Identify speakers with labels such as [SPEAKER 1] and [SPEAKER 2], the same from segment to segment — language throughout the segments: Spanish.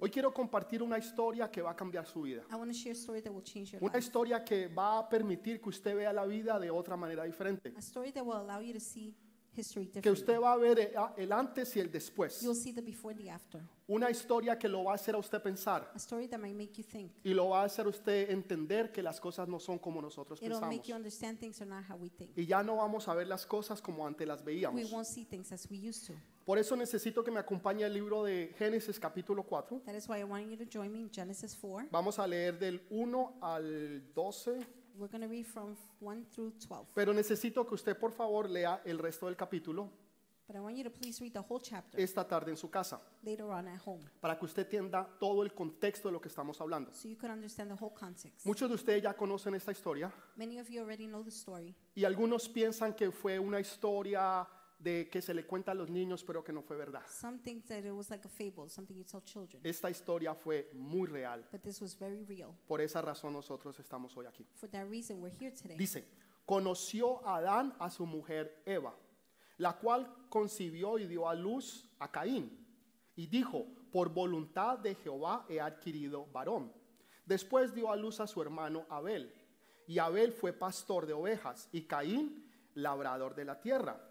[SPEAKER 1] Hoy quiero compartir una historia que va a cambiar su vida.
[SPEAKER 2] I want to share a story that will change your
[SPEAKER 1] Una
[SPEAKER 2] life.
[SPEAKER 1] historia que va a permitir que usted vea la vida de otra manera diferente.
[SPEAKER 2] A story that will allow you to see history
[SPEAKER 1] Que
[SPEAKER 2] differently.
[SPEAKER 1] usted va a ver eh, el antes y el después.
[SPEAKER 2] You'll see the before and the after.
[SPEAKER 1] Una historia que lo va a hacer a usted pensar
[SPEAKER 2] A story that might make you think.
[SPEAKER 1] y lo va a hacer a usted entender que las cosas no son como nosotros
[SPEAKER 2] It'll make
[SPEAKER 1] pensamos.
[SPEAKER 2] you understand things are not how we think.
[SPEAKER 1] Y ya no vamos a ver las cosas como antes las
[SPEAKER 2] We
[SPEAKER 1] veíamos.
[SPEAKER 2] won't see things as we used to.
[SPEAKER 1] Por eso necesito que me acompañe el libro de Génesis capítulo 4.
[SPEAKER 2] That is why I want you to join me in Genesis 4.
[SPEAKER 1] Vamos a leer del 1 al 12,
[SPEAKER 2] We're going to read from 1 through 12.
[SPEAKER 1] pero necesito que usted por favor lea el resto del capítulo
[SPEAKER 2] But I want you to please read the whole chapter
[SPEAKER 1] esta tarde en su casa,
[SPEAKER 2] later on at home
[SPEAKER 1] para que usted entienda todo el contexto de lo que estamos hablando.
[SPEAKER 2] so you can understand the whole context.
[SPEAKER 1] Muchos de ustedes ya conocen esta historia
[SPEAKER 2] Many of you already know the story.
[SPEAKER 1] y algunos piensan que fue una historia de que se le cuenta a los niños, pero que no fue verdad.
[SPEAKER 2] Some think that it was like a fable, something you tell children.
[SPEAKER 1] Esta historia fue muy real.
[SPEAKER 2] But this was very real.
[SPEAKER 1] Por esa razón nosotros estamos hoy aquí.
[SPEAKER 2] For that reason, we're here today.
[SPEAKER 1] Dice, conoció Adán a su mujer Eva, la cual concibió y dio a luz a Caín. Y dijo, por voluntad de Jehová he adquirido varón. Después dio a luz a su hermano Abel. Y Abel fue pastor de ovejas y Caín labrador de la tierra.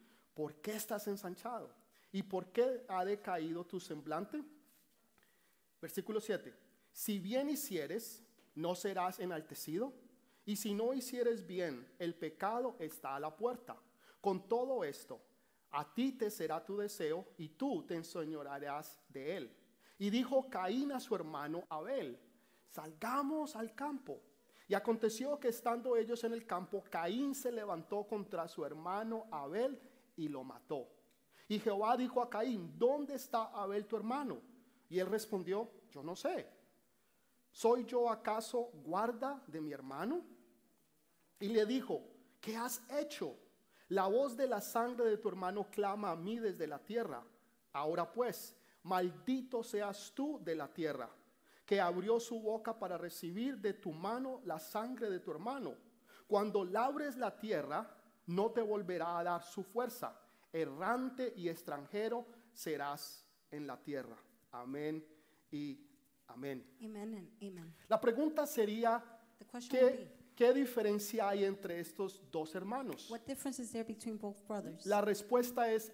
[SPEAKER 1] ¿por qué estás ensanchado? ¿Y por qué ha decaído tu semblante? Versículo 7. Si bien hicieres, no serás enaltecido. Y si no hicieres bien, el pecado está a la puerta. Con todo esto, a ti te será tu deseo y tú te enseñorearás de él. Y dijo Caín a su hermano Abel, salgamos al campo. Y aconteció que estando ellos en el campo, Caín se levantó contra su hermano Abel y lo mató. Y Jehová dijo a Caín, ¿dónde está Abel tu hermano? Y él respondió, yo no sé. ¿Soy yo acaso guarda de mi hermano? Y le dijo, ¿qué has hecho? La voz de la sangre de tu hermano clama a mí desde la tierra. Ahora pues, maldito seas tú de la tierra, que abrió su boca para recibir de tu mano la sangre de tu hermano. Cuando labres la tierra, no te volverá a dar su fuerza. Errante y extranjero serás en la tierra. Amén y amén.
[SPEAKER 2] Amen and amen.
[SPEAKER 1] La pregunta sería,
[SPEAKER 2] The question would be
[SPEAKER 1] ¿qué, qué diferencia hay entre estos dos hermanos?
[SPEAKER 2] what difference is there between both brothers?
[SPEAKER 1] La respuesta es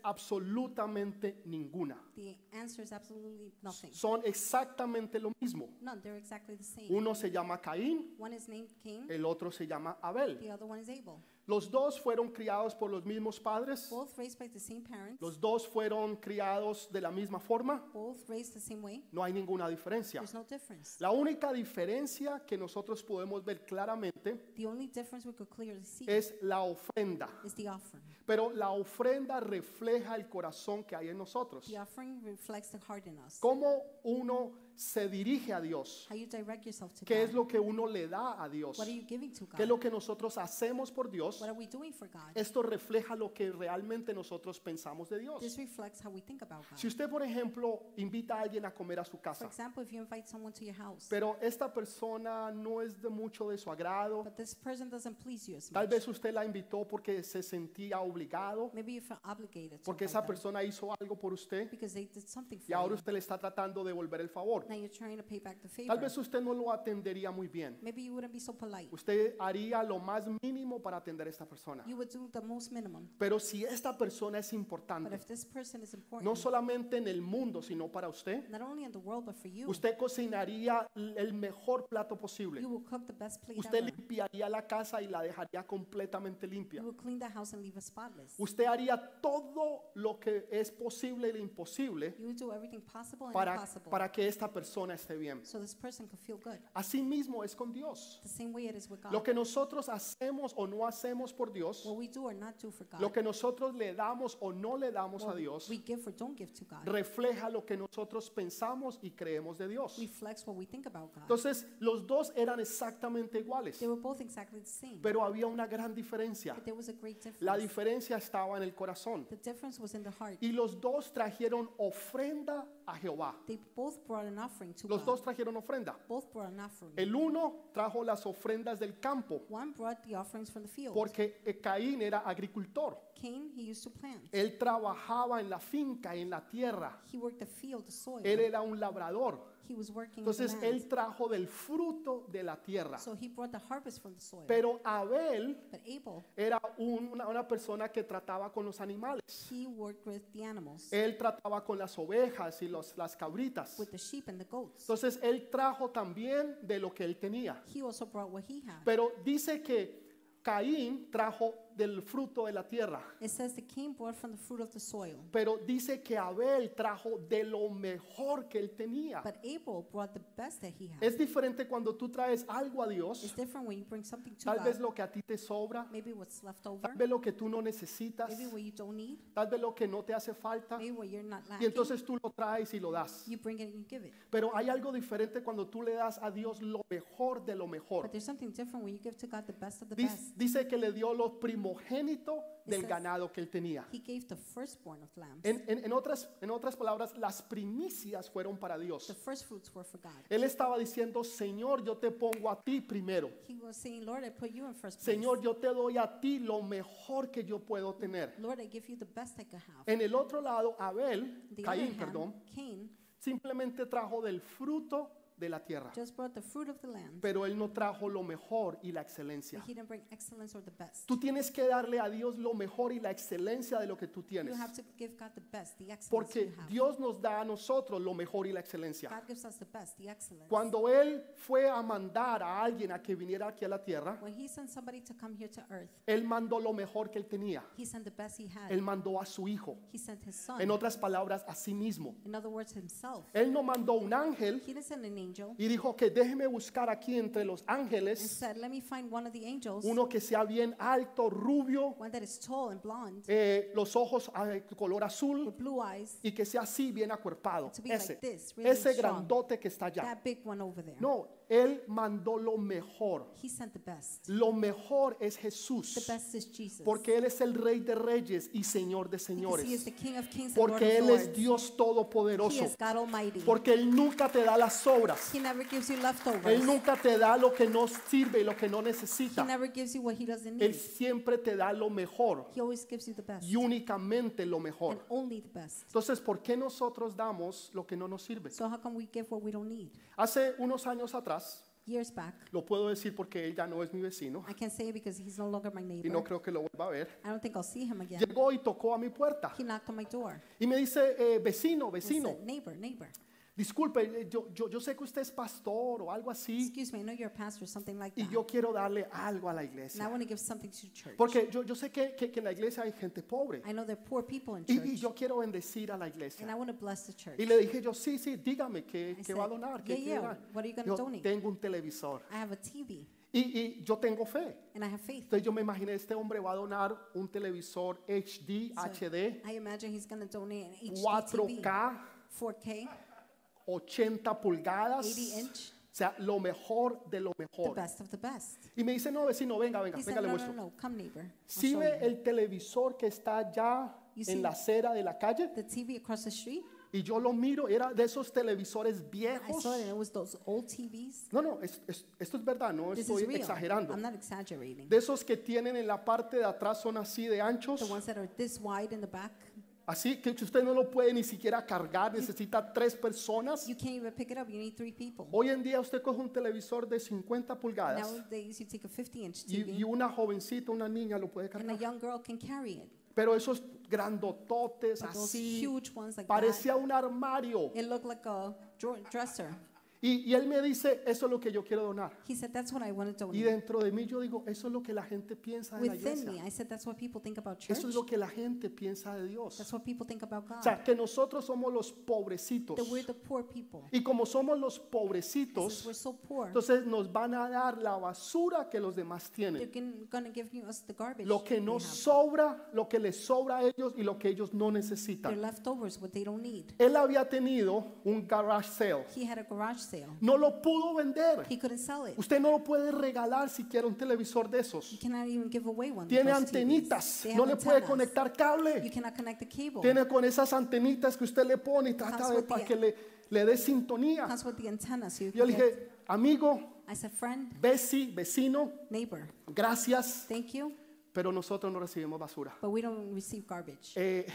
[SPEAKER 1] absolutamente ninguna.
[SPEAKER 2] The answer is absolutely nothing.
[SPEAKER 1] Son exactamente lo mismo.
[SPEAKER 2] None, they're exactly the same.
[SPEAKER 1] Uno se llama Caín,
[SPEAKER 2] One is named Cain,
[SPEAKER 1] el otro se llama
[SPEAKER 2] the
[SPEAKER 1] Abel.
[SPEAKER 2] other one is Abel.
[SPEAKER 1] Los dos fueron criados por los mismos padres.
[SPEAKER 2] Both raised by the same parents,
[SPEAKER 1] Los dos fueron criados de la misma forma.
[SPEAKER 2] both raised the same way.
[SPEAKER 1] No hay ninguna diferencia.
[SPEAKER 2] There's no difference.
[SPEAKER 1] La única diferencia que nosotros podemos ver claramente
[SPEAKER 2] The only difference we could clearly see
[SPEAKER 1] es la ofrenda.
[SPEAKER 2] is the offering.
[SPEAKER 1] Pero la ofrenda refleja el corazón que hay en nosotros.
[SPEAKER 2] The offering reflects the heart in us,
[SPEAKER 1] Cómo uno se dirige a Dios.
[SPEAKER 2] how you direct yourself to
[SPEAKER 1] ¿Qué es
[SPEAKER 2] God.
[SPEAKER 1] lo que uno le da a Dios?
[SPEAKER 2] What are you giving to
[SPEAKER 1] ¿Qué es
[SPEAKER 2] God?
[SPEAKER 1] lo que nosotros hacemos por Dios?
[SPEAKER 2] What are we doing for God?
[SPEAKER 1] Esto refleja lo que realmente nosotros pensamos de Dios.
[SPEAKER 2] This reflects how we think about
[SPEAKER 1] Si
[SPEAKER 2] God.
[SPEAKER 1] usted, por ejemplo, invita a alguien a comer a su
[SPEAKER 2] For
[SPEAKER 1] casa,
[SPEAKER 2] example, if you invite someone to your house,
[SPEAKER 1] pero esta persona no es de mucho de su agrado,
[SPEAKER 2] but this person doesn't please you as
[SPEAKER 1] tal
[SPEAKER 2] much,
[SPEAKER 1] vez usted la invitó porque se sentía obligado,
[SPEAKER 2] maybe you feel obligated to
[SPEAKER 1] porque
[SPEAKER 2] invite
[SPEAKER 1] esa
[SPEAKER 2] them
[SPEAKER 1] persona hizo algo por usted
[SPEAKER 2] because they did something for
[SPEAKER 1] y ahora
[SPEAKER 2] you.
[SPEAKER 1] usted le está tratando de devolver el favor.
[SPEAKER 2] Now you're trying to pay back the
[SPEAKER 1] Tal
[SPEAKER 2] favor.
[SPEAKER 1] vez usted no lo atendería muy bien.
[SPEAKER 2] Maybe you wouldn't be so polite.
[SPEAKER 1] Usted haría lo más mínimo para atender a esta persona.
[SPEAKER 2] You would do the most minimum.
[SPEAKER 1] Pero si esta persona es
[SPEAKER 2] But
[SPEAKER 1] importante,
[SPEAKER 2] if this person is
[SPEAKER 1] no
[SPEAKER 2] important,
[SPEAKER 1] solamente en el mundo, sino para usted,
[SPEAKER 2] not only in the world, but for you,
[SPEAKER 1] usted cocinaría l- el mejor plato posible.
[SPEAKER 2] you will cook the best plate
[SPEAKER 1] Usted
[SPEAKER 2] ever.
[SPEAKER 1] limpiaría la casa y la dejaría completamente limpia.
[SPEAKER 2] You will clean the house and leave it spotless.
[SPEAKER 1] Usted haría todo lo que es posible e imposible
[SPEAKER 2] You will do everything possible and
[SPEAKER 1] para,
[SPEAKER 2] impossible
[SPEAKER 1] para que esta persona esté bien.
[SPEAKER 2] So this person can feel good.
[SPEAKER 1] Asimismo es con Dios.
[SPEAKER 2] The same way it is with God.
[SPEAKER 1] Lo que nosotros hacemos o no hacemos por Dios,
[SPEAKER 2] what we do or not do for God.
[SPEAKER 1] lo que nosotros le damos o no le damos a
[SPEAKER 2] what
[SPEAKER 1] Dios,
[SPEAKER 2] we give or don't give to God.
[SPEAKER 1] refleja lo que nosotros pensamos y creemos de Dios.
[SPEAKER 2] reflects what we think about God.
[SPEAKER 1] Entonces, los dos eran exactamente iguales,
[SPEAKER 2] they were both exactly the same.
[SPEAKER 1] pero había una gran diferencia.
[SPEAKER 2] but there was a great difference.
[SPEAKER 1] La diferencia estaba en el corazón.
[SPEAKER 2] the difference was in the heart.
[SPEAKER 1] Y los dos trajeron ofrenda a Jehová.
[SPEAKER 2] they both brought an offering to
[SPEAKER 1] Los
[SPEAKER 2] God.
[SPEAKER 1] dos trajeron ofrenda.
[SPEAKER 2] both brought an offering.
[SPEAKER 1] El uno trajo las ofrendas del campo,
[SPEAKER 2] One brought the offerings from the field.
[SPEAKER 1] porque eh, Caín era agricultor.
[SPEAKER 2] Cain, he used to plant.
[SPEAKER 1] Él trabajaba en la finca, en la tierra.
[SPEAKER 2] he worked the field, the soil.
[SPEAKER 1] Él era un labrador.
[SPEAKER 2] he was working
[SPEAKER 1] Entonces
[SPEAKER 2] the land.
[SPEAKER 1] él trajo del fruto de la tierra.
[SPEAKER 2] so he brought the harvest from the soil.
[SPEAKER 1] Pero Abel
[SPEAKER 2] but Abel,
[SPEAKER 1] era un- una, una persona que trataba con los animales.
[SPEAKER 2] he worked with the animals,
[SPEAKER 1] Él trataba con las ovejas y los- las cabritas.
[SPEAKER 2] with the sheep and the goats.
[SPEAKER 1] Entonces él trajo también de lo que él tenía.
[SPEAKER 2] he also brought what he had.
[SPEAKER 1] Pero dice que Caín trajo del fruto de la tierra.
[SPEAKER 2] it says that Cain brought from the fruit of the soil.
[SPEAKER 1] Pero dice que Abel trajo de lo mejor que él tenía.
[SPEAKER 2] But Abel brought the best that he had.
[SPEAKER 1] Es diferente cuando tú traes algo a
[SPEAKER 2] It's
[SPEAKER 1] Dios,
[SPEAKER 2] different when you bring something to
[SPEAKER 1] tal
[SPEAKER 2] God.
[SPEAKER 1] vez lo que a ti te sobra,
[SPEAKER 2] maybe what's left over,
[SPEAKER 1] tal vez lo que tú no necesitas,
[SPEAKER 2] maybe what you don't need,
[SPEAKER 1] tal vez lo que no te hace falta,
[SPEAKER 2] maybe what you're not
[SPEAKER 1] Ah. y
[SPEAKER 2] lacking.
[SPEAKER 1] entonces tú lo traes y lo das.
[SPEAKER 2] you bring it and you give it.
[SPEAKER 1] Pero hay algo diferente cuando tú le das a Dios lo mejor de lo mejor.
[SPEAKER 2] But there's something different when you give to God the best of the
[SPEAKER 1] Dis-
[SPEAKER 2] best.
[SPEAKER 1] Dice que le dio lo primogénito del
[SPEAKER 2] says-
[SPEAKER 1] ganado que él tenía.
[SPEAKER 2] He gave the firstborn of lambs.
[SPEAKER 1] En, en- en otras, en otras palabras, las primicias fueron para
[SPEAKER 2] the
[SPEAKER 1] Dios.
[SPEAKER 2] first fruits were for God.
[SPEAKER 1] Él estaba diciendo, Señor, yo te pongo a ti primero.
[SPEAKER 2] He was saying, Lord, I put you in first place.
[SPEAKER 1] Señor, yo te doy a ti lo mejor que yo puedo tener.
[SPEAKER 2] Lord, I give you the best I could have.
[SPEAKER 1] En el otro lado, Abel,
[SPEAKER 2] On the other
[SPEAKER 1] Caín,
[SPEAKER 2] hand,
[SPEAKER 1] perdón,
[SPEAKER 2] Cain
[SPEAKER 1] simplemente trajo del fruto de la tierra,
[SPEAKER 2] just brought the fruit of the land,
[SPEAKER 1] pero él no trajo lo mejor y la
[SPEAKER 2] but
[SPEAKER 1] excelencia.
[SPEAKER 2] he didn't bring excellence or the best.
[SPEAKER 1] Tú tienes que darle a Dios lo mejor y la excelencia de lo que tú
[SPEAKER 2] You
[SPEAKER 1] tienes,
[SPEAKER 2] have to give God the best, the excellence
[SPEAKER 1] porque
[SPEAKER 2] you have.
[SPEAKER 1] Dios nos da a nosotros lo mejor y la excelencia.
[SPEAKER 2] God gives us the best, the excellence.
[SPEAKER 1] Cuando él fue a mandar a alguien a que viniera aquí a la tierra,
[SPEAKER 2] when he sent somebody to come here to earth,
[SPEAKER 1] él mandó lo mejor que él tenía.
[SPEAKER 2] He sent the best he had.
[SPEAKER 1] Él mandó a su hijo.
[SPEAKER 2] he sent his son.
[SPEAKER 1] En otras palabras, a sí mismo.
[SPEAKER 2] In other words, himself.
[SPEAKER 1] Él no mandó un ángel
[SPEAKER 2] He didn't send an angel
[SPEAKER 1] y dijo que déjeme buscar aquí entre los
[SPEAKER 2] and
[SPEAKER 1] ángeles
[SPEAKER 2] said, Let me find one of the angels,
[SPEAKER 1] uno que sea bien alto, rubio,
[SPEAKER 2] one that is tall and blonde,
[SPEAKER 1] eh, los ojos ah, de color azul
[SPEAKER 2] with blue eyes,
[SPEAKER 1] y que sea así bien acuerpado.
[SPEAKER 2] To be like
[SPEAKER 1] Ese,
[SPEAKER 2] this, really
[SPEAKER 1] ese
[SPEAKER 2] strong.
[SPEAKER 1] grandote que está allá.
[SPEAKER 2] that big one over there.
[SPEAKER 1] No, él mandó lo mejor.
[SPEAKER 2] He sent the best.
[SPEAKER 1] Lo mejor es
[SPEAKER 2] The
[SPEAKER 1] Jesús,
[SPEAKER 2] best is Jesus.
[SPEAKER 1] porque él es el rey de reyes y señor de
[SPEAKER 2] because he is
[SPEAKER 1] señores,
[SPEAKER 2] the King of Kings and Lord
[SPEAKER 1] porque
[SPEAKER 2] of
[SPEAKER 1] él es
[SPEAKER 2] Lords.
[SPEAKER 1] Dios
[SPEAKER 2] he
[SPEAKER 1] todopoderoso,
[SPEAKER 2] is God Almighty.
[SPEAKER 1] porque él nunca te da las obras,
[SPEAKER 2] he never gives you leftovers.
[SPEAKER 1] él nunca te da lo que no sirve y lo que no
[SPEAKER 2] he
[SPEAKER 1] necesita.
[SPEAKER 2] never gives you what he doesn't
[SPEAKER 1] Él
[SPEAKER 2] need.
[SPEAKER 1] siempre te da lo mejor
[SPEAKER 2] He always gives you the best
[SPEAKER 1] y únicamente lo
[SPEAKER 2] and
[SPEAKER 1] mejor.
[SPEAKER 2] only the best.
[SPEAKER 1] Entonces, ¿por qué nosotros damos lo que no nos sirve?
[SPEAKER 2] So how come we give what we don't need?
[SPEAKER 1] Hace unos años atrás,
[SPEAKER 2] Years back,
[SPEAKER 1] lo puedo decir porque él ya no es mi vecino
[SPEAKER 2] I can't say it because he's no longer my neighbor.
[SPEAKER 1] y no creo que lo vuelva a ver,
[SPEAKER 2] I don't think I'll see him again.
[SPEAKER 1] llegó y tocó a mi puerta
[SPEAKER 2] He knocked on my door.
[SPEAKER 1] y me dice, eh, vecino,
[SPEAKER 2] and said,
[SPEAKER 1] vecino,
[SPEAKER 2] neighbor, neighbor.
[SPEAKER 1] disculpe, eh, yo, yo, yo sé que usted es pastor o algo así
[SPEAKER 2] Excuse me, I know you're a pastor, something like
[SPEAKER 1] y
[SPEAKER 2] that.
[SPEAKER 1] yo quiero darle algo a la
[SPEAKER 2] and I
[SPEAKER 1] iglesia.
[SPEAKER 2] want to give something to church.
[SPEAKER 1] Porque yo, yo sé que, que- que en la iglesia hay gente pobre
[SPEAKER 2] I know there are poor people in
[SPEAKER 1] y,
[SPEAKER 2] church.
[SPEAKER 1] y yo quiero bendecir a la
[SPEAKER 2] and
[SPEAKER 1] iglesia.
[SPEAKER 2] I want to bless the church.
[SPEAKER 1] Y le dije yo, sí, sí, dígame qué,
[SPEAKER 2] I
[SPEAKER 1] qué va a
[SPEAKER 2] said,
[SPEAKER 1] donar. qué
[SPEAKER 2] "Yeah,
[SPEAKER 1] quiere
[SPEAKER 2] yeah,
[SPEAKER 1] dar".
[SPEAKER 2] what are you gonna
[SPEAKER 1] Yo
[SPEAKER 2] donate?
[SPEAKER 1] tengo un televisor
[SPEAKER 2] I have a TV
[SPEAKER 1] y, y yo tengo fe.
[SPEAKER 2] and I have faith.
[SPEAKER 1] Entonces yo me imaginé, este hombre va a donar un televisor HD,
[SPEAKER 2] So
[SPEAKER 1] HD,
[SPEAKER 2] I imagine he's going to donate an HD TV,
[SPEAKER 1] 4K,
[SPEAKER 2] 4K,
[SPEAKER 1] 80 pulgadas.
[SPEAKER 2] 80 inch,
[SPEAKER 1] O sea, lo mejor de lo
[SPEAKER 2] the
[SPEAKER 1] mejor.
[SPEAKER 2] best of the best.
[SPEAKER 1] Y me dice, no, vecino, venga, venga,
[SPEAKER 2] He
[SPEAKER 1] venga,
[SPEAKER 2] said,
[SPEAKER 1] le
[SPEAKER 2] no, no,
[SPEAKER 1] muestro.
[SPEAKER 2] no, come neighbor. I'll
[SPEAKER 1] Si
[SPEAKER 2] show
[SPEAKER 1] ve
[SPEAKER 2] you."
[SPEAKER 1] el televisor que está allá
[SPEAKER 2] You
[SPEAKER 1] en
[SPEAKER 2] see-
[SPEAKER 1] la acera de la calle
[SPEAKER 2] The TV across the street,
[SPEAKER 1] y yo lo miro, era de esos televisores
[SPEAKER 2] I
[SPEAKER 1] viejos.
[SPEAKER 2] saw it and it was those old TVs.
[SPEAKER 1] No, no, es- es- esto es verdad, no
[SPEAKER 2] This
[SPEAKER 1] estoy
[SPEAKER 2] is real.
[SPEAKER 1] exagerando.
[SPEAKER 2] I'm not exaggerating.
[SPEAKER 1] De esos que tienen en la parte de atrás son así de anchos,
[SPEAKER 2] the ones that are this wide in the back,
[SPEAKER 1] así que usted no lo puede ni siquiera cargar, necesita tres personas.
[SPEAKER 2] you can't even pick it up. You need three people.
[SPEAKER 1] Hoy en día usted coge un televisor de 50 pulgadas
[SPEAKER 2] Nowadays, you take a 50 inch
[SPEAKER 1] y,
[SPEAKER 2] TV
[SPEAKER 1] y una jovencita, una niña lo puede
[SPEAKER 2] and a
[SPEAKER 1] cargar.
[SPEAKER 2] young girl can carry it.
[SPEAKER 1] Pero esos grandototes
[SPEAKER 2] But those
[SPEAKER 1] así,
[SPEAKER 2] huge ones like that,
[SPEAKER 1] parecía un armario
[SPEAKER 2] it looked like a dra- dresser.
[SPEAKER 1] Y, y él me dice, eso es lo que yo quiero donar.
[SPEAKER 2] He said, That's what I want to
[SPEAKER 1] Y
[SPEAKER 2] donate.
[SPEAKER 1] dentro de mí yo digo, eso es lo que la gente piensa de la
[SPEAKER 2] Within me,
[SPEAKER 1] iglesia.
[SPEAKER 2] I said, That's what people think about church.
[SPEAKER 1] Eso es lo que la gente piensa de Dios.
[SPEAKER 2] That's what people think about
[SPEAKER 1] O
[SPEAKER 2] God.
[SPEAKER 1] sea, que nosotros somos los pobrecitos.
[SPEAKER 2] That we're the poor people.
[SPEAKER 1] Y como somos los
[SPEAKER 2] Since
[SPEAKER 1] pobrecitos,
[SPEAKER 2] we're so poor,
[SPEAKER 1] entonces nos van a dar la basura que los demás
[SPEAKER 2] they're
[SPEAKER 1] tienen.
[SPEAKER 2] going to give you us the garbage.
[SPEAKER 1] Lo que
[SPEAKER 2] they
[SPEAKER 1] no
[SPEAKER 2] have.
[SPEAKER 1] sobra, lo que les sobra a ellos y lo que ellos no
[SPEAKER 2] Their
[SPEAKER 1] necesitan.
[SPEAKER 2] leftovers, what they don't need.
[SPEAKER 1] Él había tenido un garage sale.
[SPEAKER 2] He had a garage sale.
[SPEAKER 1] No lo pudo vender.
[SPEAKER 2] He couldn't sell it.
[SPEAKER 1] Usted no lo puede regalar siquiera un televisor de
[SPEAKER 2] You
[SPEAKER 1] esos.
[SPEAKER 2] cannot even give away one. of
[SPEAKER 1] Tiene
[SPEAKER 2] those TVs.
[SPEAKER 1] antenitas.
[SPEAKER 2] They
[SPEAKER 1] No
[SPEAKER 2] have
[SPEAKER 1] le puede
[SPEAKER 2] antennas.
[SPEAKER 1] conectar
[SPEAKER 2] You
[SPEAKER 1] cable.
[SPEAKER 2] cannot connect the cable.
[SPEAKER 1] Tiene con esas antenitas que usted le pone y
[SPEAKER 2] Comes
[SPEAKER 1] trata de
[SPEAKER 2] with
[SPEAKER 1] para
[SPEAKER 2] the-
[SPEAKER 1] que le, le dé sintonía.
[SPEAKER 2] Comes with the antenna, so you
[SPEAKER 1] Yo
[SPEAKER 2] can
[SPEAKER 1] le
[SPEAKER 2] get.
[SPEAKER 1] dije, amigo,
[SPEAKER 2] I said, friend,
[SPEAKER 1] Bessie, vecino,
[SPEAKER 2] neighbor,
[SPEAKER 1] gracias,
[SPEAKER 2] thank you,
[SPEAKER 1] pero nosotros no recibimos basura.
[SPEAKER 2] but we don't receive garbage.
[SPEAKER 1] Eh,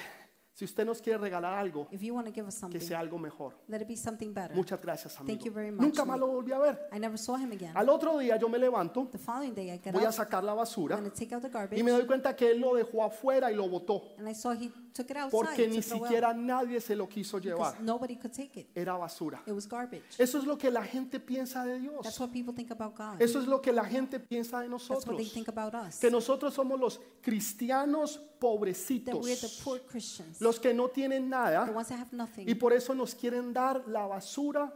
[SPEAKER 1] si usted nos quiere regalar algo,
[SPEAKER 2] If you want to give us
[SPEAKER 1] que
[SPEAKER 2] something,
[SPEAKER 1] sea algo mejor.
[SPEAKER 2] let it be something better.
[SPEAKER 1] Muchas gracias, amigo.
[SPEAKER 2] Eh, Thank you very much,
[SPEAKER 1] Nunca más lo
[SPEAKER 2] amigo.
[SPEAKER 1] volví a ver.
[SPEAKER 2] I never saw him again.
[SPEAKER 1] Al otro día yo me levanto,
[SPEAKER 2] The following day, I got
[SPEAKER 1] voy a
[SPEAKER 2] up.
[SPEAKER 1] sacar la
[SPEAKER 2] I'm
[SPEAKER 1] basura
[SPEAKER 2] going to take out the
[SPEAKER 1] y
[SPEAKER 2] garbage,
[SPEAKER 1] me doy cuenta que él lo dejó afuera y lo botó.
[SPEAKER 2] and I saw he took it outside.
[SPEAKER 1] porque ni
[SPEAKER 2] took it away,
[SPEAKER 1] siquiera nadie se lo quiso
[SPEAKER 2] because
[SPEAKER 1] llevar.
[SPEAKER 2] nobody could take it.
[SPEAKER 1] Era basura.
[SPEAKER 2] It was garbage.
[SPEAKER 1] Eso es lo que la gente piensa de
[SPEAKER 2] That's
[SPEAKER 1] Dios.
[SPEAKER 2] what people think about God.
[SPEAKER 1] Eso es lo que la gente piensa de
[SPEAKER 2] That's what they
[SPEAKER 1] nosotros.
[SPEAKER 2] think about us.
[SPEAKER 1] Que nosotros somos los cristianos
[SPEAKER 2] that we're the
[SPEAKER 1] pobrecitos,
[SPEAKER 2] poor Christians,
[SPEAKER 1] los que no tienen
[SPEAKER 2] the
[SPEAKER 1] nada
[SPEAKER 2] ones that have nothing.
[SPEAKER 1] y por eso nos quieren dar la basura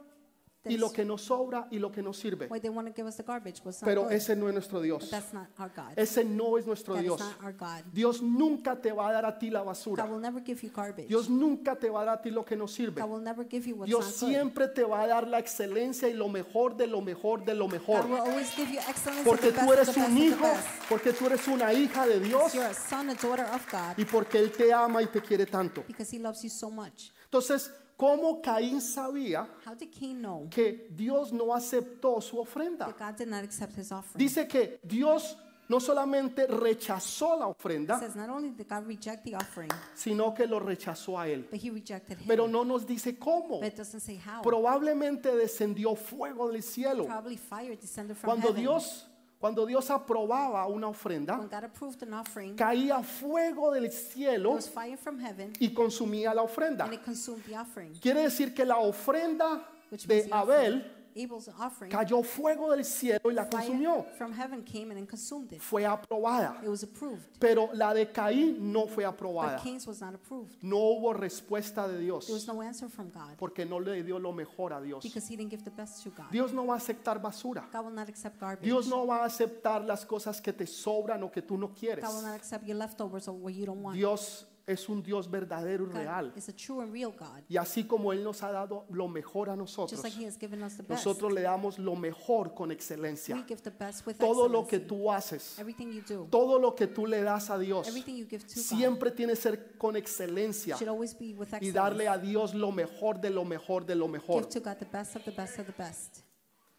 [SPEAKER 1] y lo que nos sobra y lo que nos sirve.
[SPEAKER 2] Why they want to give us the garbage? What's not
[SPEAKER 1] Pero
[SPEAKER 2] good.
[SPEAKER 1] ese no es nuestro Dios.
[SPEAKER 2] But that's not our God.
[SPEAKER 1] Ese no es nuestro
[SPEAKER 2] That is
[SPEAKER 1] Dios.
[SPEAKER 2] not our God.
[SPEAKER 1] Dios nunca te va a dar a ti la
[SPEAKER 2] God
[SPEAKER 1] basura.
[SPEAKER 2] will never give you garbage.
[SPEAKER 1] Dios nunca te va a dar a ti lo que nos sirve.
[SPEAKER 2] God will never give you what's
[SPEAKER 1] Dios
[SPEAKER 2] not good.
[SPEAKER 1] siempre te va a dar la excelencia y lo mejor de lo mejor de lo mejor.
[SPEAKER 2] God will always give you excellence
[SPEAKER 1] Porque
[SPEAKER 2] of the
[SPEAKER 1] tú
[SPEAKER 2] best, of
[SPEAKER 1] eres
[SPEAKER 2] the best,
[SPEAKER 1] un
[SPEAKER 2] of the
[SPEAKER 1] hijo,
[SPEAKER 2] best.
[SPEAKER 1] porque tú eres una hija de Dios
[SPEAKER 2] You're a son, a daughter of God
[SPEAKER 1] y porque Él te ama y te quiere tanto.
[SPEAKER 2] because he loves you so much.
[SPEAKER 1] Entonces, ¿cómo Caín sabía
[SPEAKER 2] How did Cain know
[SPEAKER 1] que Dios no aceptó su ofrenda?
[SPEAKER 2] that God did not accept his offering?
[SPEAKER 1] Dice que Dios no solamente rechazó la
[SPEAKER 2] It
[SPEAKER 1] ofrenda,
[SPEAKER 2] says not only did God reject the offering,
[SPEAKER 1] sino que lo rechazó a Él.
[SPEAKER 2] but he rejected him.
[SPEAKER 1] Pero no nos dice cómo.
[SPEAKER 2] but it doesn't say how.
[SPEAKER 1] Probablemente descendió fuego del cielo.
[SPEAKER 2] Probably fire descended from
[SPEAKER 1] Cuando
[SPEAKER 2] heaven.
[SPEAKER 1] Dios, cuando Dios aprobaba una ofrenda,
[SPEAKER 2] when God approved an offering,
[SPEAKER 1] caía fuego del
[SPEAKER 2] there
[SPEAKER 1] cielo
[SPEAKER 2] was fire from heaven
[SPEAKER 1] y consumía la ofrenda.
[SPEAKER 2] and it consumed the offering.
[SPEAKER 1] Quiere decir que la ofrenda
[SPEAKER 2] Which means
[SPEAKER 1] de
[SPEAKER 2] the offering,
[SPEAKER 1] Abel
[SPEAKER 2] Abel's offering,
[SPEAKER 1] cayó fuego del cielo y la
[SPEAKER 2] fire
[SPEAKER 1] consumió.
[SPEAKER 2] from heaven came and consumed it.
[SPEAKER 1] Fue aprobada.
[SPEAKER 2] It was approved.
[SPEAKER 1] Pero la de Caín no fue
[SPEAKER 2] But
[SPEAKER 1] aprobada.
[SPEAKER 2] Cain's was not approved.
[SPEAKER 1] No hubo respuesta de
[SPEAKER 2] There was
[SPEAKER 1] Dios
[SPEAKER 2] no answer from God
[SPEAKER 1] porque no le dio lo mejor a Dios.
[SPEAKER 2] because he didn't give the best to God.
[SPEAKER 1] Dios no va a aceptar basura.
[SPEAKER 2] God will not accept garbage.
[SPEAKER 1] Dios no va a aceptar las cosas que te sobran o que tú no quieres.
[SPEAKER 2] God will not accept your leftovers or what you don't want.
[SPEAKER 1] Dios es un Dios verdadero y
[SPEAKER 2] God
[SPEAKER 1] real.
[SPEAKER 2] is a true and real God.
[SPEAKER 1] Y así como Él nos ha dado lo mejor a nosotros,
[SPEAKER 2] Just like he has given us the best.
[SPEAKER 1] nosotros le damos lo mejor con
[SPEAKER 2] we
[SPEAKER 1] excelencia.
[SPEAKER 2] give the best with
[SPEAKER 1] Todo lo que
[SPEAKER 2] excellency.
[SPEAKER 1] tú haces,
[SPEAKER 2] Everything you do,
[SPEAKER 1] todo lo que tú le das a Dios,
[SPEAKER 2] everything you give to
[SPEAKER 1] siempre tiene que ser con excelencia
[SPEAKER 2] God should always be with
[SPEAKER 1] y
[SPEAKER 2] excellence.
[SPEAKER 1] darle a Dios lo mejor de lo mejor de lo mejor.
[SPEAKER 2] give to God the best of the best of the best.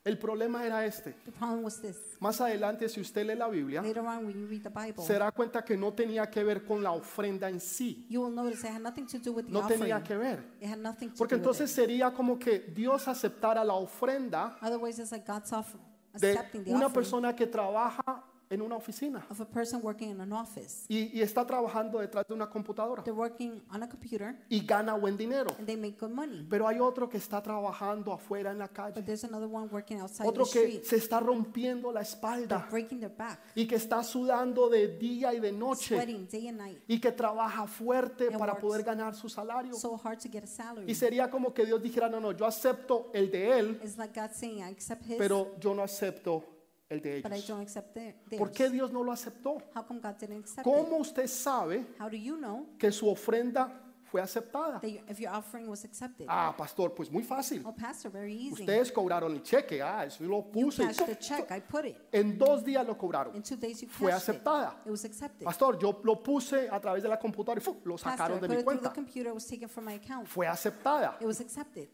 [SPEAKER 1] El problema era este.
[SPEAKER 2] The problem was this.
[SPEAKER 1] Más adelante, si usted lee la Biblia,
[SPEAKER 2] Later on when you read the Bible,
[SPEAKER 1] se dará cuenta que no tenía que ver con la ofrenda en sí.
[SPEAKER 2] you will notice it had nothing to do with the
[SPEAKER 1] No
[SPEAKER 2] offering.
[SPEAKER 1] tenía que ver.
[SPEAKER 2] It had nothing to
[SPEAKER 1] Porque
[SPEAKER 2] do with
[SPEAKER 1] entonces sería como que Dios aceptara la ofrenda
[SPEAKER 2] it. Otherwise, it's like God's offer,
[SPEAKER 1] de
[SPEAKER 2] accepting the
[SPEAKER 1] una
[SPEAKER 2] offering
[SPEAKER 1] persona que trabaja en una oficina
[SPEAKER 2] of a person working in an office.
[SPEAKER 1] y, y está trabajando detrás de una computadora
[SPEAKER 2] They're working on a computer
[SPEAKER 1] y gana buen dinero.
[SPEAKER 2] and they make good money.
[SPEAKER 1] Pero hay otro que está trabajando afuera en la calle,
[SPEAKER 2] But there's another one working outside
[SPEAKER 1] otro
[SPEAKER 2] the
[SPEAKER 1] que
[SPEAKER 2] street,
[SPEAKER 1] se está rompiendo la espalda
[SPEAKER 2] breaking their back,
[SPEAKER 1] y que está sudando de día y de noche
[SPEAKER 2] sweating day and night,
[SPEAKER 1] y que trabaja fuerte
[SPEAKER 2] It
[SPEAKER 1] para
[SPEAKER 2] works.
[SPEAKER 1] poder ganar su salario.
[SPEAKER 2] so hard to get a salary.
[SPEAKER 1] Y sería como que Dios dijera, no, no, yo acepto el de él,
[SPEAKER 2] It's like God saying, I accept his,
[SPEAKER 1] pero yo no acepto el de
[SPEAKER 2] but I
[SPEAKER 1] ellos.
[SPEAKER 2] don't accept their,
[SPEAKER 1] ¿Por
[SPEAKER 2] theirs.
[SPEAKER 1] qué Dios no lo aceptó?
[SPEAKER 2] How come God didn't accept it?
[SPEAKER 1] ¿Cómo usted sabe
[SPEAKER 2] How do you know
[SPEAKER 1] que su ofrenda fue aceptada.
[SPEAKER 2] that your, if your offering was accepted?
[SPEAKER 1] Ah, pastor, pues muy fácil.
[SPEAKER 2] oh, Pastor, very easy.
[SPEAKER 1] Ustedes cobraron el cheque, ah, eso yo lo
[SPEAKER 2] you
[SPEAKER 1] puse.
[SPEAKER 2] cashed the check. I put it.
[SPEAKER 1] En dos días lo cobraron.
[SPEAKER 2] In two days, you
[SPEAKER 1] Fue
[SPEAKER 2] cashed it.
[SPEAKER 1] aceptada.
[SPEAKER 2] It was accepted.
[SPEAKER 1] Pastor, yo lo puse a través de la computadora y ¡fu! lo
[SPEAKER 2] Pastor, I
[SPEAKER 1] sacaron de
[SPEAKER 2] put
[SPEAKER 1] mi
[SPEAKER 2] it through the
[SPEAKER 1] cuenta.
[SPEAKER 2] computer. It was taken from my account.
[SPEAKER 1] Fue aceptada.
[SPEAKER 2] It was accepted.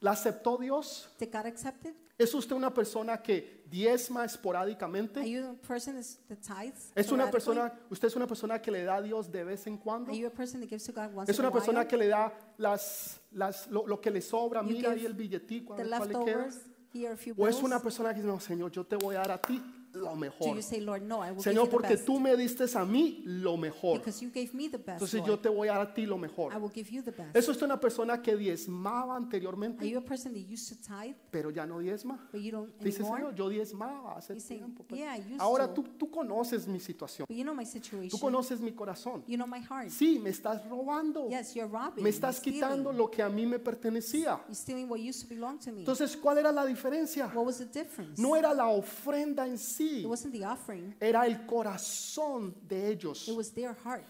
[SPEAKER 1] ¿La aceptó Dios?
[SPEAKER 2] Did God accept it?
[SPEAKER 1] ¿Es usted una persona que diezma
[SPEAKER 2] Are
[SPEAKER 1] esporádicamente?
[SPEAKER 2] you a person that's- that tithes?
[SPEAKER 1] ¿Es una
[SPEAKER 2] sporadically?
[SPEAKER 1] persona, usted es una persona que le da a Dios de vez en cuando?
[SPEAKER 2] Are you a person that gives to God once
[SPEAKER 1] ¿Es
[SPEAKER 2] in
[SPEAKER 1] una
[SPEAKER 2] a while?
[SPEAKER 1] persona que le da las, las, lo, lo que le sobra?
[SPEAKER 2] You
[SPEAKER 1] Mira
[SPEAKER 2] give
[SPEAKER 1] ahí el billetico, a
[SPEAKER 2] the
[SPEAKER 1] ver cuál le queda.
[SPEAKER 2] leftovers, here a few
[SPEAKER 1] ¿O
[SPEAKER 2] bills?
[SPEAKER 1] es una persona que dice, no, Señor, yo te voy a dar a ti lo
[SPEAKER 2] Do
[SPEAKER 1] mejor.
[SPEAKER 2] you say, Lord, no, I will
[SPEAKER 1] Señor,
[SPEAKER 2] give you the
[SPEAKER 1] porque
[SPEAKER 2] best.
[SPEAKER 1] tú me diste a mí lo mejor.
[SPEAKER 2] Because you gave me the best,
[SPEAKER 1] Entonces yo
[SPEAKER 2] Lord.
[SPEAKER 1] te voy a dar a ti lo
[SPEAKER 2] I
[SPEAKER 1] mejor.
[SPEAKER 2] will give you the best.
[SPEAKER 1] Eso es una persona que diezmaba
[SPEAKER 2] Are
[SPEAKER 1] anteriormente,
[SPEAKER 2] you a person that used to tithe,
[SPEAKER 1] pero ya no diezma.
[SPEAKER 2] but you don't
[SPEAKER 1] Dice,
[SPEAKER 2] anymore?
[SPEAKER 1] Señor, yo diezmaba hace
[SPEAKER 2] You say,
[SPEAKER 1] tiempo. pero
[SPEAKER 2] "Yeah, I used
[SPEAKER 1] Ahora
[SPEAKER 2] to."
[SPEAKER 1] tú, tú conoces mi situación.
[SPEAKER 2] But you know my situation.
[SPEAKER 1] Tú conoces mi corazón.
[SPEAKER 2] You know my heart.
[SPEAKER 1] Sí, me estás robando.
[SPEAKER 2] Yes, you're robbing.
[SPEAKER 1] Me estás
[SPEAKER 2] you're stealing.
[SPEAKER 1] quitando lo que a mí me pertenecía.
[SPEAKER 2] You're stealing what used to belong to me.
[SPEAKER 1] Entonces, ¿cuál era la diferencia?
[SPEAKER 2] what was the difference?
[SPEAKER 1] No era la ofrenda en sí,
[SPEAKER 2] it wasn't the offering.
[SPEAKER 1] era el corazón de ellos.
[SPEAKER 2] It was their heart.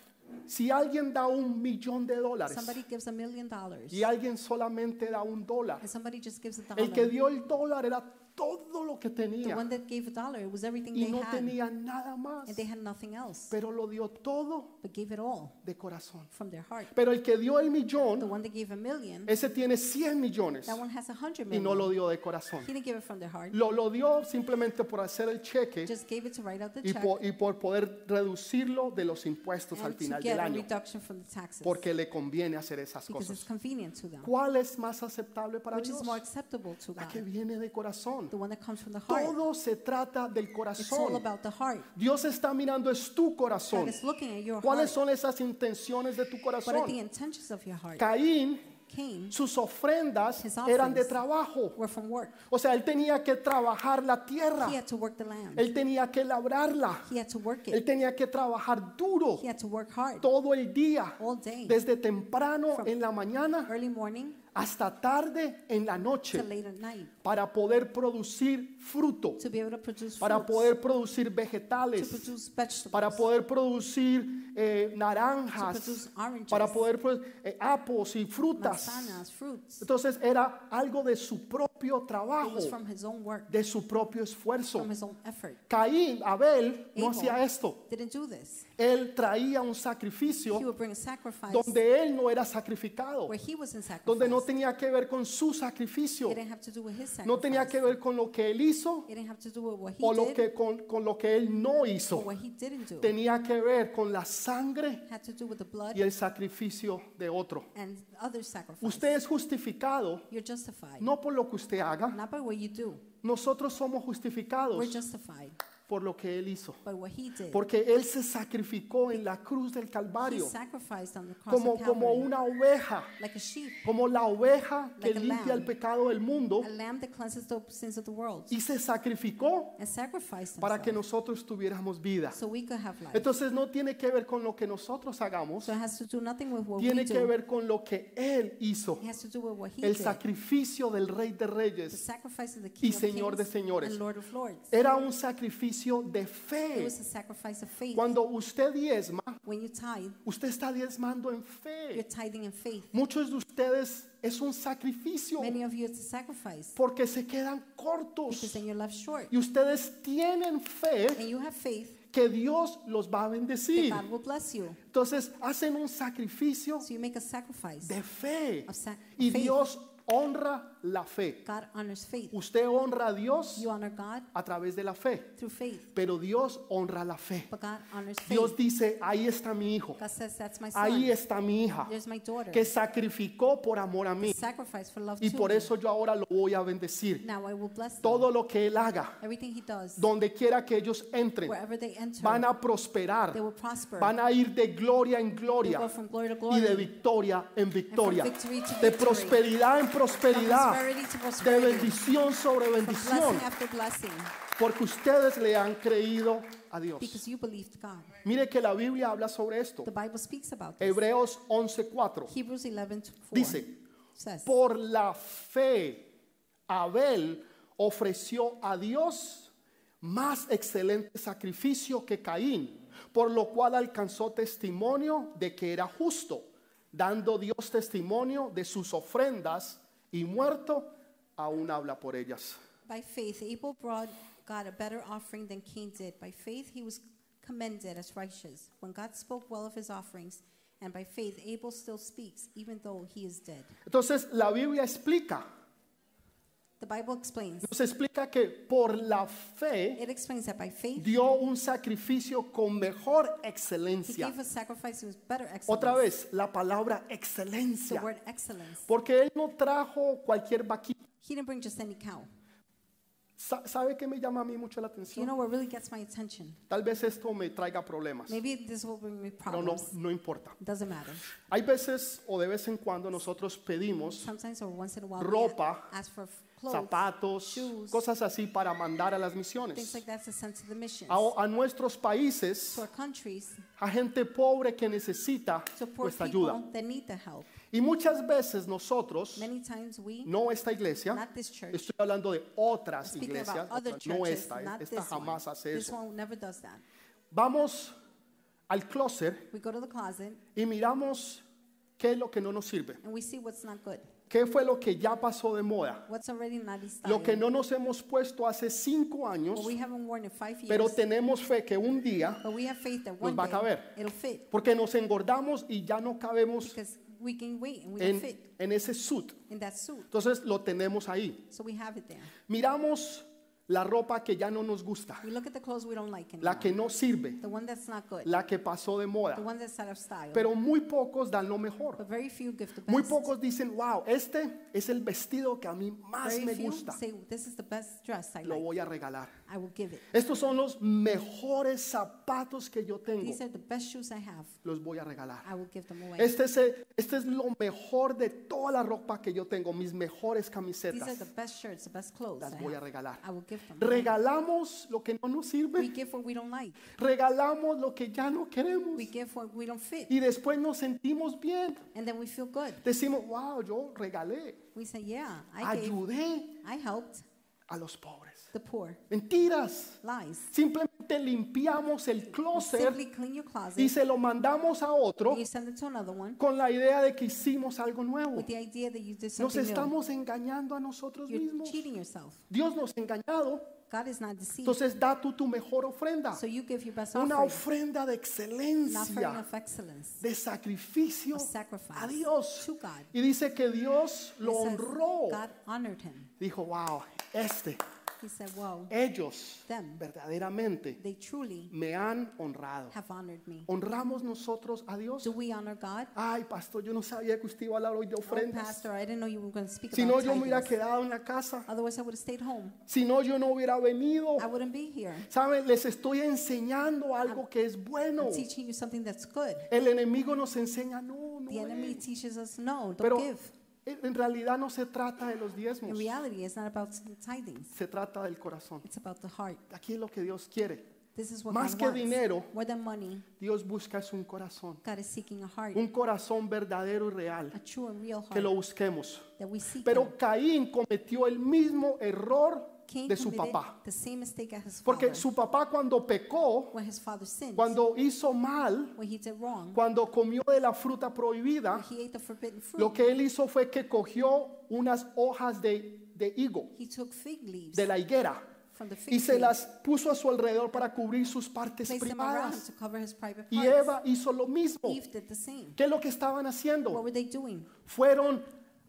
[SPEAKER 1] Si alguien da un millón de dólares
[SPEAKER 2] Somebody gives a million dollars.
[SPEAKER 1] y alguien solamente da un dólar,
[SPEAKER 2] And somebody just gives a dollar.
[SPEAKER 1] el que dio el dólar era todo lo que
[SPEAKER 2] the
[SPEAKER 1] tenía
[SPEAKER 2] one that gave a dollar, it was everything
[SPEAKER 1] y
[SPEAKER 2] they
[SPEAKER 1] no
[SPEAKER 2] had.
[SPEAKER 1] tenía nada más,
[SPEAKER 2] and they had nothing else.
[SPEAKER 1] pero lo dio todo
[SPEAKER 2] but gave it all
[SPEAKER 1] de corazón.
[SPEAKER 2] from their heart.
[SPEAKER 1] Pero el que dio el
[SPEAKER 2] The
[SPEAKER 1] millón,
[SPEAKER 2] one that gave a million,
[SPEAKER 1] ese tiene 100 millones
[SPEAKER 2] that one has a hundred
[SPEAKER 1] y
[SPEAKER 2] million.
[SPEAKER 1] no lo dio de corazón.
[SPEAKER 2] he didn't give it from their heart.
[SPEAKER 1] Lo, lo dio simplemente por hacer el cheque
[SPEAKER 2] just gave it to write out the
[SPEAKER 1] y
[SPEAKER 2] check
[SPEAKER 1] por, y por poder reducirlo de los impuestos al
[SPEAKER 2] and to
[SPEAKER 1] final
[SPEAKER 2] get
[SPEAKER 1] del
[SPEAKER 2] a
[SPEAKER 1] año,
[SPEAKER 2] reduction from the taxes
[SPEAKER 1] porque le conviene hacer esas
[SPEAKER 2] because it's
[SPEAKER 1] cosas.
[SPEAKER 2] convenient to them,
[SPEAKER 1] ¿Cuál es más aceptable para
[SPEAKER 2] which
[SPEAKER 1] Dios?
[SPEAKER 2] is more acceptable to
[SPEAKER 1] La que
[SPEAKER 2] God.
[SPEAKER 1] viene de corazón.
[SPEAKER 2] The one that comes from the heart.
[SPEAKER 1] Todo se trata del
[SPEAKER 2] It's all
[SPEAKER 1] corazón.
[SPEAKER 2] about the heart.
[SPEAKER 1] Dios está mirando es tu
[SPEAKER 2] God
[SPEAKER 1] corazón.
[SPEAKER 2] is looking at your
[SPEAKER 1] ¿Cuáles
[SPEAKER 2] heart.
[SPEAKER 1] son esas intenciones de tu
[SPEAKER 2] what are the
[SPEAKER 1] corazón?
[SPEAKER 2] intentions of your heart?
[SPEAKER 1] Caín,
[SPEAKER 2] Cain
[SPEAKER 1] sus ofrendas
[SPEAKER 2] His
[SPEAKER 1] eran de
[SPEAKER 2] offerings.
[SPEAKER 1] trabajo.
[SPEAKER 2] were from work.
[SPEAKER 1] O sea, él tenía que trabajar la tierra.
[SPEAKER 2] He had to work the land.
[SPEAKER 1] Él tenía que labrarla.
[SPEAKER 2] He had to work
[SPEAKER 1] Él
[SPEAKER 2] it.
[SPEAKER 1] tenía que trabajar duro
[SPEAKER 2] He had to work hard
[SPEAKER 1] todo el día.
[SPEAKER 2] all day,
[SPEAKER 1] desde temprano
[SPEAKER 2] From-
[SPEAKER 1] en la mañana
[SPEAKER 2] early morning
[SPEAKER 1] hasta tarde en la
[SPEAKER 2] to
[SPEAKER 1] noche
[SPEAKER 2] late at night,
[SPEAKER 1] para poder producir fruto,
[SPEAKER 2] to be able to produce
[SPEAKER 1] para
[SPEAKER 2] fruits,
[SPEAKER 1] poder producir
[SPEAKER 2] to
[SPEAKER 1] vegetales,
[SPEAKER 2] produce vegetables,
[SPEAKER 1] para poder producir eh,
[SPEAKER 2] to produce
[SPEAKER 1] naranjas,
[SPEAKER 2] oranges,
[SPEAKER 1] para poder produ- eh, apos y frutas.
[SPEAKER 2] manzanas, fruits.
[SPEAKER 1] Entonces era algo de su propio
[SPEAKER 2] It
[SPEAKER 1] trabajo,
[SPEAKER 2] was from his own work,
[SPEAKER 1] de su propio esfuerzo.
[SPEAKER 2] from his own effort.
[SPEAKER 1] Caín, Abel, no
[SPEAKER 2] Abel
[SPEAKER 1] hacía esto.
[SPEAKER 2] Didn't do this.
[SPEAKER 1] Él traía un
[SPEAKER 2] He
[SPEAKER 1] sacrificio
[SPEAKER 2] would bring a sacrifice
[SPEAKER 1] donde él no era sacrificado.
[SPEAKER 2] where he was in sacrifice.
[SPEAKER 1] donde no tenía que ver con su sacrificio,
[SPEAKER 2] it didn't have to do with his sacrifice.
[SPEAKER 1] no tenía que ver con lo que él hizo
[SPEAKER 2] it didn't have to do with what he
[SPEAKER 1] o lo
[SPEAKER 2] did
[SPEAKER 1] que con, con lo que él no
[SPEAKER 2] or
[SPEAKER 1] hizo,
[SPEAKER 2] what he didn't do.
[SPEAKER 1] tenía que ver con la sangre
[SPEAKER 2] had to do with the blood
[SPEAKER 1] y el sacrificio de otro.
[SPEAKER 2] and other sacrifices.
[SPEAKER 1] Usted es justificado
[SPEAKER 2] You're justified.
[SPEAKER 1] no por lo que usted haga,
[SPEAKER 2] Not by what you do.
[SPEAKER 1] nosotros somos
[SPEAKER 2] We're
[SPEAKER 1] justificados
[SPEAKER 2] justified
[SPEAKER 1] por lo que él hizo,
[SPEAKER 2] by what he did.
[SPEAKER 1] porque él se sacrificó en la cruz del
[SPEAKER 2] he
[SPEAKER 1] Calvario
[SPEAKER 2] sacrificed on the cross
[SPEAKER 1] como
[SPEAKER 2] of
[SPEAKER 1] como
[SPEAKER 2] Calvary,
[SPEAKER 1] una oveja,
[SPEAKER 2] like a sheep,
[SPEAKER 1] como la oveja que
[SPEAKER 2] Like a
[SPEAKER 1] limpia el
[SPEAKER 2] lamb.
[SPEAKER 1] pecado del mundo
[SPEAKER 2] a lamb that cleanses the sins of the world,
[SPEAKER 1] y se sacrificó
[SPEAKER 2] and sacrificed
[SPEAKER 1] para que
[SPEAKER 2] himself
[SPEAKER 1] nosotros tuviéramos vida.
[SPEAKER 2] so we could have life.
[SPEAKER 1] Entonces no tiene que ver con lo que nosotros hagamos,
[SPEAKER 2] so it has to do nothing with what we
[SPEAKER 1] tiene
[SPEAKER 2] do.
[SPEAKER 1] que ver con lo que Él hizo,
[SPEAKER 2] it has to do with what he
[SPEAKER 1] el
[SPEAKER 2] did.
[SPEAKER 1] sacrificio del Rey de
[SPEAKER 2] the
[SPEAKER 1] Reyes.
[SPEAKER 2] sacrifice of the
[SPEAKER 1] y
[SPEAKER 2] King
[SPEAKER 1] Señor
[SPEAKER 2] of
[SPEAKER 1] de
[SPEAKER 2] Kings
[SPEAKER 1] señores.
[SPEAKER 2] and Lord of Lords.
[SPEAKER 1] Era un sacrificio de
[SPEAKER 2] It
[SPEAKER 1] fe.
[SPEAKER 2] was a sacrifice of faith.
[SPEAKER 1] Cuando usted diezma,
[SPEAKER 2] when you tithe,
[SPEAKER 1] usted está diezmando en fe.
[SPEAKER 2] you're tithing in faith.
[SPEAKER 1] Muchos de ustedes es un sacrificio
[SPEAKER 2] Many of you, it's a sacrifice
[SPEAKER 1] porque se quedan
[SPEAKER 2] because
[SPEAKER 1] cortos
[SPEAKER 2] then you're left short.
[SPEAKER 1] y ustedes tienen fe
[SPEAKER 2] and you have faith
[SPEAKER 1] que Dios los va a
[SPEAKER 2] that
[SPEAKER 1] bendecir.
[SPEAKER 2] God will bless you.
[SPEAKER 1] Entonces hacen un sacrificio
[SPEAKER 2] So you make a sacrifice.
[SPEAKER 1] de fe
[SPEAKER 2] of sac-
[SPEAKER 1] y
[SPEAKER 2] faith.
[SPEAKER 1] Dios honra la fe.
[SPEAKER 2] God honors faith.
[SPEAKER 1] Usted honra a Dios
[SPEAKER 2] You honor God
[SPEAKER 1] a través de la fe,
[SPEAKER 2] through faith,
[SPEAKER 1] pero Dios honra la fe.
[SPEAKER 2] but God honors
[SPEAKER 1] Dios
[SPEAKER 2] faith.
[SPEAKER 1] dice, ahí está mi hijo,
[SPEAKER 2] God says, That's my son.
[SPEAKER 1] ahí está mi hija,
[SPEAKER 2] There's my daughter.
[SPEAKER 1] que sacrificó por amor a mí
[SPEAKER 2] Sacrifice for love
[SPEAKER 1] y
[SPEAKER 2] to
[SPEAKER 1] por
[SPEAKER 2] me.
[SPEAKER 1] eso yo ahora lo voy a bendecir.
[SPEAKER 2] Now I will bless them.
[SPEAKER 1] Todo lo que él haga,
[SPEAKER 2] Everything he does,
[SPEAKER 1] donde quiera que ellos entren,
[SPEAKER 2] wherever they enter,
[SPEAKER 1] van a prosperar,
[SPEAKER 2] they will prosper.
[SPEAKER 1] van a ir de gloria en
[SPEAKER 2] They
[SPEAKER 1] gloria
[SPEAKER 2] go from glory to
[SPEAKER 1] y
[SPEAKER 2] glory.
[SPEAKER 1] de victoria en victoria,
[SPEAKER 2] victory to
[SPEAKER 1] de
[SPEAKER 2] victory.
[SPEAKER 1] prosperidad en
[SPEAKER 2] from
[SPEAKER 1] prosperidad,
[SPEAKER 2] prosperity to
[SPEAKER 1] de
[SPEAKER 2] prosperity.
[SPEAKER 1] bendición sobre
[SPEAKER 2] from blessing
[SPEAKER 1] bendición.
[SPEAKER 2] after blessing
[SPEAKER 1] Porque ustedes le han creído a Dios.
[SPEAKER 2] because you believed God.
[SPEAKER 1] Mire que la Biblia habla sobre esto.
[SPEAKER 2] The Bible speaks about this.
[SPEAKER 1] Hebreos 11:4
[SPEAKER 2] Hebrews 11 to 4
[SPEAKER 1] dice,
[SPEAKER 2] says,
[SPEAKER 1] por la fe Abel ofreció a Dios más excelente sacrificio que Caín, por lo cual alcanzó testimonio de que era justo, dando Dios testimonio de sus ofrendas y muerto aún habla por ellas.
[SPEAKER 2] By faith, Abel brought God a better offering than Cain did. By faith, he was commended as righteous when God spoke well of his offerings. And by faith, Abel still speaks, even though he is dead.
[SPEAKER 1] Entonces la Biblia explica
[SPEAKER 2] The Bible explains.
[SPEAKER 1] Nos explica que por la fe
[SPEAKER 2] It explains that by faith,
[SPEAKER 1] dio un sacrificio con mejor
[SPEAKER 2] he
[SPEAKER 1] excelencia.
[SPEAKER 2] gave a sacrifice with better excellence.
[SPEAKER 1] Otra vez, la palabra
[SPEAKER 2] The
[SPEAKER 1] excelencia.
[SPEAKER 2] word excellence.
[SPEAKER 1] Porque Él no trajo cualquier vaquita,
[SPEAKER 2] He didn't bring just any cow.
[SPEAKER 1] Sa- ¿Sabe qué me llama a mí mucho la
[SPEAKER 2] You know
[SPEAKER 1] atención?
[SPEAKER 2] what really gets my attention?
[SPEAKER 1] Tal vez esto me traiga problemas,
[SPEAKER 2] Maybe this will bring me
[SPEAKER 1] pero no,
[SPEAKER 2] problems.
[SPEAKER 1] no importa.
[SPEAKER 2] Doesn't matter.
[SPEAKER 1] Hay veces o de vez en cuando nosotros pedimos
[SPEAKER 2] Sometimes or once in a while, we
[SPEAKER 1] Ropa,
[SPEAKER 2] a- ask for f- clothes,
[SPEAKER 1] zapatos,
[SPEAKER 2] shoes.
[SPEAKER 1] cosas así para mandar a las
[SPEAKER 2] things
[SPEAKER 1] misiones,
[SPEAKER 2] like that's a sense of the mission.
[SPEAKER 1] a, a nuestros países,
[SPEAKER 2] to our countries,
[SPEAKER 1] a gente pobre que necesita
[SPEAKER 2] to poor
[SPEAKER 1] nuestra
[SPEAKER 2] people
[SPEAKER 1] ayuda.
[SPEAKER 2] that need the help.
[SPEAKER 1] Y muchas veces nosotros,
[SPEAKER 2] Many times we,
[SPEAKER 1] no esta iglesia,
[SPEAKER 2] not this church,
[SPEAKER 1] estoy hablando de otras
[SPEAKER 2] speaking
[SPEAKER 1] iglesias,
[SPEAKER 2] about other
[SPEAKER 1] otras- no
[SPEAKER 2] churches,
[SPEAKER 1] esta,
[SPEAKER 2] not
[SPEAKER 1] esta
[SPEAKER 2] this one.
[SPEAKER 1] jamás hace
[SPEAKER 2] This
[SPEAKER 1] eso.
[SPEAKER 2] one never does that.
[SPEAKER 1] Vamos al closet
[SPEAKER 2] We go to the closet
[SPEAKER 1] y miramos qué es lo que no nos sirve,
[SPEAKER 2] and we see what's not good,
[SPEAKER 1] qué fue lo que ya pasó de moda,
[SPEAKER 2] what's already not in style.
[SPEAKER 1] lo que no nos hemos puesto hace cinco años,
[SPEAKER 2] Well, we haven't worn in five years,
[SPEAKER 1] pero tenemos fe que un día,
[SPEAKER 2] but we have faith that one
[SPEAKER 1] va a
[SPEAKER 2] day
[SPEAKER 1] caber.
[SPEAKER 2] it'll fit
[SPEAKER 1] porque nos engordamos y ya no cabemos
[SPEAKER 2] because we can wait and we will fit
[SPEAKER 1] en, en ese suit,
[SPEAKER 2] in that suit.
[SPEAKER 1] entonces lo tenemos ahí.
[SPEAKER 2] So we have it there.
[SPEAKER 1] Miramos la ropa que ya no nos gusta,
[SPEAKER 2] We look at the clothes we don't like anymore.
[SPEAKER 1] la que no sirve,
[SPEAKER 2] the one that's not good.
[SPEAKER 1] la que pasó de
[SPEAKER 2] the
[SPEAKER 1] moda,
[SPEAKER 2] one that's out of style.
[SPEAKER 1] pero muy pocos dan lo mejor.
[SPEAKER 2] but very few give the best.
[SPEAKER 1] Muy pocos dicen, wow, este es el vestido que a mí más
[SPEAKER 2] very
[SPEAKER 1] me
[SPEAKER 2] few
[SPEAKER 1] gusta.
[SPEAKER 2] say, this is the best dress I
[SPEAKER 1] lo
[SPEAKER 2] like.
[SPEAKER 1] voy a regalar.
[SPEAKER 2] I will give it.
[SPEAKER 1] Estos son los mejores zapatos que yo tengo.
[SPEAKER 2] These are the best shoes I have.
[SPEAKER 1] Los voy a regalar.
[SPEAKER 2] I will give them away.
[SPEAKER 1] Este es, el- este es lo mejor de toda la ropa que yo tengo, mis mejores
[SPEAKER 2] These are the
[SPEAKER 1] camisetas.
[SPEAKER 2] best shirts, the best clothes.
[SPEAKER 1] Las
[SPEAKER 2] I
[SPEAKER 1] voy a
[SPEAKER 2] have.
[SPEAKER 1] regalar.
[SPEAKER 2] I will give them. away.
[SPEAKER 1] Regalamos lo que no nos
[SPEAKER 2] We
[SPEAKER 1] sirve.
[SPEAKER 2] give what we don't like.
[SPEAKER 1] Regalamos lo que ya no queremos.
[SPEAKER 2] We give what we don't fit.
[SPEAKER 1] Y después nos sentimos bien.
[SPEAKER 2] And then we feel good.
[SPEAKER 1] Decimos, wow, yo regalé,
[SPEAKER 2] We say, yeah, I gave.
[SPEAKER 1] ayudé
[SPEAKER 2] I helped
[SPEAKER 1] a los pobres.
[SPEAKER 2] the poor.
[SPEAKER 1] Mentiras.
[SPEAKER 2] Lies.
[SPEAKER 1] Simplemente limpiamos el
[SPEAKER 2] Simply
[SPEAKER 1] closet
[SPEAKER 2] clean your closet.
[SPEAKER 1] y se lo mandamos a otro
[SPEAKER 2] and you send it to another one
[SPEAKER 1] con la idea de que hicimos algo nuevo.
[SPEAKER 2] with the idea that you did
[SPEAKER 1] Nos
[SPEAKER 2] something new.
[SPEAKER 1] estamos engañando a nosotros
[SPEAKER 2] You're
[SPEAKER 1] mismos.
[SPEAKER 2] cheating yourself.
[SPEAKER 1] Dios nos ha engañado.
[SPEAKER 2] God is not deceived.
[SPEAKER 1] Entonces da tú tu mejor ofrenda.
[SPEAKER 2] So you give your best
[SPEAKER 1] Una
[SPEAKER 2] offering.
[SPEAKER 1] ofrenda de
[SPEAKER 2] an offering
[SPEAKER 1] excelencia,
[SPEAKER 2] of excellence,
[SPEAKER 1] de sacrificio
[SPEAKER 2] of sacrifice
[SPEAKER 1] a Dios.
[SPEAKER 2] to God.
[SPEAKER 1] Y dice que Dios lo
[SPEAKER 2] It says
[SPEAKER 1] honró.
[SPEAKER 2] God honored him.
[SPEAKER 1] Dijo, wow, este,
[SPEAKER 2] He said, Wow,
[SPEAKER 1] ellos
[SPEAKER 2] Them.
[SPEAKER 1] verdaderamente
[SPEAKER 2] they truly
[SPEAKER 1] me han honrado.
[SPEAKER 2] have honored me.
[SPEAKER 1] ¿Honramos nosotros a Dios?
[SPEAKER 2] Do we honor God?
[SPEAKER 1] Ay, pastor, yo no sabía que usted iba a hablar hoy de
[SPEAKER 2] Oh,
[SPEAKER 1] ofrendas.
[SPEAKER 2] Pastor, I didn't know you were going to speak
[SPEAKER 1] Si no,
[SPEAKER 2] about
[SPEAKER 1] yo me hubiera
[SPEAKER 2] tithings.
[SPEAKER 1] quedado en la casa.
[SPEAKER 2] Otherwise, I would have stayed home.
[SPEAKER 1] Si no, yo no hubiera venido.
[SPEAKER 2] I wouldn't be here.
[SPEAKER 1] Saben, les estoy enseñando algo que es bueno.
[SPEAKER 2] I'm teaching you something that's good.
[SPEAKER 1] El enemigo nos enseña, no, no.
[SPEAKER 2] The enemy
[SPEAKER 1] es.
[SPEAKER 2] teaches us no,
[SPEAKER 1] Pero
[SPEAKER 2] don't give.
[SPEAKER 1] en en realidad no se trata de los
[SPEAKER 2] In
[SPEAKER 1] diezmos,
[SPEAKER 2] reality, it's not about tithings.
[SPEAKER 1] se trata del corazón.
[SPEAKER 2] It's about the heart.
[SPEAKER 1] Aquí es lo que Dios quiere.
[SPEAKER 2] This is what
[SPEAKER 1] Más
[SPEAKER 2] God
[SPEAKER 1] que
[SPEAKER 2] wants.
[SPEAKER 1] dinero.
[SPEAKER 2] More than money,
[SPEAKER 1] Dios busca es un corazón,
[SPEAKER 2] God is seeking a heart,
[SPEAKER 1] un corazón verdadero y
[SPEAKER 2] a
[SPEAKER 1] real,
[SPEAKER 2] true and real heart
[SPEAKER 1] que lo busquemos.
[SPEAKER 2] that we seek. him.
[SPEAKER 1] Pero Caín cometió el mismo error
[SPEAKER 2] Cain
[SPEAKER 1] de su
[SPEAKER 2] committed
[SPEAKER 1] papá.
[SPEAKER 2] The same mistake as his
[SPEAKER 1] Porque
[SPEAKER 2] father.
[SPEAKER 1] su papá cuando pecó,
[SPEAKER 2] when his father sinned,
[SPEAKER 1] cuando hizo mal,
[SPEAKER 2] when he did wrong,
[SPEAKER 1] cuando comió de la fruta prohibida,
[SPEAKER 2] when he ate the forbidden fruit,
[SPEAKER 1] Lo que él hizo fue que cogió unas hojas de, de higo,
[SPEAKER 2] he took fig leaves
[SPEAKER 1] de la higuera,
[SPEAKER 2] from the fig
[SPEAKER 1] y se
[SPEAKER 2] tree,
[SPEAKER 1] las puso a su alrededor para cubrir sus partes
[SPEAKER 2] placed them around
[SPEAKER 1] privadas.
[SPEAKER 2] to cover his private
[SPEAKER 1] Y
[SPEAKER 2] parts.
[SPEAKER 1] Eva hizo lo mismo.
[SPEAKER 2] Eve did the same.
[SPEAKER 1] ¿Qué es lo que estaban
[SPEAKER 2] What
[SPEAKER 1] haciendo?
[SPEAKER 2] were they doing?
[SPEAKER 1] Fueron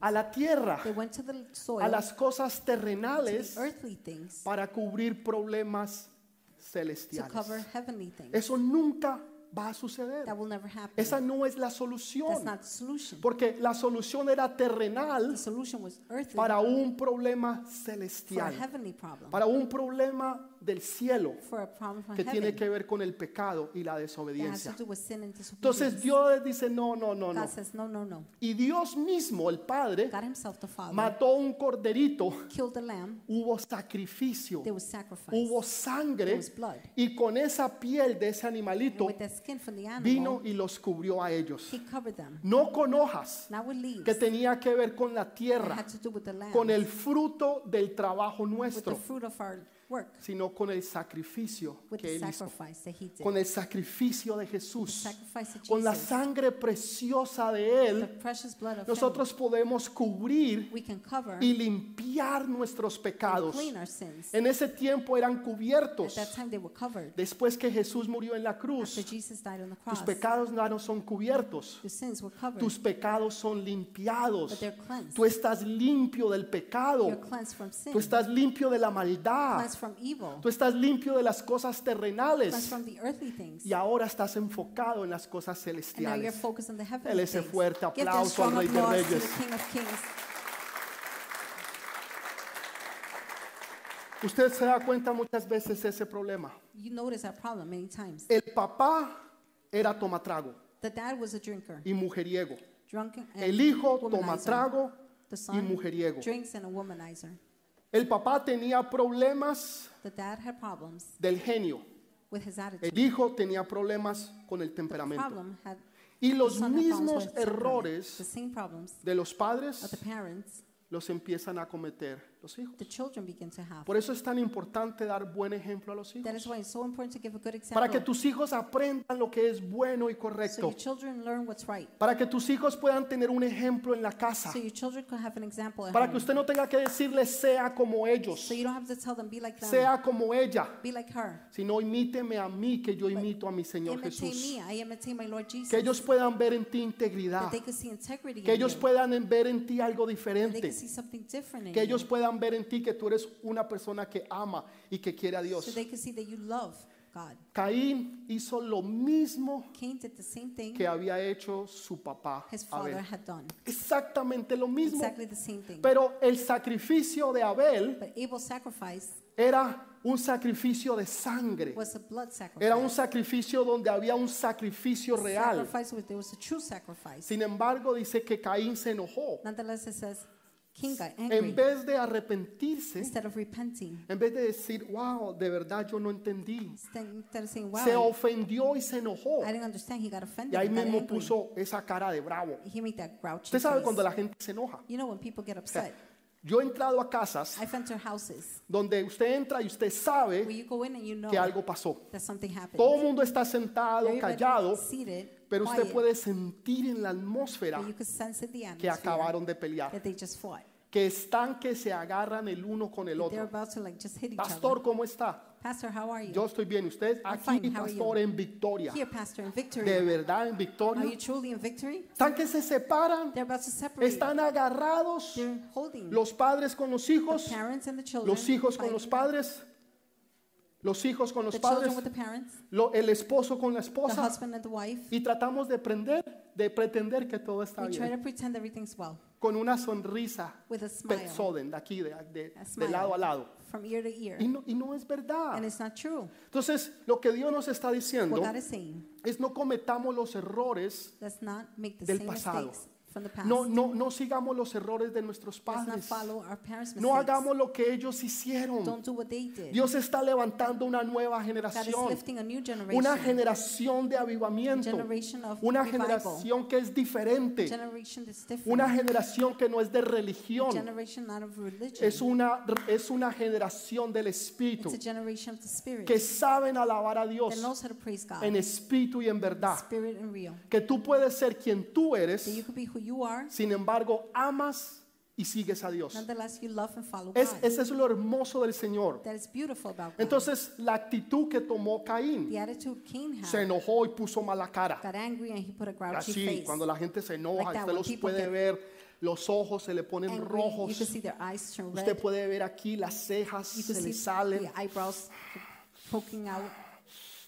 [SPEAKER 1] a la tierra,
[SPEAKER 2] They went to the soil,
[SPEAKER 1] a las cosas
[SPEAKER 2] to
[SPEAKER 1] terrenales,
[SPEAKER 2] the earthly things,
[SPEAKER 1] para cubrir problemas
[SPEAKER 2] to cover
[SPEAKER 1] celestiales.
[SPEAKER 2] heavenly things.
[SPEAKER 1] Eso nunca va a suceder.
[SPEAKER 2] That will never happen.
[SPEAKER 1] Esa no es la
[SPEAKER 2] That's
[SPEAKER 1] solución,
[SPEAKER 2] not the solution.
[SPEAKER 1] porque la solución era terrenal
[SPEAKER 2] The solution was earthly
[SPEAKER 1] para un problema
[SPEAKER 2] for a
[SPEAKER 1] celestial.
[SPEAKER 2] heavenly problem,
[SPEAKER 1] para un problema del cielo
[SPEAKER 2] for a problem from
[SPEAKER 1] que tiene
[SPEAKER 2] heaven
[SPEAKER 1] que ver con el pecado y la
[SPEAKER 2] that has to
[SPEAKER 1] desobediencia.
[SPEAKER 2] do with sin and disobedience.
[SPEAKER 1] Entonces Dios dice, no, no, no,
[SPEAKER 2] God
[SPEAKER 1] no.
[SPEAKER 2] says, no, no, no.
[SPEAKER 1] Y Dios mismo, el Padre,
[SPEAKER 2] God himself, the Father,
[SPEAKER 1] mató un corderito,
[SPEAKER 2] killed the lamb.
[SPEAKER 1] hubo sacrificio,
[SPEAKER 2] There was sacrifice.
[SPEAKER 1] hubo sangre,
[SPEAKER 2] There was blood.
[SPEAKER 1] y con esa piel de ese
[SPEAKER 2] and
[SPEAKER 1] animalito
[SPEAKER 2] with the skin from the animal,
[SPEAKER 1] vino y los cubrió a ellos.
[SPEAKER 2] he covered them.
[SPEAKER 1] No con hojas,
[SPEAKER 2] Not with leaves.
[SPEAKER 1] que tenía que ver con la
[SPEAKER 2] that
[SPEAKER 1] tierra,
[SPEAKER 2] had to do with the lamb.
[SPEAKER 1] con el fruto del trabajo
[SPEAKER 2] with the
[SPEAKER 1] nuestro,
[SPEAKER 2] fruit of our work.
[SPEAKER 1] sino con el sacrificio
[SPEAKER 2] With
[SPEAKER 1] que
[SPEAKER 2] the
[SPEAKER 1] él hizo.
[SPEAKER 2] sacrifice that he did.
[SPEAKER 1] con el sacrificio de
[SPEAKER 2] the
[SPEAKER 1] Jesús,
[SPEAKER 2] sacrifice of
[SPEAKER 1] con la
[SPEAKER 2] Jesus.
[SPEAKER 1] sangre preciosa de
[SPEAKER 2] the
[SPEAKER 1] Él,
[SPEAKER 2] precious blood of
[SPEAKER 1] nosotros podemos
[SPEAKER 2] him.
[SPEAKER 1] cubrir
[SPEAKER 2] We can cover
[SPEAKER 1] y limpiar nuestros
[SPEAKER 2] and
[SPEAKER 1] pecados.
[SPEAKER 2] clean our sins.
[SPEAKER 1] En ese tiempo eran
[SPEAKER 2] At
[SPEAKER 1] cubiertos.
[SPEAKER 2] that time they were covered.
[SPEAKER 1] Después que Jesús murió en la
[SPEAKER 2] After
[SPEAKER 1] cruz,
[SPEAKER 2] Jesus died on the cross,
[SPEAKER 1] tus pecados ya no son cubiertos,
[SPEAKER 2] your sins were covered.
[SPEAKER 1] tus pecados son limpiados.
[SPEAKER 2] but they're cleansed.
[SPEAKER 1] Tú estás limpio del
[SPEAKER 2] You're
[SPEAKER 1] pecado,
[SPEAKER 2] cleansed from sin.
[SPEAKER 1] tú estás limpio de la maldad,
[SPEAKER 2] cleansed from evil.
[SPEAKER 1] tú estás limpio de las cosas
[SPEAKER 2] cleansed
[SPEAKER 1] terrenales
[SPEAKER 2] from the earthly things.
[SPEAKER 1] y ahora estás enfocado en las cosas
[SPEAKER 2] And now you're
[SPEAKER 1] celestiales.
[SPEAKER 2] focused on the heavenly
[SPEAKER 1] Dele ese
[SPEAKER 2] things.
[SPEAKER 1] fuerte
[SPEAKER 2] Give them
[SPEAKER 1] aplauso al
[SPEAKER 2] strong
[SPEAKER 1] Rey de
[SPEAKER 2] applause to
[SPEAKER 1] Reyes.
[SPEAKER 2] the King of Kings.
[SPEAKER 1] Usted se da cuenta muchas veces ese problema.
[SPEAKER 2] You notice that problem many times.
[SPEAKER 1] El papá era tomatrago
[SPEAKER 2] The dad was a drinker,
[SPEAKER 1] y mujeriego.
[SPEAKER 2] drunken and
[SPEAKER 1] El hijo toma
[SPEAKER 2] womanizer.
[SPEAKER 1] trago
[SPEAKER 2] The
[SPEAKER 1] y
[SPEAKER 2] son
[SPEAKER 1] mujeriego.
[SPEAKER 2] drinks and a womanizer.
[SPEAKER 1] El papá tenía problemas
[SPEAKER 2] The dad had problems
[SPEAKER 1] del genio.
[SPEAKER 2] with his attitude.
[SPEAKER 1] El hijo tenía problemas con el temperamento.
[SPEAKER 2] Problem had
[SPEAKER 1] Y
[SPEAKER 2] the
[SPEAKER 1] los
[SPEAKER 2] Ah, son had problems
[SPEAKER 1] mismos
[SPEAKER 2] with temperament. The
[SPEAKER 1] errores
[SPEAKER 2] same problems
[SPEAKER 1] de los
[SPEAKER 2] of the
[SPEAKER 1] padres
[SPEAKER 2] parents,
[SPEAKER 1] los empiezan a cometer los hijos.
[SPEAKER 2] the children begin to have.
[SPEAKER 1] Por eso es tan importante dar buen ejemplo a los
[SPEAKER 2] That is
[SPEAKER 1] hijos.
[SPEAKER 2] why it's so important to give a good example.
[SPEAKER 1] Para que tus hijos aprendan lo que es bueno y
[SPEAKER 2] so your
[SPEAKER 1] correcto.
[SPEAKER 2] children learn what's right.
[SPEAKER 1] Para que tus hijos puedan tener un ejemplo en la casa.
[SPEAKER 2] So your children can have an example at
[SPEAKER 1] Para que
[SPEAKER 2] home.
[SPEAKER 1] usted no tenga que decirle sea como ellos,
[SPEAKER 2] so you don't have to tell them, be like them,
[SPEAKER 1] sea como ella,
[SPEAKER 2] be like her.
[SPEAKER 1] sino imíteme a mí que yo imito Pues, a mi Señor
[SPEAKER 2] Imitate
[SPEAKER 1] Jesús.
[SPEAKER 2] me, I imitate my Lord Jesus.
[SPEAKER 1] Que ellos puedan ver en ti integridad.
[SPEAKER 2] that they could see integrity
[SPEAKER 1] Que
[SPEAKER 2] in
[SPEAKER 1] ellos
[SPEAKER 2] you.
[SPEAKER 1] puedan en- ver en ti algo
[SPEAKER 2] that they
[SPEAKER 1] diferente.
[SPEAKER 2] could see something different in
[SPEAKER 1] Que
[SPEAKER 2] you.
[SPEAKER 1] ellos puedan ver en ti que tú eres una persona que ama y que quiere a
[SPEAKER 2] so
[SPEAKER 1] Dios.
[SPEAKER 2] they could see that you love God.
[SPEAKER 1] Caín hizo lo mismo
[SPEAKER 2] Cain did the same thing
[SPEAKER 1] que había hecho su papá
[SPEAKER 2] his father
[SPEAKER 1] Abel.
[SPEAKER 2] had done.
[SPEAKER 1] Exactamente lo mismo.
[SPEAKER 2] Exactly the same thing.
[SPEAKER 1] Pero el sacrificio de Abel
[SPEAKER 2] but Abel's sacrifice
[SPEAKER 1] era un sacrificio de sangre.
[SPEAKER 2] was a blood sacrifice.
[SPEAKER 1] Era un sacrificio donde había un sacrificio real.
[SPEAKER 2] Sacrifice was, there was a true sacrifice.
[SPEAKER 1] Sin embargo, dice que Caín se enojó.
[SPEAKER 2] Nonetheless, it says King got angry
[SPEAKER 1] En vez de arrepentirse,
[SPEAKER 2] instead of repenting.
[SPEAKER 1] en vez de decir, wow, de verdad yo no entendí,
[SPEAKER 2] Instead instead of saying, wow,
[SPEAKER 1] se ofendió y se enojó.
[SPEAKER 2] I didn't understand, he got
[SPEAKER 1] Y
[SPEAKER 2] offended.
[SPEAKER 1] ahí
[SPEAKER 2] he got
[SPEAKER 1] mismo
[SPEAKER 2] angry.
[SPEAKER 1] puso esa cara de bravo.
[SPEAKER 2] He made that grouchy
[SPEAKER 1] Usted sabe
[SPEAKER 2] face.
[SPEAKER 1] cuando la gente se enoja.
[SPEAKER 2] You know when people get
[SPEAKER 1] O sea,
[SPEAKER 2] upset.
[SPEAKER 1] Yo he entrado a casas
[SPEAKER 2] I've entered houses
[SPEAKER 1] donde usted entra y usted
[SPEAKER 2] where
[SPEAKER 1] sabe
[SPEAKER 2] you go in and you know
[SPEAKER 1] que algo pasó.
[SPEAKER 2] that something happened.
[SPEAKER 1] Todo el mundo está sentado,
[SPEAKER 2] Everybody
[SPEAKER 1] callado,
[SPEAKER 2] seated,
[SPEAKER 1] pero usted
[SPEAKER 2] quiet,
[SPEAKER 1] puede sentir en la atmósfera
[SPEAKER 2] but you could sense in the
[SPEAKER 1] que
[SPEAKER 2] atmosphere
[SPEAKER 1] acabaron de pelear,
[SPEAKER 2] that they just fought.
[SPEAKER 1] que están que se agarran el uno con el otro.
[SPEAKER 2] They're about to like just hit each
[SPEAKER 1] Pastor, ¿cómo está?
[SPEAKER 2] other. Pastor, how are you?
[SPEAKER 1] Yo estoy bien, usted aquí,
[SPEAKER 2] fine, how are you?
[SPEAKER 1] pastor, en victoria.
[SPEAKER 2] Here, Pastor, in victory.
[SPEAKER 1] De verdad, en
[SPEAKER 2] Are you
[SPEAKER 1] victoria.
[SPEAKER 2] truly in victory?
[SPEAKER 1] Están que se separan,
[SPEAKER 2] They're about to separate.
[SPEAKER 1] están agarrados,
[SPEAKER 2] They're holding
[SPEAKER 1] los padres con los hijos,
[SPEAKER 2] the parents and the children.
[SPEAKER 1] los hijos con los
[SPEAKER 2] fighting.
[SPEAKER 1] padres, los hijos con los
[SPEAKER 2] The
[SPEAKER 1] padres,
[SPEAKER 2] children with the parents.
[SPEAKER 1] lo- el esposo con la
[SPEAKER 2] The
[SPEAKER 1] esposa.
[SPEAKER 2] husband and the wife.
[SPEAKER 1] Y tratamos de prender, de pretender que todo está
[SPEAKER 2] We try to
[SPEAKER 1] bien.
[SPEAKER 2] pretend everything's well
[SPEAKER 1] Con una sonrisa
[SPEAKER 2] with a smile,
[SPEAKER 1] persoden de aquí, de, de-
[SPEAKER 2] a
[SPEAKER 1] de
[SPEAKER 2] smile
[SPEAKER 1] lado a lado.
[SPEAKER 2] from ear to ear.
[SPEAKER 1] Y no, y no es
[SPEAKER 2] And
[SPEAKER 1] verdad.
[SPEAKER 2] it's not true.
[SPEAKER 1] Entonces, lo que Dios nos está
[SPEAKER 2] What
[SPEAKER 1] diciendo
[SPEAKER 2] God is saying,
[SPEAKER 1] es no cometamos los errores,
[SPEAKER 2] let's not make the
[SPEAKER 1] Del
[SPEAKER 2] same
[SPEAKER 1] pasado.
[SPEAKER 2] mistakes from the past.
[SPEAKER 1] no, no, no sigamos los errores de nuestros
[SPEAKER 2] let's not
[SPEAKER 1] padres.
[SPEAKER 2] follow our parents'
[SPEAKER 1] No
[SPEAKER 2] mistakes.
[SPEAKER 1] hagamos lo que ellos hicieron.
[SPEAKER 2] Don't do what they did.
[SPEAKER 1] Dios está levantando una nueva
[SPEAKER 2] God is
[SPEAKER 1] generación,
[SPEAKER 2] lifting a new generation,
[SPEAKER 1] una generación de avivamiento,
[SPEAKER 2] generation of
[SPEAKER 1] una
[SPEAKER 2] revival,
[SPEAKER 1] generación que es diferente,
[SPEAKER 2] generation that's different,
[SPEAKER 1] una generación que no es de
[SPEAKER 2] a
[SPEAKER 1] religión,
[SPEAKER 2] generation not of religion.
[SPEAKER 1] es una, es una generación del
[SPEAKER 2] it's
[SPEAKER 1] Espíritu
[SPEAKER 2] a generation of the Spirit
[SPEAKER 1] que saben alabar a Dios
[SPEAKER 2] that knows how to praise God,
[SPEAKER 1] en espíritu y en verdad.
[SPEAKER 2] spirit and real.
[SPEAKER 1] Que tú puedes ser quien tú
[SPEAKER 2] That you
[SPEAKER 1] eres,
[SPEAKER 2] could be who you are,
[SPEAKER 1] sin embargo, amas y sigues a Dios.
[SPEAKER 2] nonetheless you love and follow
[SPEAKER 1] Es,
[SPEAKER 2] God.
[SPEAKER 1] ese es lo hermoso del Señor.
[SPEAKER 2] that is beautiful about God.
[SPEAKER 1] Entonces, la actitud que tomó Caín
[SPEAKER 2] the attitude Cain had
[SPEAKER 1] se enojó y puso mala cara.
[SPEAKER 2] got angry and he put a grouchy
[SPEAKER 1] Así,
[SPEAKER 2] face.
[SPEAKER 1] cuando la gente se enoja,
[SPEAKER 2] Like that,
[SPEAKER 1] usted
[SPEAKER 2] when
[SPEAKER 1] los
[SPEAKER 2] people
[SPEAKER 1] puede
[SPEAKER 2] get
[SPEAKER 1] ver, los ojos se le ponen
[SPEAKER 2] angry, you can
[SPEAKER 1] rojos.
[SPEAKER 2] see their eyes turn red.
[SPEAKER 1] Usted puede ver aquí las cejas
[SPEAKER 2] you can
[SPEAKER 1] se
[SPEAKER 2] see
[SPEAKER 1] le salen
[SPEAKER 2] the eyebrows poking out.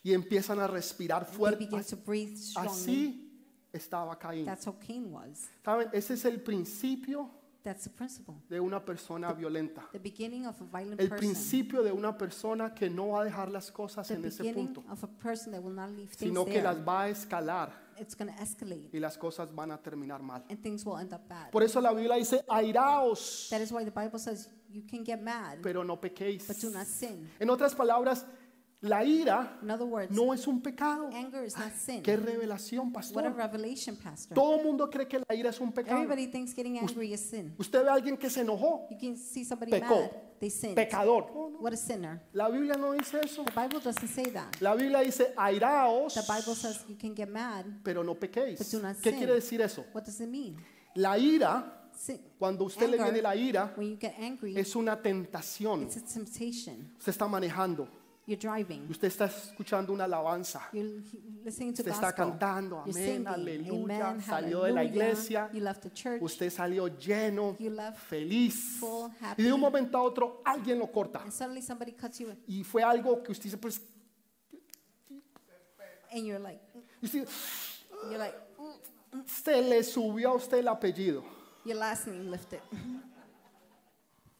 [SPEAKER 1] y empiezan a respirar
[SPEAKER 2] They
[SPEAKER 1] fuerte.
[SPEAKER 2] begin to breathe strongly.
[SPEAKER 1] Así estaba Caín.
[SPEAKER 2] That's how Cain was.
[SPEAKER 1] ¿Saben? Ese es el principio
[SPEAKER 2] That's the principle.
[SPEAKER 1] de una persona violenta.
[SPEAKER 2] The beginning of a violent
[SPEAKER 1] El
[SPEAKER 2] person.
[SPEAKER 1] principio de una persona que no va a dejar las cosas
[SPEAKER 2] The
[SPEAKER 1] en ese
[SPEAKER 2] beginning
[SPEAKER 1] punto,
[SPEAKER 2] of a person that will not leave things
[SPEAKER 1] sino que
[SPEAKER 2] there.
[SPEAKER 1] las va a escalar
[SPEAKER 2] It's going to escalate
[SPEAKER 1] y las cosas van a terminar mal.
[SPEAKER 2] and things will end up bad.
[SPEAKER 1] Por eso la Biblia dice, airaos,
[SPEAKER 2] That is why the Bible says you can get mad,
[SPEAKER 1] pero no pequéis.
[SPEAKER 2] but do not sin.
[SPEAKER 1] En otras palabras, la ira
[SPEAKER 2] In other words,
[SPEAKER 1] no es un pecado.
[SPEAKER 2] anger is not sin.
[SPEAKER 1] Qué revelación,
[SPEAKER 2] What a
[SPEAKER 1] pastor.
[SPEAKER 2] revelation, Pastor.
[SPEAKER 1] Todo el mundo cree que la ira es un pecado.
[SPEAKER 2] Everybody thinks getting angry is sin.
[SPEAKER 1] Usted ve a alguien que se enojó,
[SPEAKER 2] You can see somebody
[SPEAKER 1] Pecó.
[SPEAKER 2] mad, they sin.
[SPEAKER 1] pecador. No, no.
[SPEAKER 2] What a sinner.
[SPEAKER 1] La Biblia no dice eso.
[SPEAKER 2] The Bible doesn't say that.
[SPEAKER 1] La Biblia dice, airaos,
[SPEAKER 2] The Bible says you can get mad.
[SPEAKER 1] pero no
[SPEAKER 2] But
[SPEAKER 1] pequéis.
[SPEAKER 2] do not
[SPEAKER 1] ¿Qué
[SPEAKER 2] sin.
[SPEAKER 1] quiere decir eso?
[SPEAKER 2] What does it mean?
[SPEAKER 1] La ira,
[SPEAKER 2] Sin.
[SPEAKER 1] cuando a usted le
[SPEAKER 2] Anger.
[SPEAKER 1] viene la ira,
[SPEAKER 2] When you get angry,
[SPEAKER 1] es una tentación.
[SPEAKER 2] it's a temptation.
[SPEAKER 1] Usted está manejando,
[SPEAKER 2] You're driving.
[SPEAKER 1] usted está escuchando una alabanza,
[SPEAKER 2] You're l- listening to
[SPEAKER 1] Usted
[SPEAKER 2] gospel.
[SPEAKER 1] está cantando,
[SPEAKER 2] You're
[SPEAKER 1] amén,
[SPEAKER 2] singing,
[SPEAKER 1] aleluya,
[SPEAKER 2] amen,
[SPEAKER 1] salió de la
[SPEAKER 2] hallelujah.
[SPEAKER 1] iglesia.
[SPEAKER 2] You left the church.
[SPEAKER 1] usted salió lleno,
[SPEAKER 2] You left
[SPEAKER 1] feliz,
[SPEAKER 2] full,
[SPEAKER 1] y
[SPEAKER 2] happy.
[SPEAKER 1] de un momento a otro alguien lo corta.
[SPEAKER 2] And suddenly somebody cuts you,
[SPEAKER 1] Y fue algo que usted dice, pues,
[SPEAKER 2] and you're like, mm,
[SPEAKER 1] usted-
[SPEAKER 2] you're like, mm,
[SPEAKER 1] se le subió a usted el apellido.
[SPEAKER 2] your last name lifted.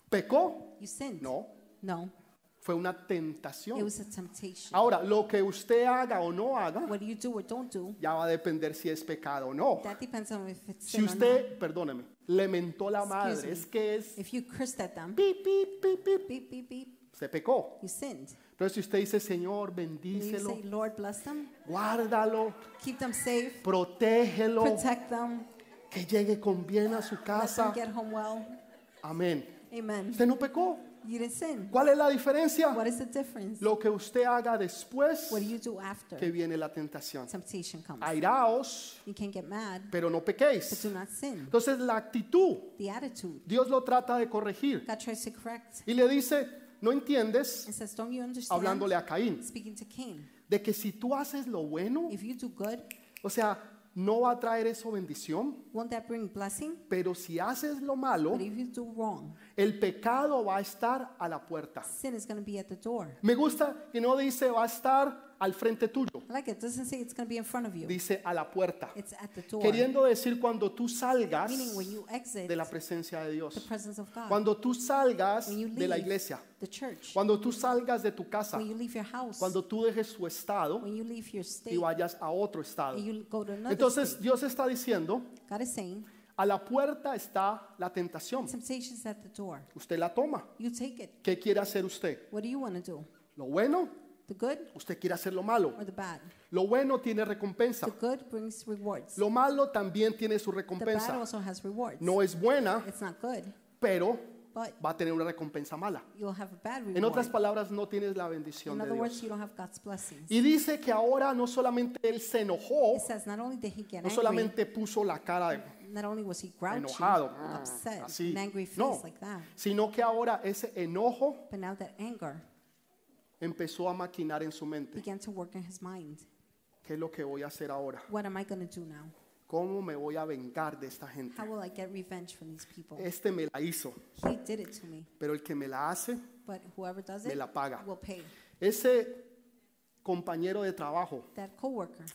[SPEAKER 1] ¿Pecó?
[SPEAKER 2] You sinned.
[SPEAKER 1] No.
[SPEAKER 2] No.
[SPEAKER 1] Fue una
[SPEAKER 2] It
[SPEAKER 1] tentación.
[SPEAKER 2] was a temptation.
[SPEAKER 1] Ahora, lo que usted haga o no haga,
[SPEAKER 2] What you do or don't do,
[SPEAKER 1] ya va a depender si es pecado o no.
[SPEAKER 2] that depends on if it's
[SPEAKER 1] Si
[SPEAKER 2] sin or not.
[SPEAKER 1] usted, perdóneme, le mentó la madre,
[SPEAKER 2] Excuse
[SPEAKER 1] es que es
[SPEAKER 2] If you cursed at them,
[SPEAKER 1] pip, pip, pip, pip,
[SPEAKER 2] beep, beep, beep,
[SPEAKER 1] usted pecó.
[SPEAKER 2] you sinned.
[SPEAKER 1] Pero si usted dice, Señor,
[SPEAKER 2] And you say,
[SPEAKER 1] bendícelo,
[SPEAKER 2] Lord, bless them,
[SPEAKER 1] guárdalo,
[SPEAKER 2] keep them safe,
[SPEAKER 1] protégelo,
[SPEAKER 2] protect them,
[SPEAKER 1] que llegue con bien a su
[SPEAKER 2] let them
[SPEAKER 1] casa.
[SPEAKER 2] get home well.
[SPEAKER 1] Amén.
[SPEAKER 2] Amen.
[SPEAKER 1] Usted no pecó.
[SPEAKER 2] You didn't sin.
[SPEAKER 1] ¿Cuál es la diferencia?
[SPEAKER 2] What is the difference?
[SPEAKER 1] Lo que usted haga después
[SPEAKER 2] What do you do after
[SPEAKER 1] que viene la tentación.
[SPEAKER 2] temptation comes?
[SPEAKER 1] Airaos,
[SPEAKER 2] You can get mad,
[SPEAKER 1] pero no
[SPEAKER 2] but
[SPEAKER 1] pequéis.
[SPEAKER 2] do not sin.
[SPEAKER 1] Entonces la actitud,
[SPEAKER 2] The attitude.
[SPEAKER 1] Dios lo trata de corregir
[SPEAKER 2] God tries to correct
[SPEAKER 1] y le dice, no entiendes,
[SPEAKER 2] and says, Don't you understand?
[SPEAKER 1] hablándole a Caín,
[SPEAKER 2] Speaking to Cain.
[SPEAKER 1] de que si tú haces lo bueno,
[SPEAKER 2] If you do good,
[SPEAKER 1] o sea, no va a traer eso bendición,
[SPEAKER 2] won't that bring blessing?
[SPEAKER 1] pero si haces lo malo,
[SPEAKER 2] But if you do wrong,
[SPEAKER 1] el pecado va a estar a la puerta.
[SPEAKER 2] sin is going to be at the door.
[SPEAKER 1] Me gusta que no dice va a estar al frente tuyo,
[SPEAKER 2] I like it. It doesn't say it's going to be in front of you.
[SPEAKER 1] dice a la puerta.
[SPEAKER 2] It's at the door.
[SPEAKER 1] Queriendo decir cuando tú salgas
[SPEAKER 2] Meaning when you exit
[SPEAKER 1] de la presencia de
[SPEAKER 2] the
[SPEAKER 1] Dios,
[SPEAKER 2] presence of God,
[SPEAKER 1] cuando tú salgas
[SPEAKER 2] when you leave
[SPEAKER 1] de la iglesia,
[SPEAKER 2] the church,
[SPEAKER 1] cuando tú salgas de tu casa,
[SPEAKER 2] when you leave your house,
[SPEAKER 1] cuando tú dejes tu estado
[SPEAKER 2] when you leave your state,
[SPEAKER 1] y vayas a otro estado.
[SPEAKER 2] and you go to another
[SPEAKER 1] Entonces
[SPEAKER 2] state.
[SPEAKER 1] Dios está diciendo,
[SPEAKER 2] God is saying,
[SPEAKER 1] a la puerta está la tentación,
[SPEAKER 2] temptation's at the door.
[SPEAKER 1] usted la toma.
[SPEAKER 2] You take it.
[SPEAKER 1] ¿Qué quiere hacer usted?
[SPEAKER 2] What do you want to do?
[SPEAKER 1] ¿Lo bueno?
[SPEAKER 2] The good
[SPEAKER 1] Usted quiere hacer lo malo.
[SPEAKER 2] or the bad?
[SPEAKER 1] Lo bueno tiene recompensa.
[SPEAKER 2] The good brings rewards.
[SPEAKER 1] Lo malo también tiene su
[SPEAKER 2] The bad
[SPEAKER 1] recompensa.
[SPEAKER 2] also has rewards.
[SPEAKER 1] No es buena,
[SPEAKER 2] It's not good,
[SPEAKER 1] pero
[SPEAKER 2] but
[SPEAKER 1] va a tener una recompensa mala.
[SPEAKER 2] you'll have a bad
[SPEAKER 1] En otras
[SPEAKER 2] reward.
[SPEAKER 1] palabras, no tienes la bendición de
[SPEAKER 2] In other words,
[SPEAKER 1] Dios.
[SPEAKER 2] you don't have God's blessings.
[SPEAKER 1] Y dice que ahora no solamente él se enojó,
[SPEAKER 2] It says not only did he get
[SPEAKER 1] no
[SPEAKER 2] angry,
[SPEAKER 1] solamente puso la cara de
[SPEAKER 2] not only was he grouchy,
[SPEAKER 1] enojado,
[SPEAKER 2] upset,
[SPEAKER 1] así,
[SPEAKER 2] an angry face
[SPEAKER 1] no.
[SPEAKER 2] like that,
[SPEAKER 1] sino que ahora ese enojo
[SPEAKER 2] but now that anger
[SPEAKER 1] empezó a maquinar en su mente.
[SPEAKER 2] began to work in his mind.
[SPEAKER 1] ¿Qué es lo que voy a hacer ahora?
[SPEAKER 2] What am I going to do now?
[SPEAKER 1] ¿Cómo me voy a vengar de esta gente?
[SPEAKER 2] How will I get revenge from these people?
[SPEAKER 1] Este me la hizo,
[SPEAKER 2] He did it to me,
[SPEAKER 1] pero el que me la hace,
[SPEAKER 2] but whoever does
[SPEAKER 1] Me
[SPEAKER 2] it
[SPEAKER 1] la paga.
[SPEAKER 2] will pay.
[SPEAKER 1] ese compañero de trabajo
[SPEAKER 2] That coworker,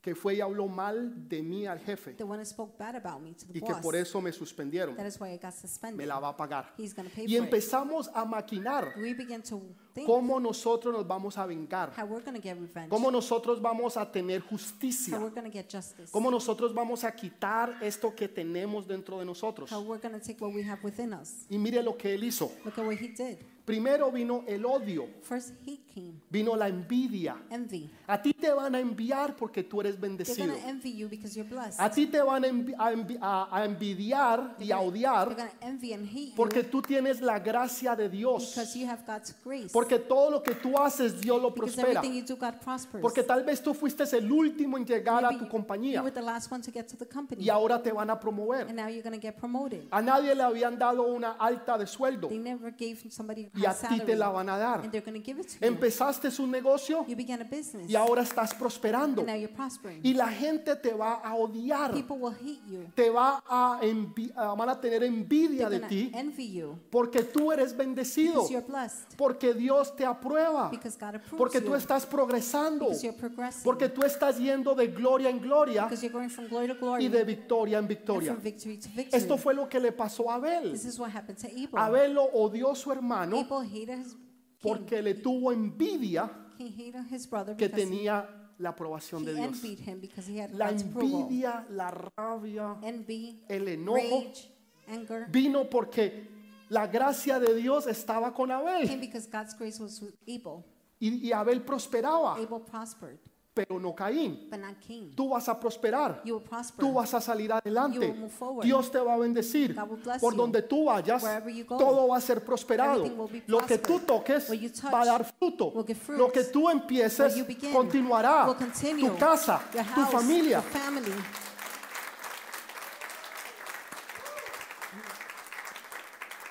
[SPEAKER 1] que fue y habló mal de mí al jefe
[SPEAKER 2] the one who spoke bad about me to the
[SPEAKER 1] y que
[SPEAKER 2] boss,
[SPEAKER 1] por eso me suspendieron,
[SPEAKER 2] that is why I
[SPEAKER 1] me
[SPEAKER 2] got suspended.
[SPEAKER 1] la va a pagar.
[SPEAKER 2] He's going to pay
[SPEAKER 1] Y
[SPEAKER 2] for it.
[SPEAKER 1] empezamos a maquinar
[SPEAKER 2] We begin to think
[SPEAKER 1] cómo nosotros nos vamos a vengar,
[SPEAKER 2] how we're going to get revenge,
[SPEAKER 1] cómo nosotros vamos a tener
[SPEAKER 2] how we're
[SPEAKER 1] justicia,
[SPEAKER 2] going to get justice,
[SPEAKER 1] cómo nosotros vamos a quitar esto que tenemos dentro de nosotros.
[SPEAKER 2] how we're going to take what we have within us.
[SPEAKER 1] Y mire lo que él hizo.
[SPEAKER 2] Look at what he did.
[SPEAKER 1] Primero vino el odio,
[SPEAKER 2] First, hate came,
[SPEAKER 1] vino la envidia.
[SPEAKER 2] envy.
[SPEAKER 1] A ti te van a enviar porque tú eres
[SPEAKER 2] They're
[SPEAKER 1] bendecido. Ah,
[SPEAKER 2] going to envy you because you're blessed.
[SPEAKER 1] A ti te van a, envi- a envi- a- a envidiar y a
[SPEAKER 2] They're
[SPEAKER 1] odiar
[SPEAKER 2] going to envy and hate
[SPEAKER 1] porque
[SPEAKER 2] you
[SPEAKER 1] tú tienes la gracia de
[SPEAKER 2] because
[SPEAKER 1] Dios.
[SPEAKER 2] you have God's grace.
[SPEAKER 1] Porque todo lo que tú haces, Dios lo
[SPEAKER 2] because
[SPEAKER 1] prospera.
[SPEAKER 2] everything you do, God prospers.
[SPEAKER 1] Porque tal vez tú fuiste el último en llegar a
[SPEAKER 2] Maybe
[SPEAKER 1] tu
[SPEAKER 2] you- You
[SPEAKER 1] compañía
[SPEAKER 2] were the last one to get to the company.
[SPEAKER 1] y ahora Ah. te van a promover.
[SPEAKER 2] And now you're going to get promoted.
[SPEAKER 1] A nadie le habían dado una alta de sueldo
[SPEAKER 2] They never gave somebody
[SPEAKER 1] y a
[SPEAKER 2] high
[SPEAKER 1] ti
[SPEAKER 2] salary.
[SPEAKER 1] te la van a dar.
[SPEAKER 2] And they're going to give it to you.
[SPEAKER 1] Empezaste un negocio
[SPEAKER 2] You began a business.
[SPEAKER 1] y ahora estás prosperando.
[SPEAKER 2] And now you're prospering.
[SPEAKER 1] Y la gente te va a odiar,
[SPEAKER 2] People will hate you.
[SPEAKER 1] te va a envi- ah, van a tener envidia
[SPEAKER 2] They're
[SPEAKER 1] de
[SPEAKER 2] going
[SPEAKER 1] ti
[SPEAKER 2] to envy you
[SPEAKER 1] porque tú eres bendecido,
[SPEAKER 2] because you're blessed.
[SPEAKER 1] porque Dios te aprueba,
[SPEAKER 2] Because God approves
[SPEAKER 1] Ah, porque
[SPEAKER 2] you.
[SPEAKER 1] tú estás progresando,
[SPEAKER 2] because you're progressing.
[SPEAKER 1] porque tú estás yendo de gloria en gloria
[SPEAKER 2] because you're going from glory to glory.
[SPEAKER 1] y de victoria en
[SPEAKER 2] and
[SPEAKER 1] victoria.
[SPEAKER 2] from victory to victory.
[SPEAKER 1] Esto fue lo que le pasó a Abel.
[SPEAKER 2] This is what happened to Abel.
[SPEAKER 1] Abel lo odió a su hermano
[SPEAKER 2] Abel hated his king.
[SPEAKER 1] porque le tuvo envidia
[SPEAKER 2] He hated his brother
[SPEAKER 1] que
[SPEAKER 2] because he,
[SPEAKER 1] tenía la aprobación de
[SPEAKER 2] he
[SPEAKER 1] Dios.
[SPEAKER 2] envied him because he had
[SPEAKER 1] La
[SPEAKER 2] God's approval.
[SPEAKER 1] envidia, la rabia,
[SPEAKER 2] Envy,
[SPEAKER 1] el enojo
[SPEAKER 2] rage, anger
[SPEAKER 1] vino porque la gracia de Dios estaba con
[SPEAKER 2] came
[SPEAKER 1] Abel
[SPEAKER 2] because God's grace was with Abel.
[SPEAKER 1] y, y Abel prosperaba,
[SPEAKER 2] Abel prospered,
[SPEAKER 1] pero no Caín.
[SPEAKER 2] but not Cain.
[SPEAKER 1] Ah. Tú vas a prosperar,
[SPEAKER 2] You will prosper.
[SPEAKER 1] tú vas a salir adelante,
[SPEAKER 2] move forward.
[SPEAKER 1] Dios te va a bendecir.
[SPEAKER 2] God will bless
[SPEAKER 1] Por
[SPEAKER 2] you.
[SPEAKER 1] donde tú vayas,
[SPEAKER 2] Wherever you go,
[SPEAKER 1] todo va a ser prosperado.
[SPEAKER 2] everything will be
[SPEAKER 1] Lo que tú
[SPEAKER 2] prospered.
[SPEAKER 1] toques
[SPEAKER 2] What you touch
[SPEAKER 1] va a dar fruto.
[SPEAKER 2] will give fruit.
[SPEAKER 1] Lo que tú
[SPEAKER 2] Where
[SPEAKER 1] empieces
[SPEAKER 2] you begin
[SPEAKER 1] continuará.
[SPEAKER 2] will continue.
[SPEAKER 1] Tu casa,
[SPEAKER 2] your
[SPEAKER 1] tu
[SPEAKER 2] house,
[SPEAKER 1] familia.
[SPEAKER 2] your family.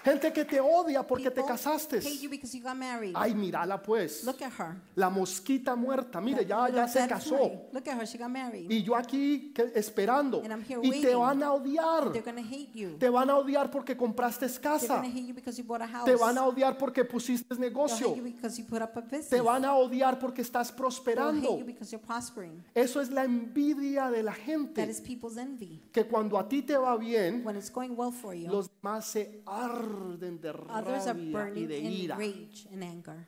[SPEAKER 1] Gente que te odia porque te
[SPEAKER 2] People
[SPEAKER 1] casaste.
[SPEAKER 2] hate you because you got married.
[SPEAKER 1] Ay, mírala pues.
[SPEAKER 2] Look at her.
[SPEAKER 1] La mosquita muerta. Mire, ya,
[SPEAKER 2] Little
[SPEAKER 1] ya se
[SPEAKER 2] bad
[SPEAKER 1] casó.
[SPEAKER 2] fly. Look at her. She got married.
[SPEAKER 1] Y yo aquí que- esperando.
[SPEAKER 2] And I'm here
[SPEAKER 1] Y te
[SPEAKER 2] waiting.
[SPEAKER 1] van a
[SPEAKER 2] They're
[SPEAKER 1] odiar.
[SPEAKER 2] going to hate you.
[SPEAKER 1] Te van a odiar porque compraste
[SPEAKER 2] They're
[SPEAKER 1] casa.
[SPEAKER 2] going to hate you because you bought a house.
[SPEAKER 1] Te van a odiar porque pusiste
[SPEAKER 2] They'll hate you
[SPEAKER 1] negocio.
[SPEAKER 2] because you put up a business.
[SPEAKER 1] Te van a odiar porque estás
[SPEAKER 2] They'll hate
[SPEAKER 1] prosperando.
[SPEAKER 2] you because you're prospering.
[SPEAKER 1] Eso es la envidia de la
[SPEAKER 2] That
[SPEAKER 1] gente.
[SPEAKER 2] is people's envy.
[SPEAKER 1] Que cuando a ti te va bien,
[SPEAKER 2] When it's going well for you,
[SPEAKER 1] los demás se arden de
[SPEAKER 2] others
[SPEAKER 1] rabia
[SPEAKER 2] are
[SPEAKER 1] y
[SPEAKER 2] burning
[SPEAKER 1] de
[SPEAKER 2] in
[SPEAKER 1] ira.
[SPEAKER 2] rage and anger.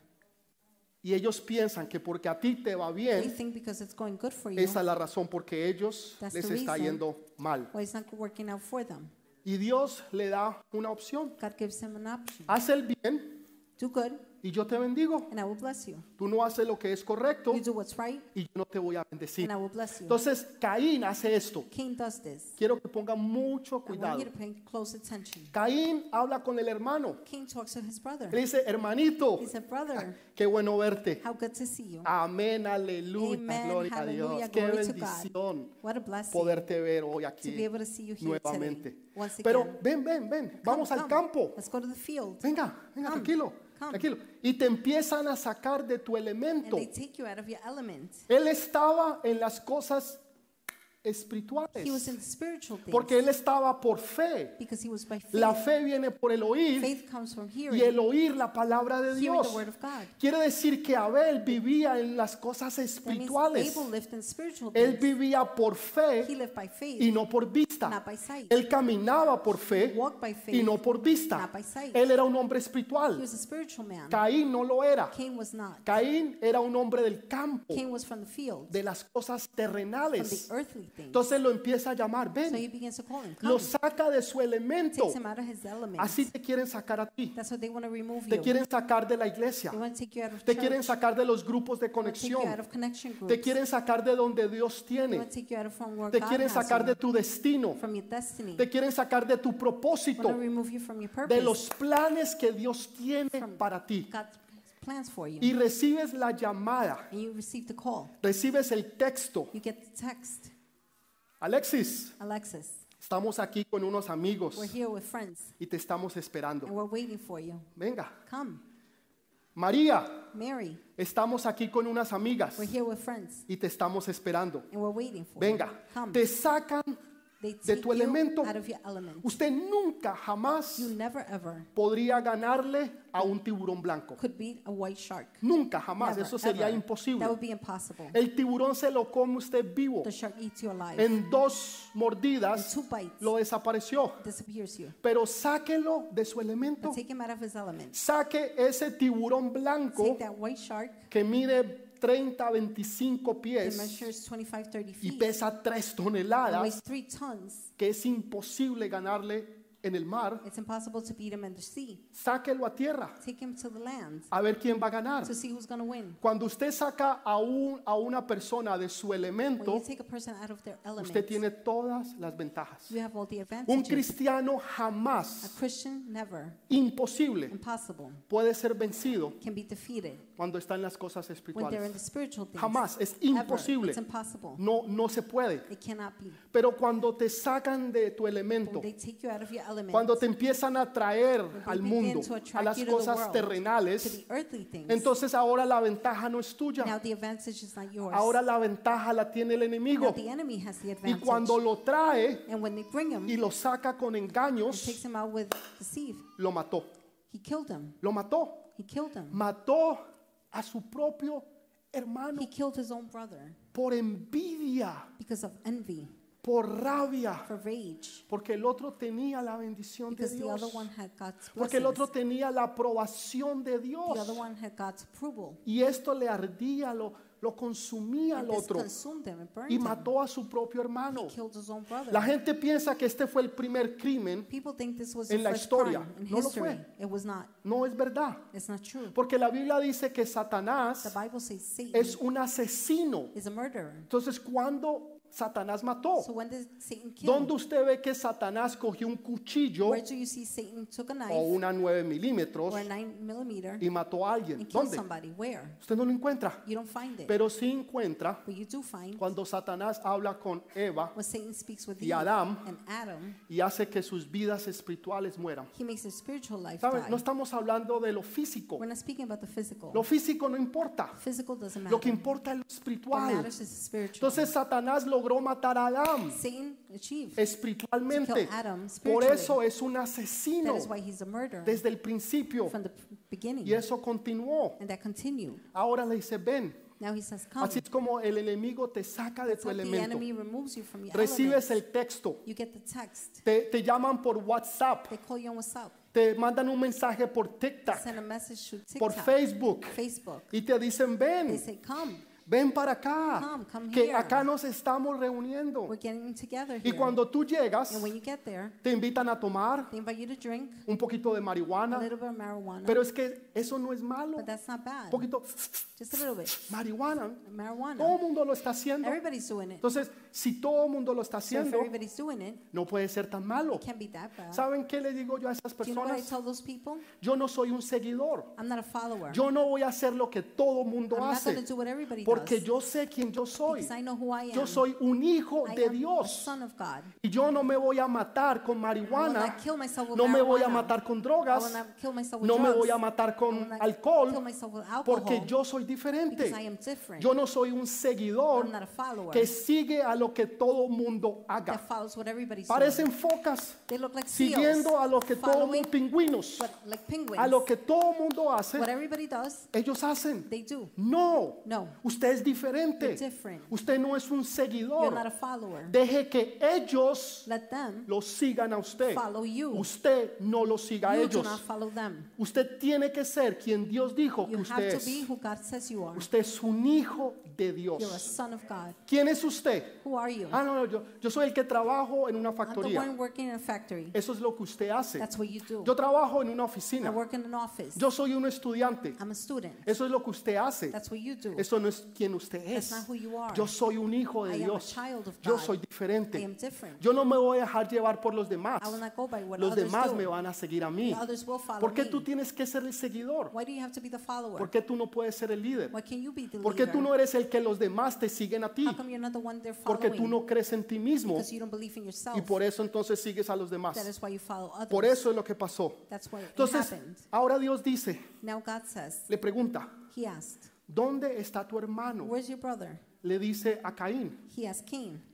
[SPEAKER 1] Y ellos piensan que porque a ti te va
[SPEAKER 2] They
[SPEAKER 1] bien,
[SPEAKER 2] think because it's going good for you,
[SPEAKER 1] esa es la razón porque ellos
[SPEAKER 2] That's
[SPEAKER 1] les
[SPEAKER 2] the
[SPEAKER 1] está
[SPEAKER 2] reason.
[SPEAKER 1] yendo mal.
[SPEAKER 2] well, it's not working out for them.
[SPEAKER 1] Y Dios le da una opción.
[SPEAKER 2] God gives them an option.
[SPEAKER 1] Haz el bien
[SPEAKER 2] Do good,
[SPEAKER 1] y yo te bendigo.
[SPEAKER 2] and I will bless you.
[SPEAKER 1] Tú no haces lo que es correcto
[SPEAKER 2] You do what's right,
[SPEAKER 1] y yo no te voy a bendecir.
[SPEAKER 2] and I will bless you.
[SPEAKER 1] Entonces Caín hace esto.
[SPEAKER 2] Cain does this.
[SPEAKER 1] Quiero que pongan mucho
[SPEAKER 2] I want
[SPEAKER 1] cuidado.
[SPEAKER 2] you to pay close attention.
[SPEAKER 1] Caín habla con el hermano.
[SPEAKER 2] Cain talks to his brother.
[SPEAKER 1] Le dice, hermanito,
[SPEAKER 2] He said, brother,
[SPEAKER 1] qué bueno verte.
[SPEAKER 2] how good to see you.
[SPEAKER 1] Amén, aleluya,
[SPEAKER 2] Amen,
[SPEAKER 1] gloria a
[SPEAKER 2] hallelujah,
[SPEAKER 1] Dios. Qué
[SPEAKER 2] glory to God.
[SPEAKER 1] bendición
[SPEAKER 2] What a blessing
[SPEAKER 1] poderte ver hoy
[SPEAKER 2] to be
[SPEAKER 1] aquí
[SPEAKER 2] able to see you here today.
[SPEAKER 1] nuevamente.
[SPEAKER 2] Once again.
[SPEAKER 1] Pero ven, ven, ven, vamos
[SPEAKER 2] Come,
[SPEAKER 1] al
[SPEAKER 2] come.
[SPEAKER 1] campo.
[SPEAKER 2] Let's go to the field.
[SPEAKER 1] Venga, venga,
[SPEAKER 2] Come,
[SPEAKER 1] tranquilo,
[SPEAKER 2] come.
[SPEAKER 1] tranquilo. Y te empiezan a sacar de tu
[SPEAKER 2] And
[SPEAKER 1] elemento.
[SPEAKER 2] they take you out of your element.
[SPEAKER 1] Él estaba en las cosas
[SPEAKER 2] He was
[SPEAKER 1] espirituales,
[SPEAKER 2] in the spiritual things
[SPEAKER 1] porque él estaba por fe.
[SPEAKER 2] because he was by faith.
[SPEAKER 1] La fe viene por el oír
[SPEAKER 2] faith comes from hearing,
[SPEAKER 1] y el oír la palabra de
[SPEAKER 2] hearing the
[SPEAKER 1] Dios.
[SPEAKER 2] word of God.
[SPEAKER 1] Quiere decir que Abel vivía en las cosas
[SPEAKER 2] That means
[SPEAKER 1] espirituales.
[SPEAKER 2] Abel lived in spiritual
[SPEAKER 1] Él
[SPEAKER 2] things.
[SPEAKER 1] vivía por
[SPEAKER 2] He
[SPEAKER 1] fe
[SPEAKER 2] lived by faith,
[SPEAKER 1] y no por vista.
[SPEAKER 2] not by sight.
[SPEAKER 1] Él caminaba por fe
[SPEAKER 2] walked by faith.
[SPEAKER 1] y no por vista.
[SPEAKER 2] not by sight.
[SPEAKER 1] Él era un hombre
[SPEAKER 2] He
[SPEAKER 1] espiritual.
[SPEAKER 2] was a spiritual man.
[SPEAKER 1] Caín no lo era.
[SPEAKER 2] Cain was not.
[SPEAKER 1] Caín era un hombre del campo,
[SPEAKER 2] Cain was from the field,
[SPEAKER 1] de las cosas
[SPEAKER 2] from the
[SPEAKER 1] terrenales.
[SPEAKER 2] earthly things.
[SPEAKER 1] Entonces lo empieza a llamar,
[SPEAKER 2] so he
[SPEAKER 1] ven,
[SPEAKER 2] begins to call him. Come.
[SPEAKER 1] lo saca de su elemento.
[SPEAKER 2] takes him out of his element.
[SPEAKER 1] Así te quieren sacar a ti.
[SPEAKER 2] That's what they want to remove
[SPEAKER 1] Te
[SPEAKER 2] you.
[SPEAKER 1] quieren sacar de la iglesia.
[SPEAKER 2] they want to take you out of
[SPEAKER 1] Te
[SPEAKER 2] church.
[SPEAKER 1] quieren sacar de los grupos de
[SPEAKER 2] They want to take you out
[SPEAKER 1] conexión.
[SPEAKER 2] of connection groups.
[SPEAKER 1] Te quieren sacar de donde Dios
[SPEAKER 2] they
[SPEAKER 1] tiene.
[SPEAKER 2] want to take you out of from where
[SPEAKER 1] Te
[SPEAKER 2] God
[SPEAKER 1] quieren
[SPEAKER 2] has
[SPEAKER 1] sacar
[SPEAKER 2] you,
[SPEAKER 1] de tu destino.
[SPEAKER 2] from your destiny.
[SPEAKER 1] Te quieren sacar de tu
[SPEAKER 2] they want
[SPEAKER 1] propósito,
[SPEAKER 2] to remove you from your purpose.
[SPEAKER 1] de los planes que Dios tiene para ti.
[SPEAKER 2] God's plans for you.
[SPEAKER 1] Y recibes la llamada,
[SPEAKER 2] and you receive the call.
[SPEAKER 1] recibes el texto.
[SPEAKER 2] You get the text.
[SPEAKER 1] Alexis,
[SPEAKER 2] Alexis,
[SPEAKER 1] estamos aquí con unos amigos
[SPEAKER 2] we're here with friends
[SPEAKER 1] y te estamos
[SPEAKER 2] and
[SPEAKER 1] esperando.
[SPEAKER 2] we're waiting for you.
[SPEAKER 1] Venga.
[SPEAKER 2] Come.
[SPEAKER 1] María,
[SPEAKER 2] Mary,
[SPEAKER 1] estamos aquí con unas amigas
[SPEAKER 2] we're here with friends
[SPEAKER 1] y te estamos esperando.
[SPEAKER 2] and we're waiting for you.
[SPEAKER 1] Venga,
[SPEAKER 2] Come.
[SPEAKER 1] te sacan.
[SPEAKER 2] they
[SPEAKER 1] de
[SPEAKER 2] take
[SPEAKER 1] tu elemento.
[SPEAKER 2] you out of your element.
[SPEAKER 1] Usted nunca, jamás
[SPEAKER 2] You never ever
[SPEAKER 1] podría ganarle a un tiburón blanco.
[SPEAKER 2] could beat a white shark.
[SPEAKER 1] Nunca, jamás.
[SPEAKER 2] Never,
[SPEAKER 1] Eso sería
[SPEAKER 2] ever.
[SPEAKER 1] imposible.
[SPEAKER 2] That would be impossible.
[SPEAKER 1] El tiburón se lo come usted vivo.
[SPEAKER 2] The shark eats you alive.
[SPEAKER 1] En dos
[SPEAKER 2] In
[SPEAKER 1] mordidas
[SPEAKER 2] two bites.
[SPEAKER 1] lo desapareció.
[SPEAKER 2] disappears you.
[SPEAKER 1] Pero sáquelo de su elemento.
[SPEAKER 2] But take him out of his element.
[SPEAKER 1] Saque ese tiburón blanco
[SPEAKER 2] Take that white shark
[SPEAKER 1] que mide 30, 25
[SPEAKER 2] that
[SPEAKER 1] pies
[SPEAKER 2] measures 25, 30
[SPEAKER 1] y
[SPEAKER 2] feet
[SPEAKER 1] pesa 3
[SPEAKER 2] and
[SPEAKER 1] toneladas
[SPEAKER 2] weighs three tons.
[SPEAKER 1] que es imposible ganarle en el mar.
[SPEAKER 2] It's impossible to beat him in the sea.
[SPEAKER 1] Sáquelo a tierra.
[SPEAKER 2] Take him to the land
[SPEAKER 1] A ver quién va a ganar.
[SPEAKER 2] to see who's going to win.
[SPEAKER 1] Cuando usted saca a, un- a una persona de su
[SPEAKER 2] When you
[SPEAKER 1] elemento,
[SPEAKER 2] take a person out of their
[SPEAKER 1] usted
[SPEAKER 2] element,
[SPEAKER 1] tiene todas las ventajas.
[SPEAKER 2] you have all the
[SPEAKER 1] Un
[SPEAKER 2] advantages.
[SPEAKER 1] cristiano
[SPEAKER 2] A
[SPEAKER 1] jamás,
[SPEAKER 2] Christian never,
[SPEAKER 1] imposible,
[SPEAKER 2] impossible,
[SPEAKER 1] puede ser vencido
[SPEAKER 2] can be defeated
[SPEAKER 1] cuando está en las cosas
[SPEAKER 2] when they're in the
[SPEAKER 1] espirituales.
[SPEAKER 2] spiritual things.
[SPEAKER 1] Jamás, es
[SPEAKER 2] Ever.
[SPEAKER 1] imposible.
[SPEAKER 2] It's impossible.
[SPEAKER 1] No, no se puede.
[SPEAKER 2] It cannot be.
[SPEAKER 1] Pero cuando te sacan de tu elemento,
[SPEAKER 2] When they take you out of your element
[SPEAKER 1] cuando te empiezan a traer al mundo, a las cosas
[SPEAKER 2] to the
[SPEAKER 1] terrenales,
[SPEAKER 2] earthly things,
[SPEAKER 1] entonces ahora la ventaja no es
[SPEAKER 2] now
[SPEAKER 1] tuya.
[SPEAKER 2] the advantage is not yours.
[SPEAKER 1] Ahora la ventaja la tiene el
[SPEAKER 2] Now
[SPEAKER 1] enemigo.
[SPEAKER 2] the enemy has the
[SPEAKER 1] Y
[SPEAKER 2] advantage.
[SPEAKER 1] cuando lo trae
[SPEAKER 2] and when they bring him,
[SPEAKER 1] y lo saca con
[SPEAKER 2] and takes
[SPEAKER 1] engaños,
[SPEAKER 2] him out with deceive.
[SPEAKER 1] lo mató.
[SPEAKER 2] He killed him.
[SPEAKER 1] Lo mató.
[SPEAKER 2] He killed him.
[SPEAKER 1] Mató a su propio hermano
[SPEAKER 2] He killed his own brother
[SPEAKER 1] por envidia,
[SPEAKER 2] because of envy,
[SPEAKER 1] por rabia.
[SPEAKER 2] for rage,
[SPEAKER 1] Porque el otro tenía la bendición de
[SPEAKER 2] because the other
[SPEAKER 1] Dios.
[SPEAKER 2] one had God's
[SPEAKER 1] Porque el otro
[SPEAKER 2] blessings.
[SPEAKER 1] tenía la aprobación de
[SPEAKER 2] The other
[SPEAKER 1] Dios.
[SPEAKER 2] one had God's approval.
[SPEAKER 1] Y esto le ardía, lo, lo consumía al
[SPEAKER 2] And this
[SPEAKER 1] otro.
[SPEAKER 2] consumed him and burned
[SPEAKER 1] Y
[SPEAKER 2] him.
[SPEAKER 1] mató a su propio hermano.
[SPEAKER 2] He killed his own brother.
[SPEAKER 1] La gente piensa que este fue el primer crimen.
[SPEAKER 2] People think this was
[SPEAKER 1] en
[SPEAKER 2] the
[SPEAKER 1] la
[SPEAKER 2] first
[SPEAKER 1] historia.
[SPEAKER 2] crime in
[SPEAKER 1] No lo
[SPEAKER 2] history.
[SPEAKER 1] fue.
[SPEAKER 2] It was not.
[SPEAKER 1] No es verdad.
[SPEAKER 2] It's not true.
[SPEAKER 1] Porque la Biblia dice que
[SPEAKER 2] The
[SPEAKER 1] Satanás
[SPEAKER 2] Bible says Satan
[SPEAKER 1] es un asesino.
[SPEAKER 2] is a murderer.
[SPEAKER 1] Entonces, ¿cuándo Satanás mató?
[SPEAKER 2] So when did Satan kill?
[SPEAKER 1] Oh. ¿Dónde usted ve que Satanás cogió un cuchillo
[SPEAKER 2] Where do you see Satan took a knife
[SPEAKER 1] o una 9 milímetros
[SPEAKER 2] or a nine millimeter
[SPEAKER 1] y mató a alguien?
[SPEAKER 2] and killed
[SPEAKER 1] ¿Dónde?
[SPEAKER 2] somebody? Where?
[SPEAKER 1] Usted no lo encuentra.
[SPEAKER 2] You don't find it.
[SPEAKER 1] Pero sí encuentra
[SPEAKER 2] But you do find
[SPEAKER 1] cuando Satanás habla con Eva
[SPEAKER 2] when Satan speaks with
[SPEAKER 1] y
[SPEAKER 2] Eve
[SPEAKER 1] Adam.
[SPEAKER 2] and Adam,
[SPEAKER 1] y hace que sus vidas espirituales mueran.
[SPEAKER 2] he makes his spiritual life
[SPEAKER 1] ¿Sabe?
[SPEAKER 2] die.
[SPEAKER 1] No estamos hablando de lo físico.
[SPEAKER 2] We're not speaking about the physical.
[SPEAKER 1] Lo físico no importa.
[SPEAKER 2] physical doesn't matter.
[SPEAKER 1] Lo que importa es lo
[SPEAKER 2] what
[SPEAKER 1] espiritual.
[SPEAKER 2] matters is the spiritual.
[SPEAKER 1] Entonces Satanás logró matar a Adán
[SPEAKER 2] Satan achieved. To
[SPEAKER 1] espiritualmente.
[SPEAKER 2] kill Adam
[SPEAKER 1] Por
[SPEAKER 2] spiritually.
[SPEAKER 1] eso es un asesino
[SPEAKER 2] That is why he's a murderer
[SPEAKER 1] desde el principio.
[SPEAKER 2] from the p- beginning.
[SPEAKER 1] Y eso continuó.
[SPEAKER 2] And that continued.
[SPEAKER 1] Ahora le dice, ven.
[SPEAKER 2] Now he says, come.
[SPEAKER 1] Así es como el enemigo te saca de
[SPEAKER 2] That's
[SPEAKER 1] tu
[SPEAKER 2] how the
[SPEAKER 1] elemento.
[SPEAKER 2] enemy removes you from your element.
[SPEAKER 1] Recibes el texto.
[SPEAKER 2] You get the text.
[SPEAKER 1] Te, te llaman por WhatsApp.
[SPEAKER 2] They call you on WhatsApp.
[SPEAKER 1] Te mandan un mensaje por TikTok,
[SPEAKER 2] Send a message to TikTok,
[SPEAKER 1] por Facebook,
[SPEAKER 2] Facebook.
[SPEAKER 1] y te dicen,
[SPEAKER 2] They
[SPEAKER 1] ven,
[SPEAKER 2] say, come,
[SPEAKER 1] ven para acá,
[SPEAKER 2] Come, come
[SPEAKER 1] que
[SPEAKER 2] here.
[SPEAKER 1] acá nos estamos reuniendo.
[SPEAKER 2] we're getting together
[SPEAKER 1] Y
[SPEAKER 2] here.
[SPEAKER 1] cuando tú llegas,
[SPEAKER 2] and when you get there,
[SPEAKER 1] te invitan a tomar
[SPEAKER 2] they invite you to drink
[SPEAKER 1] un poquito de
[SPEAKER 2] a
[SPEAKER 1] marihuana,
[SPEAKER 2] little bit of marijuana,
[SPEAKER 1] pero es que eso no es malo.
[SPEAKER 2] but that's not bad.
[SPEAKER 1] Un poquito
[SPEAKER 2] Just a little bit.
[SPEAKER 1] marihuana,
[SPEAKER 2] Marijuana.
[SPEAKER 1] todo el mundo lo está haciendo.
[SPEAKER 2] Everybody's doing it.
[SPEAKER 1] Entonces, si todo el mundo lo está
[SPEAKER 2] So if
[SPEAKER 1] haciendo,
[SPEAKER 2] everybody's doing it,
[SPEAKER 1] no puede ser tan malo.
[SPEAKER 2] it can't be that bad.
[SPEAKER 1] ¿Saben qué le digo yo a esas
[SPEAKER 2] Do you know what I
[SPEAKER 1] personas?
[SPEAKER 2] tell those people?
[SPEAKER 1] Yo no soy un seguidor.
[SPEAKER 2] I'm not a follower.
[SPEAKER 1] Yo no voy a hacer lo que todo mundo
[SPEAKER 2] I'm not going to
[SPEAKER 1] hace,
[SPEAKER 2] do what everybody
[SPEAKER 1] porque
[SPEAKER 2] does.
[SPEAKER 1] yo sé quién yo soy.
[SPEAKER 2] because I know who I am.
[SPEAKER 1] Yo soy un hijo
[SPEAKER 2] I
[SPEAKER 1] de
[SPEAKER 2] am a
[SPEAKER 1] Dios.
[SPEAKER 2] son of God.
[SPEAKER 1] Y yo no me voy a matar con
[SPEAKER 2] I will
[SPEAKER 1] marihuana,
[SPEAKER 2] not kill myself with
[SPEAKER 1] no me voy a
[SPEAKER 2] marijuana.
[SPEAKER 1] matar con
[SPEAKER 2] I will
[SPEAKER 1] drogas,
[SPEAKER 2] not kill myself with
[SPEAKER 1] no me
[SPEAKER 2] drugs.
[SPEAKER 1] voy a matar
[SPEAKER 2] I will
[SPEAKER 1] con
[SPEAKER 2] not kill
[SPEAKER 1] alcohol,
[SPEAKER 2] myself with alcohol
[SPEAKER 1] porque yo soy
[SPEAKER 2] because I
[SPEAKER 1] diferente.
[SPEAKER 2] am different.
[SPEAKER 1] Yo no soy un seguidor
[SPEAKER 2] I'm not a follower
[SPEAKER 1] que sigue a lo que todo mundo
[SPEAKER 2] that
[SPEAKER 1] haga.
[SPEAKER 2] follows what everybody's doing.
[SPEAKER 1] Parecen focas
[SPEAKER 2] They look like seals,
[SPEAKER 1] siguiendo a lo que todo
[SPEAKER 2] following
[SPEAKER 1] mundo, pingüinos,
[SPEAKER 2] what, like penguins.
[SPEAKER 1] a lo que todo mundo hace,
[SPEAKER 2] what everybody does,
[SPEAKER 1] ellos hacen.
[SPEAKER 2] they do.
[SPEAKER 1] No,
[SPEAKER 2] No.
[SPEAKER 1] usted es diferente.
[SPEAKER 2] You're different.
[SPEAKER 1] Usted no es un
[SPEAKER 2] You're not a
[SPEAKER 1] seguidor.
[SPEAKER 2] follower.
[SPEAKER 1] Deje que ellos
[SPEAKER 2] Let them
[SPEAKER 1] lo sigan a usted.
[SPEAKER 2] follow you.
[SPEAKER 1] Usted no lo siga a
[SPEAKER 2] you do not
[SPEAKER 1] ellos.
[SPEAKER 2] follow them.
[SPEAKER 1] Usted tiene que ser quien Dios dijo que
[SPEAKER 2] You have
[SPEAKER 1] usted
[SPEAKER 2] to be
[SPEAKER 1] es.
[SPEAKER 2] who God says you are.
[SPEAKER 1] Usted es un hijo de
[SPEAKER 2] You're a
[SPEAKER 1] Dios.
[SPEAKER 2] son of God.
[SPEAKER 1] ¿Quién es usted?
[SPEAKER 2] Who are you?
[SPEAKER 1] Ah, no, no, yo, yo soy el que trabajo en una
[SPEAKER 2] I'm the
[SPEAKER 1] factoría.
[SPEAKER 2] one working in a factory.
[SPEAKER 1] Eso es lo que usted hace.
[SPEAKER 2] That's what you do.
[SPEAKER 1] Yo trabajo en una
[SPEAKER 2] I
[SPEAKER 1] oficina.
[SPEAKER 2] work in an office.
[SPEAKER 1] Yo soy un estudiante.
[SPEAKER 2] I'm a student.
[SPEAKER 1] Eso es lo que usted hace.
[SPEAKER 2] That's what you do.
[SPEAKER 1] Eso no es quien usted es.
[SPEAKER 2] That's not who you are.
[SPEAKER 1] Yo soy un hijo de
[SPEAKER 2] I am a
[SPEAKER 1] Dios.
[SPEAKER 2] child of
[SPEAKER 1] Yo
[SPEAKER 2] God.
[SPEAKER 1] soy
[SPEAKER 2] I am
[SPEAKER 1] diferente.
[SPEAKER 2] different.
[SPEAKER 1] Yo no me voy a dejar llevar por los demás.
[SPEAKER 2] I will not go by what
[SPEAKER 1] Los
[SPEAKER 2] others
[SPEAKER 1] demás
[SPEAKER 2] do.
[SPEAKER 1] me van a seguir a mí.
[SPEAKER 2] The others will follow
[SPEAKER 1] ¿Por qué
[SPEAKER 2] me.
[SPEAKER 1] tú tienes que ser el seguidor?
[SPEAKER 2] Why do you have to be the follower?
[SPEAKER 1] ¿Por qué tú no puedes ser el líder?
[SPEAKER 2] Why can you be the
[SPEAKER 1] ¿Por qué
[SPEAKER 2] leader?
[SPEAKER 1] tú no eres el que los demás te siguen a ti?
[SPEAKER 2] How come you're not the one they're following?
[SPEAKER 1] Porque tú no crees en ti mismo
[SPEAKER 2] Because you don't believe in yourself.
[SPEAKER 1] y por eso entonces sigues a los
[SPEAKER 2] that
[SPEAKER 1] demás.
[SPEAKER 2] is why you follow others.
[SPEAKER 1] Por eso es lo que pasó.
[SPEAKER 2] That's why it
[SPEAKER 1] Entonces,
[SPEAKER 2] happened.
[SPEAKER 1] ahora Dios dice,
[SPEAKER 2] Now God says,
[SPEAKER 1] le pregunta,
[SPEAKER 2] He asked,
[SPEAKER 1] ¿dónde está tu hermano?
[SPEAKER 2] Where's your brother?
[SPEAKER 1] Le dice a Caín.
[SPEAKER 2] He asked Cain.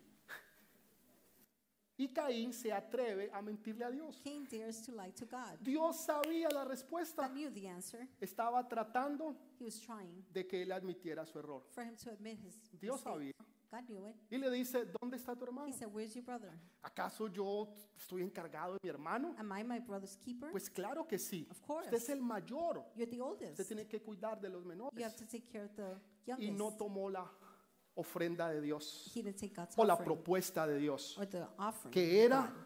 [SPEAKER 1] Y Caín se atreve a mentirle a Dios.
[SPEAKER 2] Cain dares to lie to God.
[SPEAKER 1] Dios sabía la respuesta.
[SPEAKER 2] God knew the answer.
[SPEAKER 1] Estaba tratando
[SPEAKER 2] He was trying
[SPEAKER 1] de que él admitiera su error.
[SPEAKER 2] for him to admit his
[SPEAKER 1] Dios
[SPEAKER 2] mistake.
[SPEAKER 1] sabía.
[SPEAKER 2] God knew it.
[SPEAKER 1] Y le dice, ¿dónde está tu
[SPEAKER 2] He
[SPEAKER 1] hermano?
[SPEAKER 2] said, Where's your brother?
[SPEAKER 1] ¿Acaso yo estoy encargado de mi hermano?
[SPEAKER 2] Am I my brother's keeper?
[SPEAKER 1] Pues claro que sí.
[SPEAKER 2] "Ah, Of course.
[SPEAKER 1] Usted es el mayor.
[SPEAKER 2] You're the oldest.
[SPEAKER 1] Usted tiene que cuidar de los
[SPEAKER 2] You have
[SPEAKER 1] menores.
[SPEAKER 2] to take care of the
[SPEAKER 1] Y
[SPEAKER 2] youngest.
[SPEAKER 1] no tomó la ofrenda de Dios
[SPEAKER 2] he didn't take God's
[SPEAKER 1] o la
[SPEAKER 2] offering
[SPEAKER 1] propuesta de Dios,
[SPEAKER 2] or the offering
[SPEAKER 1] que
[SPEAKER 2] of
[SPEAKER 1] era,
[SPEAKER 2] God.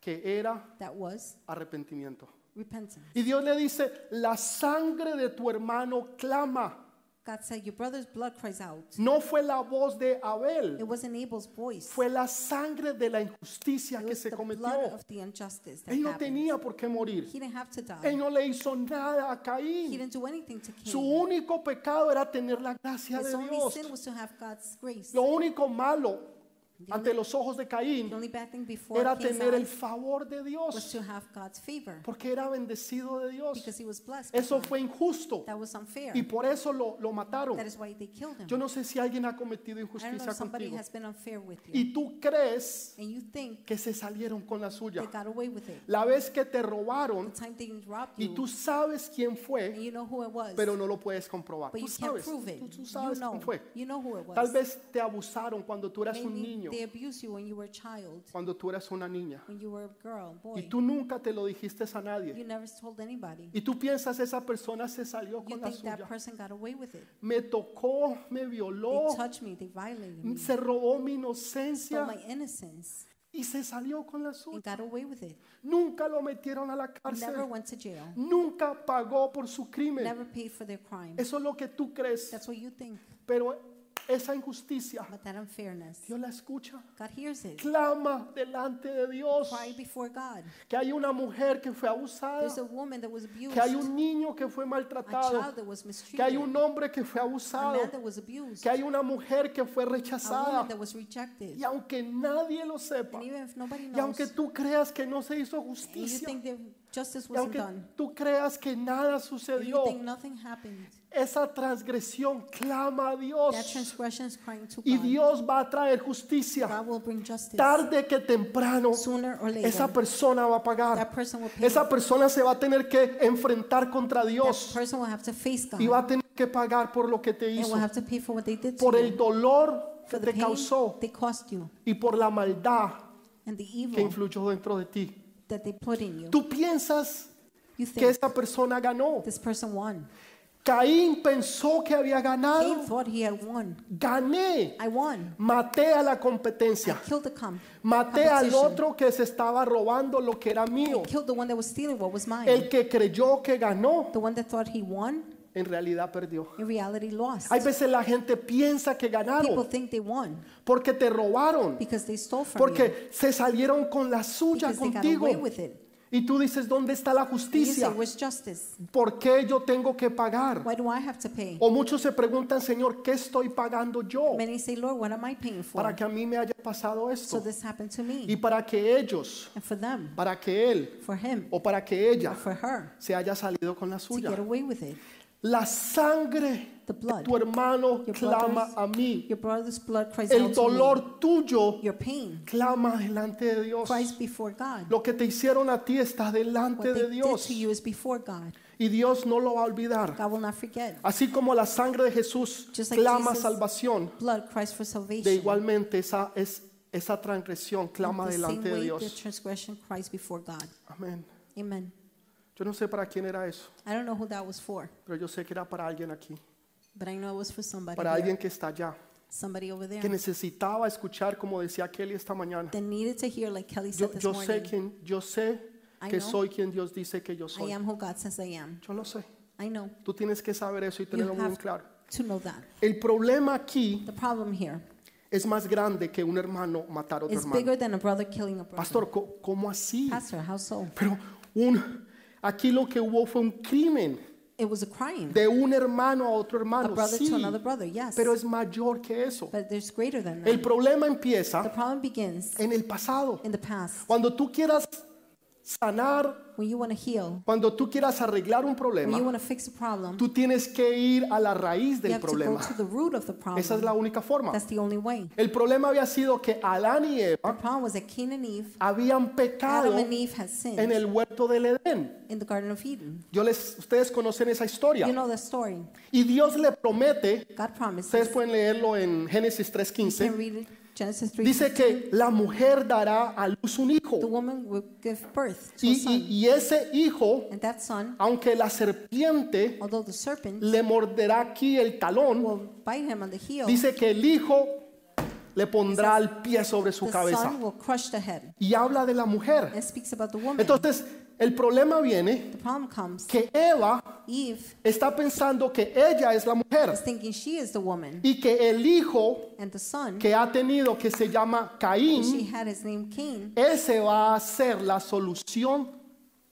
[SPEAKER 1] que era
[SPEAKER 2] that was
[SPEAKER 1] arrepentimiento.
[SPEAKER 2] repentance.
[SPEAKER 1] Y Dios le dice, la sangre de tu hermano clama.
[SPEAKER 2] God said, Your brother's blood cries out.
[SPEAKER 1] No fue la voz de Abel,
[SPEAKER 2] It wasn't Abel's voice.
[SPEAKER 1] fue la sangre de la
[SPEAKER 2] it
[SPEAKER 1] injusticia que
[SPEAKER 2] was
[SPEAKER 1] se
[SPEAKER 2] the blood
[SPEAKER 1] cometió.
[SPEAKER 2] of the injustice that
[SPEAKER 1] Él no
[SPEAKER 2] happened.
[SPEAKER 1] tenía por qué morir.
[SPEAKER 2] He didn't have to die.
[SPEAKER 1] Él no le hizo nada a
[SPEAKER 2] he
[SPEAKER 1] Caín.
[SPEAKER 2] didn't do anything to Cain.
[SPEAKER 1] Su único pecado era tener la gracia
[SPEAKER 2] His
[SPEAKER 1] de
[SPEAKER 2] only
[SPEAKER 1] Dios.
[SPEAKER 2] sin was to have God's grace.
[SPEAKER 1] Lo único malo ante los ojos de
[SPEAKER 2] the
[SPEAKER 1] Caín
[SPEAKER 2] only bad thing before
[SPEAKER 1] era
[SPEAKER 2] Cain's
[SPEAKER 1] tener el
[SPEAKER 2] eyes
[SPEAKER 1] favor de
[SPEAKER 2] was
[SPEAKER 1] Dios,
[SPEAKER 2] to have God's favor
[SPEAKER 1] porque era bendecido de Dios.
[SPEAKER 2] because he was blessed. by
[SPEAKER 1] Eso
[SPEAKER 2] God.
[SPEAKER 1] fue injusto
[SPEAKER 2] that was unfair.
[SPEAKER 1] y por eso lo, lo
[SPEAKER 2] that
[SPEAKER 1] mataron.
[SPEAKER 2] is why they killed him.
[SPEAKER 1] Yo no sé si alguien ha cometido
[SPEAKER 2] I don't know
[SPEAKER 1] injusticia
[SPEAKER 2] if somebody
[SPEAKER 1] contigo
[SPEAKER 2] has been unfair with you.
[SPEAKER 1] y tú crees
[SPEAKER 2] and you think
[SPEAKER 1] que se salieron con la suya.
[SPEAKER 2] they got away with it.
[SPEAKER 1] La vez que te
[SPEAKER 2] The
[SPEAKER 1] robaron
[SPEAKER 2] time they robbed
[SPEAKER 1] y
[SPEAKER 2] you,
[SPEAKER 1] tú sabes quién
[SPEAKER 2] and
[SPEAKER 1] fue,
[SPEAKER 2] you know who it was,
[SPEAKER 1] pero no lo puedes comprobar.
[SPEAKER 2] but
[SPEAKER 1] Tú
[SPEAKER 2] you can't
[SPEAKER 1] sabes,
[SPEAKER 2] prove it.
[SPEAKER 1] tú, tú
[SPEAKER 2] you
[SPEAKER 1] sabes
[SPEAKER 2] know,
[SPEAKER 1] quién fue.
[SPEAKER 2] you know who it was.
[SPEAKER 1] Tal vez te abusaron cuando tú eras un
[SPEAKER 2] Maybe
[SPEAKER 1] niño,
[SPEAKER 2] They abused you when you were a child,
[SPEAKER 1] cuando tú eras una niña.
[SPEAKER 2] when you were a girl, boy.
[SPEAKER 1] Y tú nunca te lo dijiste a nadie.
[SPEAKER 2] you never told anybody.
[SPEAKER 1] Y tú piensas, esa persona se salió
[SPEAKER 2] You
[SPEAKER 1] con la
[SPEAKER 2] think that
[SPEAKER 1] suya.
[SPEAKER 2] person got away with it.
[SPEAKER 1] Me tocó, me violó, mm,
[SPEAKER 2] They touched me, they violated me,
[SPEAKER 1] se robó mi
[SPEAKER 2] stole
[SPEAKER 1] inocencia
[SPEAKER 2] my innocence,
[SPEAKER 1] y se salió con la
[SPEAKER 2] and
[SPEAKER 1] suya.
[SPEAKER 2] got away with it.
[SPEAKER 1] Nunca lo metieron a la
[SPEAKER 2] Never
[SPEAKER 1] cárcel.
[SPEAKER 2] went to jail,
[SPEAKER 1] Nunca pagó por su crimen.
[SPEAKER 2] never paid for their crime.
[SPEAKER 1] Eso es lo que tú crees.
[SPEAKER 2] That's what you think,
[SPEAKER 1] Pero esa injusticia,
[SPEAKER 2] but that unfairness.
[SPEAKER 1] Dios la escucha.
[SPEAKER 2] God hears it.
[SPEAKER 1] Clama delante de Dios
[SPEAKER 2] Cry before God.
[SPEAKER 1] que hay una mujer que fue abusada,
[SPEAKER 2] There's a woman that was abused,
[SPEAKER 1] Ah. que hay un niño que fue
[SPEAKER 2] a child
[SPEAKER 1] maltratado,
[SPEAKER 2] that was
[SPEAKER 1] que hay un
[SPEAKER 2] mistreated,
[SPEAKER 1] hombre que fue
[SPEAKER 2] a man
[SPEAKER 1] abusado,
[SPEAKER 2] that was abused,
[SPEAKER 1] que hay una mujer que fue
[SPEAKER 2] a woman
[SPEAKER 1] rechazada.
[SPEAKER 2] that was rejected.
[SPEAKER 1] Y aunque nadie lo sepa,
[SPEAKER 2] And even if nobody
[SPEAKER 1] y aunque
[SPEAKER 2] knows,
[SPEAKER 1] tú creas que no se hizo
[SPEAKER 2] and you
[SPEAKER 1] justicia,
[SPEAKER 2] think that justice
[SPEAKER 1] y
[SPEAKER 2] wasn't
[SPEAKER 1] aunque
[SPEAKER 2] done,
[SPEAKER 1] tú creas que nada
[SPEAKER 2] and you
[SPEAKER 1] sucedió,
[SPEAKER 2] think nothing happened,
[SPEAKER 1] esa transgresión clama a
[SPEAKER 2] that
[SPEAKER 1] Dios
[SPEAKER 2] transgression is crying to
[SPEAKER 1] y
[SPEAKER 2] God.
[SPEAKER 1] Dios va a traer justicia.
[SPEAKER 2] God will bring justice.
[SPEAKER 1] Tarde que temprano,
[SPEAKER 2] Sooner or later,
[SPEAKER 1] esa persona va a pagar.
[SPEAKER 2] that person will pay.
[SPEAKER 1] Esa persona se va a tener que enfrentar contra
[SPEAKER 2] that
[SPEAKER 1] Dios
[SPEAKER 2] person will have to face God
[SPEAKER 1] y va a tener que pagar por lo que te
[SPEAKER 2] and will
[SPEAKER 1] hizo,
[SPEAKER 2] have to pay for what they did
[SPEAKER 1] por
[SPEAKER 2] to you,
[SPEAKER 1] el dolor
[SPEAKER 2] for
[SPEAKER 1] que te
[SPEAKER 2] the pain
[SPEAKER 1] causó
[SPEAKER 2] they caused you,
[SPEAKER 1] y por la maldad
[SPEAKER 2] and the
[SPEAKER 1] que
[SPEAKER 2] evil
[SPEAKER 1] influyó dentro de ti.
[SPEAKER 2] that they put in you.
[SPEAKER 1] Tú piensas
[SPEAKER 2] You
[SPEAKER 1] que
[SPEAKER 2] think
[SPEAKER 1] esa persona ganó.
[SPEAKER 2] this person won.
[SPEAKER 1] Caín pensó que había
[SPEAKER 2] Cain
[SPEAKER 1] ganado.
[SPEAKER 2] thought he had won.
[SPEAKER 1] Gané.
[SPEAKER 2] I won.
[SPEAKER 1] Maté a la
[SPEAKER 2] I
[SPEAKER 1] competencia.
[SPEAKER 2] killed the com.
[SPEAKER 1] Maté al
[SPEAKER 2] competition.
[SPEAKER 1] otro que se estaba robando lo que era
[SPEAKER 2] I
[SPEAKER 1] mío.
[SPEAKER 2] killed the one that was stealing what was mine.
[SPEAKER 1] El que creyó que ganó,
[SPEAKER 2] the one that thought he won,
[SPEAKER 1] en realidad perdió.
[SPEAKER 2] in reality lost.
[SPEAKER 1] Hay veces la gente piensa que
[SPEAKER 2] People
[SPEAKER 1] ganaron
[SPEAKER 2] think they won
[SPEAKER 1] porque te robaron,
[SPEAKER 2] because they stole from you.
[SPEAKER 1] porque se salieron con la suya
[SPEAKER 2] Because they got
[SPEAKER 1] contigo.
[SPEAKER 2] away with it.
[SPEAKER 1] Y tú dices, ¿dónde está la
[SPEAKER 2] And you say,
[SPEAKER 1] justicia?
[SPEAKER 2] where's justice?
[SPEAKER 1] ¿Por qué yo tengo que pagar?
[SPEAKER 2] Why do I have to pay?
[SPEAKER 1] O muchos se preguntan, Señor, ¿qué estoy pagando yo
[SPEAKER 2] Many say, Lord, what am I paying
[SPEAKER 1] Oh. para
[SPEAKER 2] for?
[SPEAKER 1] que a mí me haya pasado
[SPEAKER 2] So
[SPEAKER 1] esto?
[SPEAKER 2] this happened to
[SPEAKER 1] Y
[SPEAKER 2] me
[SPEAKER 1] para que ellos,
[SPEAKER 2] and for them,
[SPEAKER 1] para que él
[SPEAKER 2] for him,
[SPEAKER 1] o para que ella
[SPEAKER 2] for her
[SPEAKER 1] se haya salido con la
[SPEAKER 2] to
[SPEAKER 1] suya.
[SPEAKER 2] get away with it.
[SPEAKER 1] La sangre
[SPEAKER 2] The
[SPEAKER 1] de
[SPEAKER 2] blood.
[SPEAKER 1] tu hermano
[SPEAKER 2] Your
[SPEAKER 1] clama
[SPEAKER 2] brothers.
[SPEAKER 1] a mí.
[SPEAKER 2] Your brother's blood cries
[SPEAKER 1] El
[SPEAKER 2] out to me.
[SPEAKER 1] dolor tuyo
[SPEAKER 2] Your pain
[SPEAKER 1] clama delante de Dios.
[SPEAKER 2] cries before God.
[SPEAKER 1] Lo que te hicieron a ti está delante
[SPEAKER 2] What they
[SPEAKER 1] de
[SPEAKER 2] did
[SPEAKER 1] Dios
[SPEAKER 2] to you is before God.
[SPEAKER 1] y Dios no lo va a olvidar.
[SPEAKER 2] God will not forget.
[SPEAKER 1] Así como la sangre de Jesús
[SPEAKER 2] Just like
[SPEAKER 1] clama
[SPEAKER 2] Jesus.
[SPEAKER 1] salvación,
[SPEAKER 2] Blood cries
[SPEAKER 1] de
[SPEAKER 2] for salvation.
[SPEAKER 1] igualmente esa es esa transgresión clama
[SPEAKER 2] the same
[SPEAKER 1] delante de
[SPEAKER 2] way the
[SPEAKER 1] Dios.
[SPEAKER 2] transgression cries before God.
[SPEAKER 1] Amén.
[SPEAKER 2] Amen.
[SPEAKER 1] Yo no sé para quién era eso,
[SPEAKER 2] I don't know who that was for,
[SPEAKER 1] pero yo sé que era para alguien aquí,
[SPEAKER 2] but I know it was for somebody.
[SPEAKER 1] para
[SPEAKER 2] here.
[SPEAKER 1] alguien que está allá,
[SPEAKER 2] somebody over there
[SPEAKER 1] que necesitaba escuchar como decía Kelly esta mañana.
[SPEAKER 2] that needed to hear, like Kelly said
[SPEAKER 1] Yo,
[SPEAKER 2] this
[SPEAKER 1] yo sé
[SPEAKER 2] morning.
[SPEAKER 1] quién, yo sé
[SPEAKER 2] I
[SPEAKER 1] que
[SPEAKER 2] know.
[SPEAKER 1] soy quien Dios dice que yo
[SPEAKER 2] I
[SPEAKER 1] soy.
[SPEAKER 2] am who God says I am.
[SPEAKER 1] Yo lo sé.
[SPEAKER 2] I know.
[SPEAKER 1] Tú tienes que saber eso y
[SPEAKER 2] You
[SPEAKER 1] tenerlo muy
[SPEAKER 2] have
[SPEAKER 1] claro.
[SPEAKER 2] to know that.
[SPEAKER 1] El problema aquí
[SPEAKER 2] The problem here
[SPEAKER 1] es más grande que un hermano matar a otro
[SPEAKER 2] is
[SPEAKER 1] hermano.
[SPEAKER 2] bigger than a brother killing a brother.
[SPEAKER 1] Pastor, co- ¿cómo así?
[SPEAKER 2] Pastor, how so?
[SPEAKER 1] Pero un aquí lo que hubo fue un crimen.
[SPEAKER 2] It was a crime.
[SPEAKER 1] de un hermano a otro
[SPEAKER 2] A
[SPEAKER 1] hermano,
[SPEAKER 2] brother
[SPEAKER 1] sí,
[SPEAKER 2] to another brother, yes.
[SPEAKER 1] pero es mayor que eso.
[SPEAKER 2] but there's greater than that.
[SPEAKER 1] El problema
[SPEAKER 2] the
[SPEAKER 1] empieza
[SPEAKER 2] problem begins
[SPEAKER 1] en el pasado.
[SPEAKER 2] in the past.
[SPEAKER 1] Cuando tú quieras sanar,
[SPEAKER 2] When you want to heal,
[SPEAKER 1] cuando tú quieras arreglar un
[SPEAKER 2] when you
[SPEAKER 1] problema,
[SPEAKER 2] want to fix a problem,
[SPEAKER 1] tú tienes que ir a la raíz
[SPEAKER 2] you
[SPEAKER 1] del
[SPEAKER 2] have to go
[SPEAKER 1] problema.
[SPEAKER 2] to the root of the problem.
[SPEAKER 1] Esa es la única forma.
[SPEAKER 2] That's the only way.
[SPEAKER 1] El problema había sido que Adán y
[SPEAKER 2] The
[SPEAKER 1] Eva
[SPEAKER 2] problem was that Cain and Eve,
[SPEAKER 1] habían pecado
[SPEAKER 2] Adam and Eve had sinned
[SPEAKER 1] en el huerto del Edén.
[SPEAKER 2] in the Garden of Eden.
[SPEAKER 1] Yo les, ustedes conocen esa
[SPEAKER 2] You
[SPEAKER 1] historia.
[SPEAKER 2] know the story.
[SPEAKER 1] Y Dios le promete,
[SPEAKER 2] God promises.
[SPEAKER 1] ustedes pueden leerlo en Génesis
[SPEAKER 2] You can
[SPEAKER 1] 3.15,
[SPEAKER 2] read it, Genesis 3.
[SPEAKER 1] Dice que la mujer dará a luz un hijo.
[SPEAKER 2] the woman will give birth to
[SPEAKER 1] Y,
[SPEAKER 2] a son.
[SPEAKER 1] y- y ese hijo,
[SPEAKER 2] and that son,
[SPEAKER 1] aunque la serpiente
[SPEAKER 2] although the serpent
[SPEAKER 1] le morderá aquí el talón,
[SPEAKER 2] will bite him on the heel,
[SPEAKER 1] dice que el hijo le pondrá el pie sobre su
[SPEAKER 2] the
[SPEAKER 1] cabeza.
[SPEAKER 2] son will crush the head.
[SPEAKER 1] Y habla de la mujer.
[SPEAKER 2] And speaks about the woman.
[SPEAKER 1] Entonces, el problema viene
[SPEAKER 2] the problem comes.
[SPEAKER 1] que Eva
[SPEAKER 2] Eve
[SPEAKER 1] está pensando que ella es la mujer
[SPEAKER 2] is thinking she is the woman.
[SPEAKER 1] y que el hijo
[SPEAKER 2] And the son,
[SPEAKER 1] que ha tenido, que se llama
[SPEAKER 2] she
[SPEAKER 1] Caín,
[SPEAKER 2] had his name Cain,
[SPEAKER 1] ese va a ser la solución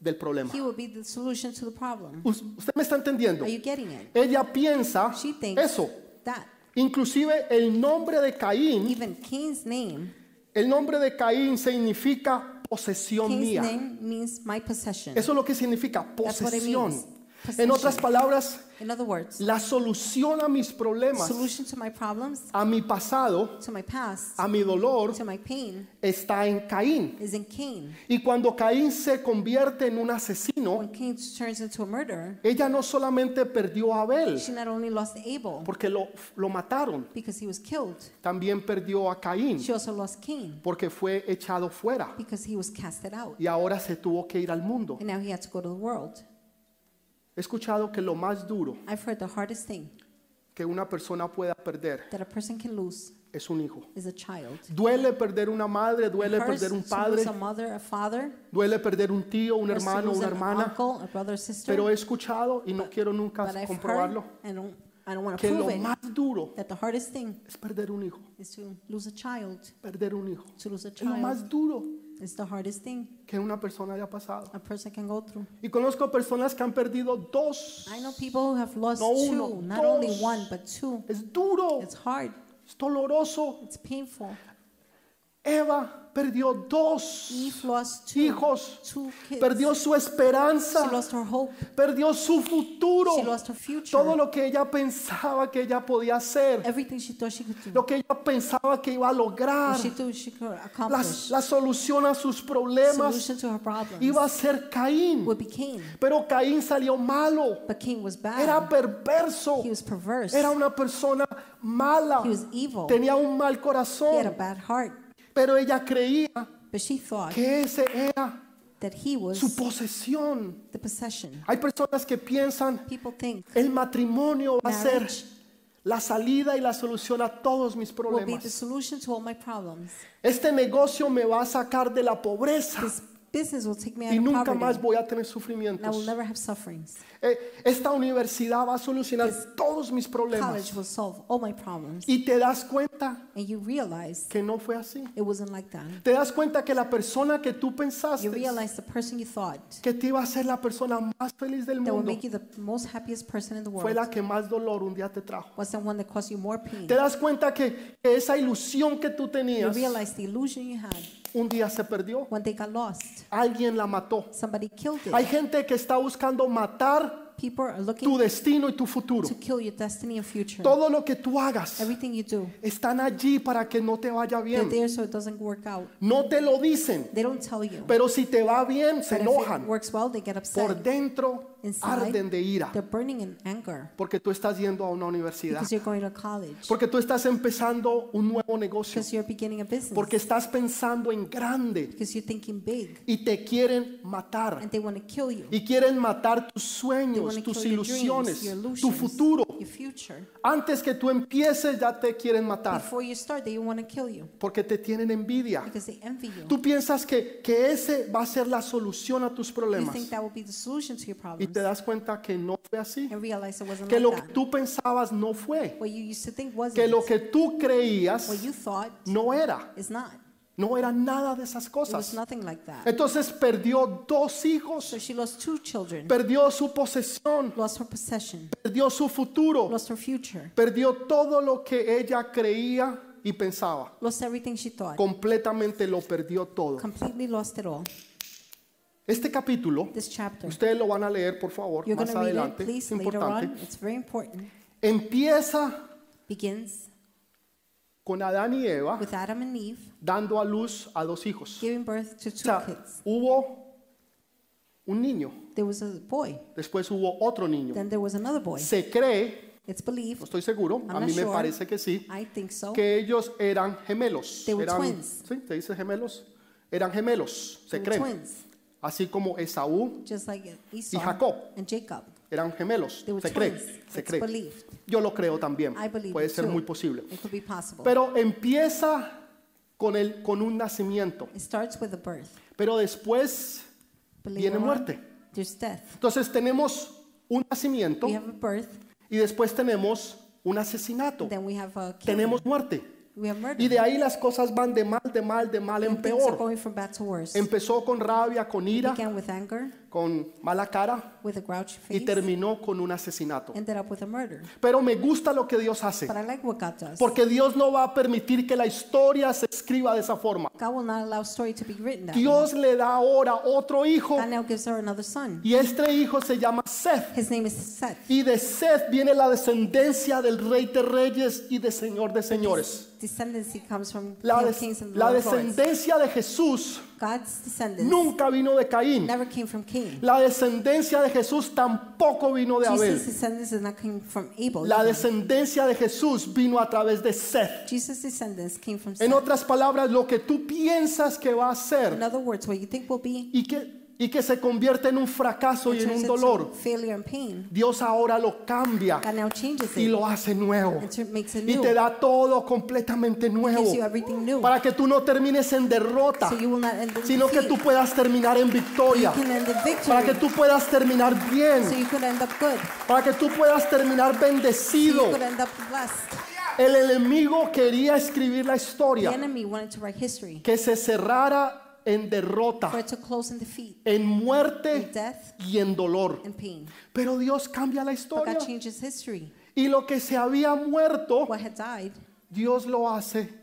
[SPEAKER 1] del problema.
[SPEAKER 2] he will be the solution to the problem.
[SPEAKER 1] Us- ¿Usted me está entendiendo?
[SPEAKER 2] Are you getting it?
[SPEAKER 1] Ella piensa
[SPEAKER 2] She thinks
[SPEAKER 1] eso. Mm.
[SPEAKER 2] that
[SPEAKER 1] Inclusive el nombre de Caín,
[SPEAKER 2] even Cain's name,
[SPEAKER 1] el nombre de Caín significa posesión
[SPEAKER 2] Cain's
[SPEAKER 1] mía.
[SPEAKER 2] name means my possession.
[SPEAKER 1] Eso es lo que significa
[SPEAKER 2] That's what it means.
[SPEAKER 1] posesión. En otras palabras,
[SPEAKER 2] In other words,
[SPEAKER 1] la solución a mis problemas,
[SPEAKER 2] solution to my problems,
[SPEAKER 1] a mi pasado,
[SPEAKER 2] to my past,
[SPEAKER 1] a mi dolor,
[SPEAKER 2] to my pain
[SPEAKER 1] está en Caín.
[SPEAKER 2] is in Cain.
[SPEAKER 1] Y cuando Caín se convierte en un asesino,
[SPEAKER 2] When Cain turns into a murderer,
[SPEAKER 1] ella no solamente perdió a Abel,
[SPEAKER 2] she not only lost Abel
[SPEAKER 1] porque lo, lo mataron,
[SPEAKER 2] because he was killed,
[SPEAKER 1] también perdió a Caín.
[SPEAKER 2] she also lost Cain
[SPEAKER 1] porque fue echado fuera
[SPEAKER 2] because he was casted out.
[SPEAKER 1] y ahora se tuvo que ir al mundo.
[SPEAKER 2] And now he had to go to the world.
[SPEAKER 1] He escuchado que lo más duro
[SPEAKER 2] I've heard the hardest thing
[SPEAKER 1] que una persona pueda perder
[SPEAKER 2] that a person can lose
[SPEAKER 1] es un hijo.
[SPEAKER 2] is a child.
[SPEAKER 1] Duele perder una madre, duele
[SPEAKER 2] Hers
[SPEAKER 1] perder un
[SPEAKER 2] to
[SPEAKER 1] padre,
[SPEAKER 2] lose a mother, a father,
[SPEAKER 1] duele perder un tío, un
[SPEAKER 2] hers to
[SPEAKER 1] hermano,
[SPEAKER 2] lose
[SPEAKER 1] una
[SPEAKER 2] an
[SPEAKER 1] hermana,
[SPEAKER 2] uncle, a brother, sister.
[SPEAKER 1] pero he escuchado y no quiero
[SPEAKER 2] but
[SPEAKER 1] nunca
[SPEAKER 2] I've heard,
[SPEAKER 1] comprobarlo,
[SPEAKER 2] and I don't, I don't want to
[SPEAKER 1] que
[SPEAKER 2] prove
[SPEAKER 1] lo
[SPEAKER 2] it,
[SPEAKER 1] más duro
[SPEAKER 2] that the hardest thing
[SPEAKER 1] es perder un hijo,
[SPEAKER 2] is to lose a child.
[SPEAKER 1] perder un hijo.
[SPEAKER 2] To lose a
[SPEAKER 1] Es lo
[SPEAKER 2] child
[SPEAKER 1] más duro
[SPEAKER 2] is the hardest thing
[SPEAKER 1] que una persona haya pasado.
[SPEAKER 2] a person can go through.
[SPEAKER 1] Y conozco personas que han perdido dos.
[SPEAKER 2] I know people who have lost
[SPEAKER 1] No
[SPEAKER 2] two,
[SPEAKER 1] uno,
[SPEAKER 2] not only
[SPEAKER 1] dos.
[SPEAKER 2] one, but two.
[SPEAKER 1] Es duro,
[SPEAKER 2] It's hard.
[SPEAKER 1] es doloroso.
[SPEAKER 2] It's painful.
[SPEAKER 1] Eva perdió dos
[SPEAKER 2] Eve lost two,
[SPEAKER 1] hijos,
[SPEAKER 2] two kids.
[SPEAKER 1] perdió su
[SPEAKER 2] she
[SPEAKER 1] esperanza,
[SPEAKER 2] lost her hope.
[SPEAKER 1] perdió su futuro,
[SPEAKER 2] She lost her future.
[SPEAKER 1] todo lo que ella pensaba que ella podía hacer,
[SPEAKER 2] Everything she thought she could do.
[SPEAKER 1] lo que ella pensaba que iba a lograr,
[SPEAKER 2] what she thought she could
[SPEAKER 1] la,
[SPEAKER 2] accomplish.
[SPEAKER 1] la solución a sus problemas
[SPEAKER 2] solution to her problems
[SPEAKER 1] iba a ser Caín.
[SPEAKER 2] would be Cain.
[SPEAKER 1] Pero Caín salió malo,
[SPEAKER 2] But Cain was bad.
[SPEAKER 1] era perverso,
[SPEAKER 2] Ah. he was perverse.
[SPEAKER 1] era una persona mala,
[SPEAKER 2] he was evil.
[SPEAKER 1] tenía un mal
[SPEAKER 2] he had a
[SPEAKER 1] corazón,
[SPEAKER 2] bad heart.
[SPEAKER 1] pero ella creía
[SPEAKER 2] But she thought
[SPEAKER 1] que ese era
[SPEAKER 2] that he
[SPEAKER 1] su
[SPEAKER 2] was
[SPEAKER 1] posesión.
[SPEAKER 2] the possession.
[SPEAKER 1] Hay personas que piensan,
[SPEAKER 2] People think
[SPEAKER 1] el matrimonio va a ser
[SPEAKER 2] marriage
[SPEAKER 1] la salida y la solución a todos mis
[SPEAKER 2] will be the
[SPEAKER 1] problemas.
[SPEAKER 2] solution to all my problems.
[SPEAKER 1] Este negocio me va a sacar de la pobreza
[SPEAKER 2] This business will take me out
[SPEAKER 1] y
[SPEAKER 2] of
[SPEAKER 1] nunca más
[SPEAKER 2] poverty,
[SPEAKER 1] voy a tener
[SPEAKER 2] and I will
[SPEAKER 1] sufrimientos.
[SPEAKER 2] never have sufferings.
[SPEAKER 1] Eh, Esta universidad va a solucionar todos mis problemas.
[SPEAKER 2] College will solve all my problems.
[SPEAKER 1] Y te das cuenta
[SPEAKER 2] And you realize
[SPEAKER 1] que no fue así.
[SPEAKER 2] it wasn't like that.
[SPEAKER 1] Te das cuenta que la persona que tú pensaste
[SPEAKER 2] You realize the person you thought
[SPEAKER 1] que te iba a ser la persona más feliz del
[SPEAKER 2] that will
[SPEAKER 1] mundo
[SPEAKER 2] make you the most happiest person in the
[SPEAKER 1] fue
[SPEAKER 2] world
[SPEAKER 1] la que más dolor un día te trajo.
[SPEAKER 2] was the one that caused you more pain.
[SPEAKER 1] Te das cuenta que, que esa ilusión que tú
[SPEAKER 2] You
[SPEAKER 1] tenías
[SPEAKER 2] realize the illusion you had
[SPEAKER 1] un día se perdió.
[SPEAKER 2] when they got lost.
[SPEAKER 1] Alguien la mató.
[SPEAKER 2] Somebody killed
[SPEAKER 1] Hay
[SPEAKER 2] it.
[SPEAKER 1] gente que está buscando matar
[SPEAKER 2] People are
[SPEAKER 1] tu
[SPEAKER 2] looking
[SPEAKER 1] destino y tu futuro.
[SPEAKER 2] to kill your destiny and future.
[SPEAKER 1] Todo lo que tú hagas
[SPEAKER 2] Everything you do,
[SPEAKER 1] están allí para que no te vaya
[SPEAKER 2] they're
[SPEAKER 1] bien.
[SPEAKER 2] there so it doesn't work out.
[SPEAKER 1] No te lo dicen,
[SPEAKER 2] They don't tell you.
[SPEAKER 1] pero si te va bien se
[SPEAKER 2] But if it
[SPEAKER 1] enojan.
[SPEAKER 2] works well, they get
[SPEAKER 1] Por
[SPEAKER 2] upset.
[SPEAKER 1] dentro arden de ira
[SPEAKER 2] They're burning in anger
[SPEAKER 1] porque tú estás yendo a una universidad.
[SPEAKER 2] because you're going to college,
[SPEAKER 1] Porque tú estás empezando un nuevo negocio.
[SPEAKER 2] because you're beginning a
[SPEAKER 1] Porque
[SPEAKER 2] business,
[SPEAKER 1] estás pensando en grande
[SPEAKER 2] because you're thinking big,
[SPEAKER 1] y te quieren matar.
[SPEAKER 2] and they want to kill you.
[SPEAKER 1] Y quieren matar tus
[SPEAKER 2] They want to
[SPEAKER 1] sueños,
[SPEAKER 2] kill
[SPEAKER 1] tus
[SPEAKER 2] your dreams,
[SPEAKER 1] ilusiones,
[SPEAKER 2] your
[SPEAKER 1] tu
[SPEAKER 2] illusions,
[SPEAKER 1] futuro.
[SPEAKER 2] your future.
[SPEAKER 1] Antes que tú empieces ya te quieren matar
[SPEAKER 2] Before you start, they want to kill you
[SPEAKER 1] porque te tienen envidia.
[SPEAKER 2] because they envy you.
[SPEAKER 1] Tú piensas que, que ese va a ser la solución a tus
[SPEAKER 2] You
[SPEAKER 1] problemas
[SPEAKER 2] think that will be the solution to your
[SPEAKER 1] y
[SPEAKER 2] problems,
[SPEAKER 1] te das cuenta que no fue así.
[SPEAKER 2] and realize it wasn't
[SPEAKER 1] Que lo
[SPEAKER 2] like
[SPEAKER 1] que
[SPEAKER 2] that.
[SPEAKER 1] tú pensabas no fue.
[SPEAKER 2] What you used to think
[SPEAKER 1] Que
[SPEAKER 2] wasn't.
[SPEAKER 1] lo que tú
[SPEAKER 2] What
[SPEAKER 1] creías
[SPEAKER 2] you thought
[SPEAKER 1] no era.
[SPEAKER 2] is not.
[SPEAKER 1] No era nada de esas
[SPEAKER 2] It was
[SPEAKER 1] cosas.
[SPEAKER 2] nothing like that.
[SPEAKER 1] Entonces perdió dos hijos,
[SPEAKER 2] So she lost two children,
[SPEAKER 1] perdió su posesión,
[SPEAKER 2] lost her possession,
[SPEAKER 1] perdió su futuro,
[SPEAKER 2] lost her future,
[SPEAKER 1] perdió todo lo que ella creía y pensaba.
[SPEAKER 2] lost everything she thought,
[SPEAKER 1] Completamente lo perdió todo.
[SPEAKER 2] completely lost it all.
[SPEAKER 1] Este capítulo,
[SPEAKER 2] This chapter,
[SPEAKER 1] ustedes lo van a leer, por favor,
[SPEAKER 2] you're going
[SPEAKER 1] más
[SPEAKER 2] to read it,
[SPEAKER 1] adelante,
[SPEAKER 2] please,
[SPEAKER 1] es
[SPEAKER 2] later on.
[SPEAKER 1] importante.
[SPEAKER 2] It's very important.
[SPEAKER 1] Empieza
[SPEAKER 2] Begins
[SPEAKER 1] con Adán y Eva
[SPEAKER 2] with Adam and Eve
[SPEAKER 1] dando a luz a dos hijos.
[SPEAKER 2] giving birth to
[SPEAKER 1] O
[SPEAKER 2] two
[SPEAKER 1] sea,
[SPEAKER 2] kids.
[SPEAKER 1] hubo un niño,
[SPEAKER 2] There was a boy,
[SPEAKER 1] después hubo otro niño.
[SPEAKER 2] then there was another boy.
[SPEAKER 1] Se cree,
[SPEAKER 2] It's
[SPEAKER 1] no
[SPEAKER 2] believed,
[SPEAKER 1] estoy seguro, a
[SPEAKER 2] I'm
[SPEAKER 1] mí
[SPEAKER 2] not
[SPEAKER 1] me
[SPEAKER 2] sure.
[SPEAKER 1] parece que sí,
[SPEAKER 2] I think so,
[SPEAKER 1] que ellos eran gemelos.
[SPEAKER 2] They were
[SPEAKER 1] Eran-
[SPEAKER 2] twins.
[SPEAKER 1] ¿sí? ¿Te dice gemelos? Eran gemelos,
[SPEAKER 2] they
[SPEAKER 1] se
[SPEAKER 2] were
[SPEAKER 1] creen.
[SPEAKER 2] twins,
[SPEAKER 1] Así como Esaú
[SPEAKER 2] just like
[SPEAKER 1] y
[SPEAKER 2] Esau
[SPEAKER 1] Jacob
[SPEAKER 2] and Jacob.
[SPEAKER 1] eran gemelos,
[SPEAKER 2] They were
[SPEAKER 1] se cree,
[SPEAKER 2] twins.
[SPEAKER 1] se
[SPEAKER 2] It's
[SPEAKER 1] cree.
[SPEAKER 2] believed.
[SPEAKER 1] Yo lo creo también,
[SPEAKER 2] I believe
[SPEAKER 1] puede
[SPEAKER 2] it
[SPEAKER 1] ser
[SPEAKER 2] too.
[SPEAKER 1] muy posible.
[SPEAKER 2] It could be possible.
[SPEAKER 1] Pero empieza con, el, con un nacimiento,
[SPEAKER 2] It starts with a birth.
[SPEAKER 1] pero después
[SPEAKER 2] But
[SPEAKER 1] viene
[SPEAKER 2] later on,
[SPEAKER 1] muerte.
[SPEAKER 2] There's death.
[SPEAKER 1] Entonces tenemos un nacimiento
[SPEAKER 2] We have a birth,
[SPEAKER 1] y después tenemos un asesinato,
[SPEAKER 2] and then we have a killing.
[SPEAKER 1] tenemos muerte.
[SPEAKER 2] We have murder.
[SPEAKER 1] Y de ahí las cosas van de mal, de mal, de mal en
[SPEAKER 2] And things are
[SPEAKER 1] peor.
[SPEAKER 2] going from bad to worse.
[SPEAKER 1] Empezó con rabia, con
[SPEAKER 2] It
[SPEAKER 1] ira,
[SPEAKER 2] began with anger,
[SPEAKER 1] con mala cara
[SPEAKER 2] with a grouchy
[SPEAKER 1] y
[SPEAKER 2] face,
[SPEAKER 1] terminó con un asesinato.
[SPEAKER 2] ended up with a murder.
[SPEAKER 1] Pero me gusta lo que Dios hace,
[SPEAKER 2] But I like what God does.
[SPEAKER 1] porque Dios no va a permitir que la historia se escriba de esa forma.
[SPEAKER 2] God will not allow story to be written that way.
[SPEAKER 1] Dios le da ahora otro hijo
[SPEAKER 2] God now gives her another son.
[SPEAKER 1] y este hijo se llama Seth.
[SPEAKER 2] His name is Seth.
[SPEAKER 1] Y de Seth viene la descendencia del rey de reyes y de señor de señores.
[SPEAKER 2] Descendancy comes from
[SPEAKER 1] La,
[SPEAKER 2] King of
[SPEAKER 1] des-
[SPEAKER 2] Kings and
[SPEAKER 1] la
[SPEAKER 2] Lord of Lords.
[SPEAKER 1] descendencia de Jesús
[SPEAKER 2] God's descendants
[SPEAKER 1] nunca vino de Caín.
[SPEAKER 2] never came from Cain.
[SPEAKER 1] La descendencia de Jesús tampoco vino de
[SPEAKER 2] Jesus'
[SPEAKER 1] Abel.
[SPEAKER 2] descendants did not come from Abel.
[SPEAKER 1] La
[SPEAKER 2] either.
[SPEAKER 1] descendencia de Jesús vino a través de Seth.
[SPEAKER 2] Jesus' descendants came from
[SPEAKER 1] En
[SPEAKER 2] Seth.
[SPEAKER 1] otras palabras, lo que tú piensas que va a
[SPEAKER 2] In
[SPEAKER 1] ser
[SPEAKER 2] other words, what you think will be
[SPEAKER 1] y que, y que se convierte en un fracaso y en
[SPEAKER 2] turns
[SPEAKER 1] un
[SPEAKER 2] into
[SPEAKER 1] dolor,
[SPEAKER 2] failure and pain.
[SPEAKER 1] Dios ahora lo cambia
[SPEAKER 2] God now changes
[SPEAKER 1] y
[SPEAKER 2] it
[SPEAKER 1] lo hace nuevo.
[SPEAKER 2] and tur- makes it
[SPEAKER 1] Y
[SPEAKER 2] new.
[SPEAKER 1] te da todo completamente nuevo
[SPEAKER 2] Gives you everything new.
[SPEAKER 1] para que tú no termines en derrota,
[SPEAKER 2] So you will not end in
[SPEAKER 1] sino que
[SPEAKER 2] defeat.
[SPEAKER 1] tú puedas terminar en
[SPEAKER 2] You
[SPEAKER 1] victoria,
[SPEAKER 2] can end in
[SPEAKER 1] para que
[SPEAKER 2] victory.
[SPEAKER 1] tú puedas terminar
[SPEAKER 2] So
[SPEAKER 1] bien,
[SPEAKER 2] you could end up good.
[SPEAKER 1] para que tú puedas terminar
[SPEAKER 2] So
[SPEAKER 1] bendecido.
[SPEAKER 2] you could end up blessed.
[SPEAKER 1] El enemigo quería escribir la
[SPEAKER 2] The
[SPEAKER 1] historia
[SPEAKER 2] enemy wanted to write history
[SPEAKER 1] que se cerrara en
[SPEAKER 2] for
[SPEAKER 1] derrota,
[SPEAKER 2] it to close in defeat,
[SPEAKER 1] en
[SPEAKER 2] in
[SPEAKER 1] muerte
[SPEAKER 2] death,
[SPEAKER 1] y en dolor.
[SPEAKER 2] and pain.
[SPEAKER 1] Pero Dios cambia la
[SPEAKER 2] But
[SPEAKER 1] historia
[SPEAKER 2] God changes history.
[SPEAKER 1] y lo que se había muerto,
[SPEAKER 2] What had died,
[SPEAKER 1] Dios lo hace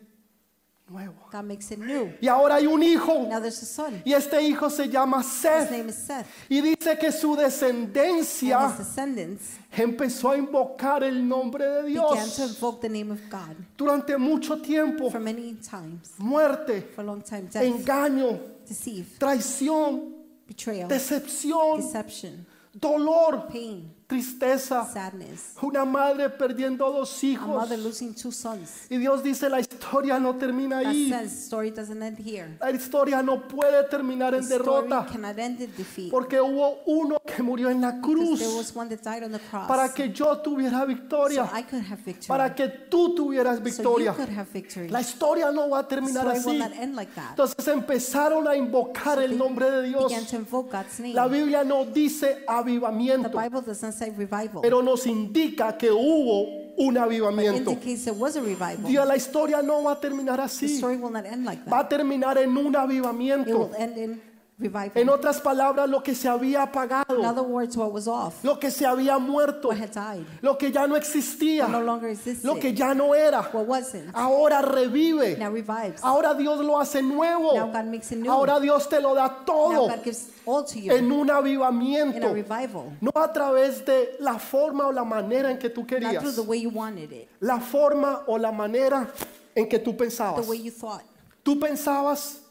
[SPEAKER 1] nuevo.
[SPEAKER 2] God makes it new.
[SPEAKER 1] Y ahora hay un hijo
[SPEAKER 2] Now there's a son.
[SPEAKER 1] y este hijo se llama
[SPEAKER 2] His
[SPEAKER 1] Seth
[SPEAKER 2] name is Seth.
[SPEAKER 1] y dice que su
[SPEAKER 2] And his
[SPEAKER 1] descendencia
[SPEAKER 2] descendants
[SPEAKER 1] empezó a invocar el nombre de
[SPEAKER 2] began to
[SPEAKER 1] Dios
[SPEAKER 2] invoke the name of God
[SPEAKER 1] durante mucho tiempo.
[SPEAKER 2] for many times,
[SPEAKER 1] Muerte,
[SPEAKER 2] for a long time. Death,
[SPEAKER 1] engaño,
[SPEAKER 2] deceive,
[SPEAKER 1] traición,
[SPEAKER 2] betrayal,
[SPEAKER 1] decepción,
[SPEAKER 2] deception,
[SPEAKER 1] dolor,
[SPEAKER 2] pain,
[SPEAKER 1] tristeza.
[SPEAKER 2] sadness.
[SPEAKER 1] Una madre perdiendo dos
[SPEAKER 2] A
[SPEAKER 1] hijos.
[SPEAKER 2] mother losing two sons.
[SPEAKER 1] Y Dios dice, la historia no termina
[SPEAKER 2] That
[SPEAKER 1] ahí.
[SPEAKER 2] says story doesn't end here.
[SPEAKER 1] La historia no puede terminar
[SPEAKER 2] The
[SPEAKER 1] en
[SPEAKER 2] story
[SPEAKER 1] derrota.
[SPEAKER 2] cannot end in defeat.
[SPEAKER 1] Porque hubo uno que murió en la
[SPEAKER 2] Because
[SPEAKER 1] cruz
[SPEAKER 2] there was one that died on the cross.
[SPEAKER 1] para que yo tuviera
[SPEAKER 2] so
[SPEAKER 1] victoria,
[SPEAKER 2] I could have victory.
[SPEAKER 1] para que tú tuvieras
[SPEAKER 2] so you
[SPEAKER 1] victoria.
[SPEAKER 2] could have victory.
[SPEAKER 1] La historia no va a terminar
[SPEAKER 2] story will
[SPEAKER 1] así.
[SPEAKER 2] not end like that.
[SPEAKER 1] Entonces empezaron a invocar el nombre de Dios.
[SPEAKER 2] Began to invoke God's name.
[SPEAKER 1] La Biblia no dice
[SPEAKER 2] the
[SPEAKER 1] avivamiento,
[SPEAKER 2] Bible doesn't say revival.
[SPEAKER 1] pero nos indica que hubo un
[SPEAKER 2] it
[SPEAKER 1] avivamiento.
[SPEAKER 2] indicates there was a revival.
[SPEAKER 1] Dios, la historia no va a terminar
[SPEAKER 2] the
[SPEAKER 1] así.
[SPEAKER 2] story will not end like
[SPEAKER 1] Va
[SPEAKER 2] that.
[SPEAKER 1] a terminar en un
[SPEAKER 2] It
[SPEAKER 1] avivamiento.
[SPEAKER 2] will end in revival.
[SPEAKER 1] En otras palabras, lo que se había
[SPEAKER 2] in
[SPEAKER 1] apagado,
[SPEAKER 2] other words, what was off,
[SPEAKER 1] lo que se había muerto,
[SPEAKER 2] what had died,
[SPEAKER 1] lo que ya no
[SPEAKER 2] what no
[SPEAKER 1] existía,
[SPEAKER 2] longer existed,
[SPEAKER 1] lo que ya no era,
[SPEAKER 2] what wasn't,
[SPEAKER 1] ahora revive.
[SPEAKER 2] now revives.
[SPEAKER 1] Ahora Dios lo hace nuevo.
[SPEAKER 2] Now God makes it new.
[SPEAKER 1] Ahora Dios te lo da
[SPEAKER 2] now
[SPEAKER 1] todo
[SPEAKER 2] God gives all to you
[SPEAKER 1] en un
[SPEAKER 2] in a
[SPEAKER 1] avivamiento.
[SPEAKER 2] revival,
[SPEAKER 1] No a través de la forma o la manera en que tú
[SPEAKER 2] not through
[SPEAKER 1] querías.
[SPEAKER 2] the way you wanted it,
[SPEAKER 1] La forma o la manera en que tú
[SPEAKER 2] the
[SPEAKER 1] pensabas.
[SPEAKER 2] way you thought.
[SPEAKER 1] Tú pensabas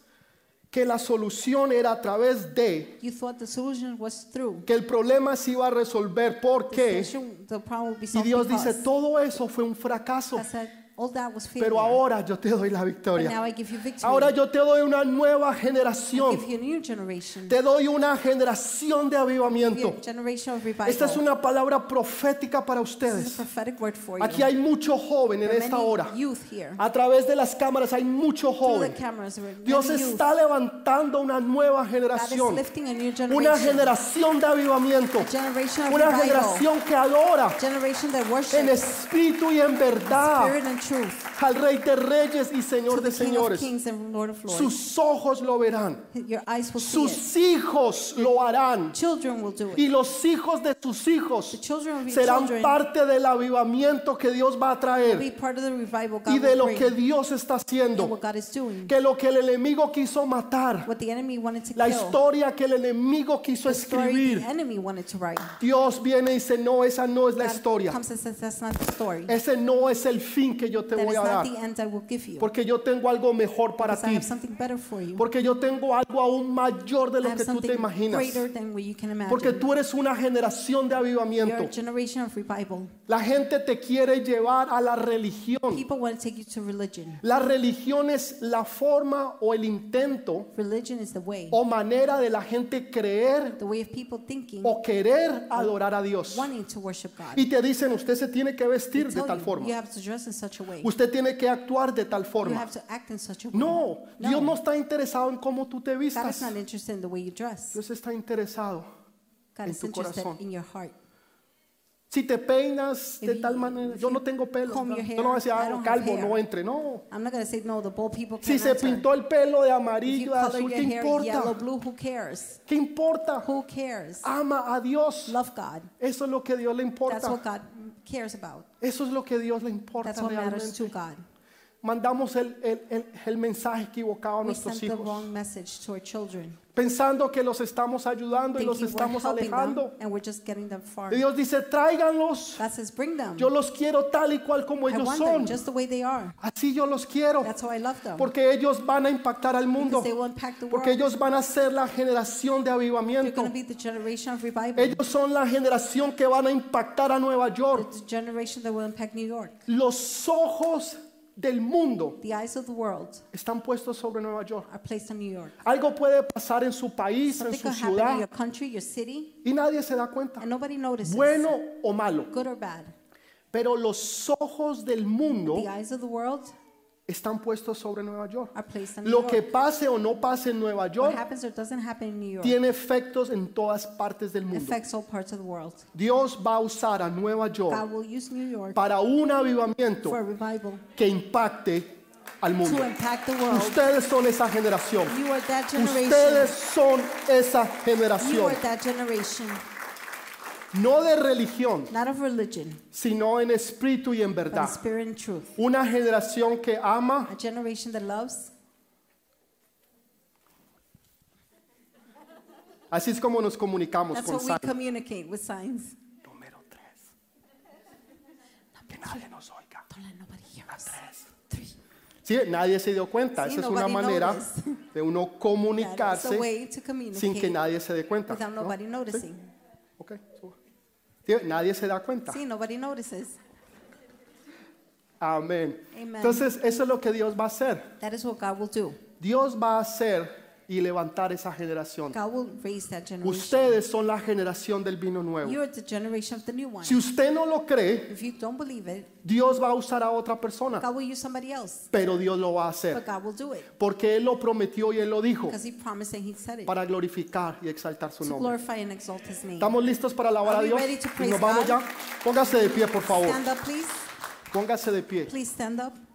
[SPEAKER 1] que la solución era a través de
[SPEAKER 2] You thought the solution was through.
[SPEAKER 1] que el problema se iba a resolver
[SPEAKER 2] The,
[SPEAKER 1] porque
[SPEAKER 2] solution, the problem would be
[SPEAKER 1] y
[SPEAKER 2] solved
[SPEAKER 1] Dios dice
[SPEAKER 2] because.
[SPEAKER 1] todo eso fue un fracaso,
[SPEAKER 2] God said, all that was failure.
[SPEAKER 1] pero ahora yo te doy la
[SPEAKER 2] but now
[SPEAKER 1] victoria.
[SPEAKER 2] I give you victory.
[SPEAKER 1] Ahora yo te doy una nueva
[SPEAKER 2] I give
[SPEAKER 1] generación,
[SPEAKER 2] you a new generation.
[SPEAKER 1] te doy una generación de
[SPEAKER 2] Give you
[SPEAKER 1] avivamiento.
[SPEAKER 2] a generation of revival.
[SPEAKER 1] Esta es una palabra profética para
[SPEAKER 2] this is a
[SPEAKER 1] ustedes.
[SPEAKER 2] prophetic word for you.
[SPEAKER 1] Aquí hay mucho joven
[SPEAKER 2] There
[SPEAKER 1] en
[SPEAKER 2] are
[SPEAKER 1] esta
[SPEAKER 2] many
[SPEAKER 1] hora.
[SPEAKER 2] youth here.
[SPEAKER 1] A través de las cámaras hay mucho
[SPEAKER 2] Through the
[SPEAKER 1] joven.
[SPEAKER 2] cameras, there are many
[SPEAKER 1] Dios
[SPEAKER 2] youth.
[SPEAKER 1] está levantando una nueva
[SPEAKER 2] God is
[SPEAKER 1] generación,
[SPEAKER 2] lifting a new generation.
[SPEAKER 1] una generación de avivamiento,
[SPEAKER 2] generation of
[SPEAKER 1] una
[SPEAKER 2] revival.
[SPEAKER 1] generación que adora
[SPEAKER 2] generation that
[SPEAKER 1] en
[SPEAKER 2] worships
[SPEAKER 1] espíritu y en verdad
[SPEAKER 2] spirit and truth.
[SPEAKER 1] al Rey de Reyes y
[SPEAKER 2] To
[SPEAKER 1] Señor de
[SPEAKER 2] the King of
[SPEAKER 1] Señores.
[SPEAKER 2] Kings and Lord of Lords.
[SPEAKER 1] Sus ojos lo verán,
[SPEAKER 2] Your eyes will see
[SPEAKER 1] sus hijos lo harán
[SPEAKER 2] it. Children will do it.
[SPEAKER 1] y los hijos de sus
[SPEAKER 2] the
[SPEAKER 1] hijos
[SPEAKER 2] children will be,
[SPEAKER 1] serán
[SPEAKER 2] children
[SPEAKER 1] parte del avivamiento que Dios va a
[SPEAKER 2] will be
[SPEAKER 1] traer
[SPEAKER 2] part of the revival God
[SPEAKER 1] y de
[SPEAKER 2] will
[SPEAKER 1] lo
[SPEAKER 2] bring.
[SPEAKER 1] que Dios está
[SPEAKER 2] and
[SPEAKER 1] haciendo,
[SPEAKER 2] what God is doing.
[SPEAKER 1] que lo que el enemigo quiso matar,
[SPEAKER 2] What the enemy wanted to
[SPEAKER 1] la
[SPEAKER 2] kill.
[SPEAKER 1] historia que el enemigo quiso
[SPEAKER 2] story
[SPEAKER 1] escribir.
[SPEAKER 2] the enemy wanted to write.
[SPEAKER 1] Dios viene y dice, no, esa no es la
[SPEAKER 2] God
[SPEAKER 1] historia.
[SPEAKER 2] comes and says, that's not the story.
[SPEAKER 1] Ese no es el fin que yo te
[SPEAKER 2] that
[SPEAKER 1] voy
[SPEAKER 2] is
[SPEAKER 1] a
[SPEAKER 2] not
[SPEAKER 1] dar.
[SPEAKER 2] the end I will give you.
[SPEAKER 1] Porque yo tengo algo mejor para
[SPEAKER 2] because I
[SPEAKER 1] ti.
[SPEAKER 2] have something better for you.
[SPEAKER 1] Porque yo tengo algo aún mayor de
[SPEAKER 2] I
[SPEAKER 1] lo
[SPEAKER 2] have
[SPEAKER 1] que tú te
[SPEAKER 2] something
[SPEAKER 1] imaginas.
[SPEAKER 2] greater than what you can imagine.
[SPEAKER 1] Porque tú eres una generación de
[SPEAKER 2] You're a
[SPEAKER 1] avivamiento.
[SPEAKER 2] generation of revival.
[SPEAKER 1] La gente te quiere llevar a la religión.
[SPEAKER 2] People want to take you to religion.
[SPEAKER 1] La religión es la forma o el intento
[SPEAKER 2] Religion is the way,
[SPEAKER 1] o manera de la gente creer
[SPEAKER 2] the way of people thinking,
[SPEAKER 1] o querer adorar a Dios.
[SPEAKER 2] wanting to worship God.
[SPEAKER 1] Oh. Y te dicen, usted se tiene que
[SPEAKER 2] They
[SPEAKER 1] vestir de
[SPEAKER 2] tell
[SPEAKER 1] tal
[SPEAKER 2] you,
[SPEAKER 1] forma.
[SPEAKER 2] You have to dress in such a way.
[SPEAKER 1] Usted tiene que actuar de tal
[SPEAKER 2] You
[SPEAKER 1] forma.
[SPEAKER 2] have to act in such a way.
[SPEAKER 1] No,
[SPEAKER 2] No.
[SPEAKER 1] Dios no está interesado en cómo tú te
[SPEAKER 2] God is
[SPEAKER 1] vistas.
[SPEAKER 2] not interested in the way you dress.
[SPEAKER 1] Dios está interesado.
[SPEAKER 2] God
[SPEAKER 1] en
[SPEAKER 2] is
[SPEAKER 1] tu
[SPEAKER 2] interested
[SPEAKER 1] corazón.
[SPEAKER 2] in your heart.
[SPEAKER 1] Si te peinas de
[SPEAKER 2] If
[SPEAKER 1] tal
[SPEAKER 2] you-
[SPEAKER 1] manera,
[SPEAKER 2] if
[SPEAKER 1] yo
[SPEAKER 2] you
[SPEAKER 1] no tengo pelo.
[SPEAKER 2] comb
[SPEAKER 1] no,
[SPEAKER 2] your
[SPEAKER 1] Yo no voy a decir,
[SPEAKER 2] hair,
[SPEAKER 1] ah,
[SPEAKER 2] I
[SPEAKER 1] no,
[SPEAKER 2] don't have
[SPEAKER 1] calvo,
[SPEAKER 2] hair.
[SPEAKER 1] no entre. No.
[SPEAKER 2] I'm not going to say no. The bald people
[SPEAKER 1] Si
[SPEAKER 2] can't
[SPEAKER 1] se pintó el pelo de
[SPEAKER 2] If you
[SPEAKER 1] amarillo, de
[SPEAKER 2] color
[SPEAKER 1] azul,
[SPEAKER 2] your
[SPEAKER 1] ¿qué
[SPEAKER 2] hair yellow,
[SPEAKER 1] importa?
[SPEAKER 2] blue, who cares?
[SPEAKER 1] ¿Qué importa?
[SPEAKER 2] Who cares?
[SPEAKER 1] Ama a Dios.
[SPEAKER 2] Love God.
[SPEAKER 1] Eso es lo que Dios le
[SPEAKER 2] That's
[SPEAKER 1] importa.
[SPEAKER 2] what God cares about.
[SPEAKER 1] Eso es lo que Dios le
[SPEAKER 2] That's
[SPEAKER 1] importa
[SPEAKER 2] what
[SPEAKER 1] realmente.
[SPEAKER 2] matters to God.
[SPEAKER 1] Mandamos el, el- el- el mensaje equivocado a
[SPEAKER 2] We
[SPEAKER 1] nuestros
[SPEAKER 2] sent the
[SPEAKER 1] hijos,
[SPEAKER 2] wrong message to our children.
[SPEAKER 1] pensando que los estamos ayudando y
[SPEAKER 2] Thinking
[SPEAKER 1] los
[SPEAKER 2] we're
[SPEAKER 1] estamos
[SPEAKER 2] helping them
[SPEAKER 1] alejando.
[SPEAKER 2] and we're just getting them far.
[SPEAKER 1] Y Dios dice, tráiganlos.
[SPEAKER 2] God says, bring them.
[SPEAKER 1] Yo los quiero tal y cual como
[SPEAKER 2] I
[SPEAKER 1] ellos
[SPEAKER 2] want
[SPEAKER 1] son.
[SPEAKER 2] them just the way they are.
[SPEAKER 1] Así yo los quiero.
[SPEAKER 2] That's how I love them.
[SPEAKER 1] Porque ellos van a impactar al mundo.
[SPEAKER 2] Because they will impact the world.
[SPEAKER 1] Porque ellos van a ser la generación de
[SPEAKER 2] They're
[SPEAKER 1] avivamiento.
[SPEAKER 2] going to be the generation of revival.
[SPEAKER 1] Ellos son la generación que van a impactar a Nueva York.
[SPEAKER 2] The generation that will impact New York.
[SPEAKER 1] Los ojos del mundo
[SPEAKER 2] The eyes of the world
[SPEAKER 1] están puestos sobre Nueva York.
[SPEAKER 2] are placed on New York.
[SPEAKER 1] Algo puede pasar en su país, en
[SPEAKER 2] Something
[SPEAKER 1] su
[SPEAKER 2] could happen in your
[SPEAKER 1] ciudad,
[SPEAKER 2] country, your city,
[SPEAKER 1] y nadie se da cuenta.
[SPEAKER 2] and nobody notices.
[SPEAKER 1] Bueno o malo.
[SPEAKER 2] Good or bad.
[SPEAKER 1] Pero los ojos del mundo
[SPEAKER 2] The eyes of the world
[SPEAKER 1] están puestos sobre Nueva York.
[SPEAKER 2] are placed on New
[SPEAKER 1] Lo que
[SPEAKER 2] York.
[SPEAKER 1] pase o no pase en Nueva
[SPEAKER 2] What
[SPEAKER 1] York
[SPEAKER 2] happens or doesn't happen in New York
[SPEAKER 1] tiene efectos en todas partes del mundo.
[SPEAKER 2] affects all parts of the world.
[SPEAKER 1] Dios va a usar a Nueva York
[SPEAKER 2] God will use New York
[SPEAKER 1] para un avivamiento
[SPEAKER 2] for a revival
[SPEAKER 1] que impacte al mundo.
[SPEAKER 2] to impact the world.
[SPEAKER 1] Ustedes son esa generación.
[SPEAKER 2] You are that
[SPEAKER 1] Ustedes
[SPEAKER 2] generation.
[SPEAKER 1] son esa
[SPEAKER 2] You are
[SPEAKER 1] generación.
[SPEAKER 2] that generation,
[SPEAKER 1] No de religión,
[SPEAKER 2] not of religion,
[SPEAKER 1] sino en espíritu y en
[SPEAKER 2] but in
[SPEAKER 1] verdad.
[SPEAKER 2] spirit and truth.
[SPEAKER 1] Una generación que ama
[SPEAKER 2] A generation that loves.
[SPEAKER 1] Así es como nos comunicamos
[SPEAKER 2] That's
[SPEAKER 1] con
[SPEAKER 2] what we
[SPEAKER 1] San.
[SPEAKER 2] communicate with signs.
[SPEAKER 1] Número 3. Que nadie nos oiga.
[SPEAKER 2] Don't let nobody hear us.
[SPEAKER 1] Tres.
[SPEAKER 2] Three.
[SPEAKER 1] Sí, nadie se dio cuenta.
[SPEAKER 2] Sí,
[SPEAKER 1] Esa es una
[SPEAKER 2] nobody
[SPEAKER 1] manera
[SPEAKER 2] noticed.
[SPEAKER 1] de uno
[SPEAKER 2] That is a
[SPEAKER 1] comunicarse
[SPEAKER 2] way to
[SPEAKER 1] sin que
[SPEAKER 2] communicate
[SPEAKER 1] nadie se dé cuenta.
[SPEAKER 2] without
[SPEAKER 1] ¿no?
[SPEAKER 2] nobody noticing.
[SPEAKER 1] Ok, suba. Tío, Nadie se da cuenta.
[SPEAKER 2] See, nobody notices.
[SPEAKER 1] Amén.
[SPEAKER 2] Amen.
[SPEAKER 1] Entonces, eso es lo que Dios va a hacer.
[SPEAKER 2] That is what God will do.
[SPEAKER 1] Dios va a hacer y levantar esa generación.
[SPEAKER 2] God will raise that generation.
[SPEAKER 1] Ustedes son la generación del vino nuevo.
[SPEAKER 2] You are the generation of the new one.
[SPEAKER 1] Si usted no lo cree,
[SPEAKER 2] If you don't believe it,
[SPEAKER 1] Dios va a usar a otra persona,
[SPEAKER 2] God will use somebody else.
[SPEAKER 1] pero Dios lo va a hacer.
[SPEAKER 2] But God will do it
[SPEAKER 1] Porque Él lo prometió y Él lo dijo
[SPEAKER 2] because He promised and He said it
[SPEAKER 1] para glorificar y exaltar su
[SPEAKER 2] to
[SPEAKER 1] nombre.
[SPEAKER 2] glorify and exalt His name.
[SPEAKER 1] ¿Estamos listos para alabar a
[SPEAKER 2] Are we
[SPEAKER 1] Dios?
[SPEAKER 2] ready to
[SPEAKER 1] Y
[SPEAKER 2] praise
[SPEAKER 1] nos vamos
[SPEAKER 2] God?
[SPEAKER 1] ya. Póngase de pie, por favor.
[SPEAKER 2] Stand up, please.
[SPEAKER 1] Póngase de pie.
[SPEAKER 2] Please stand up.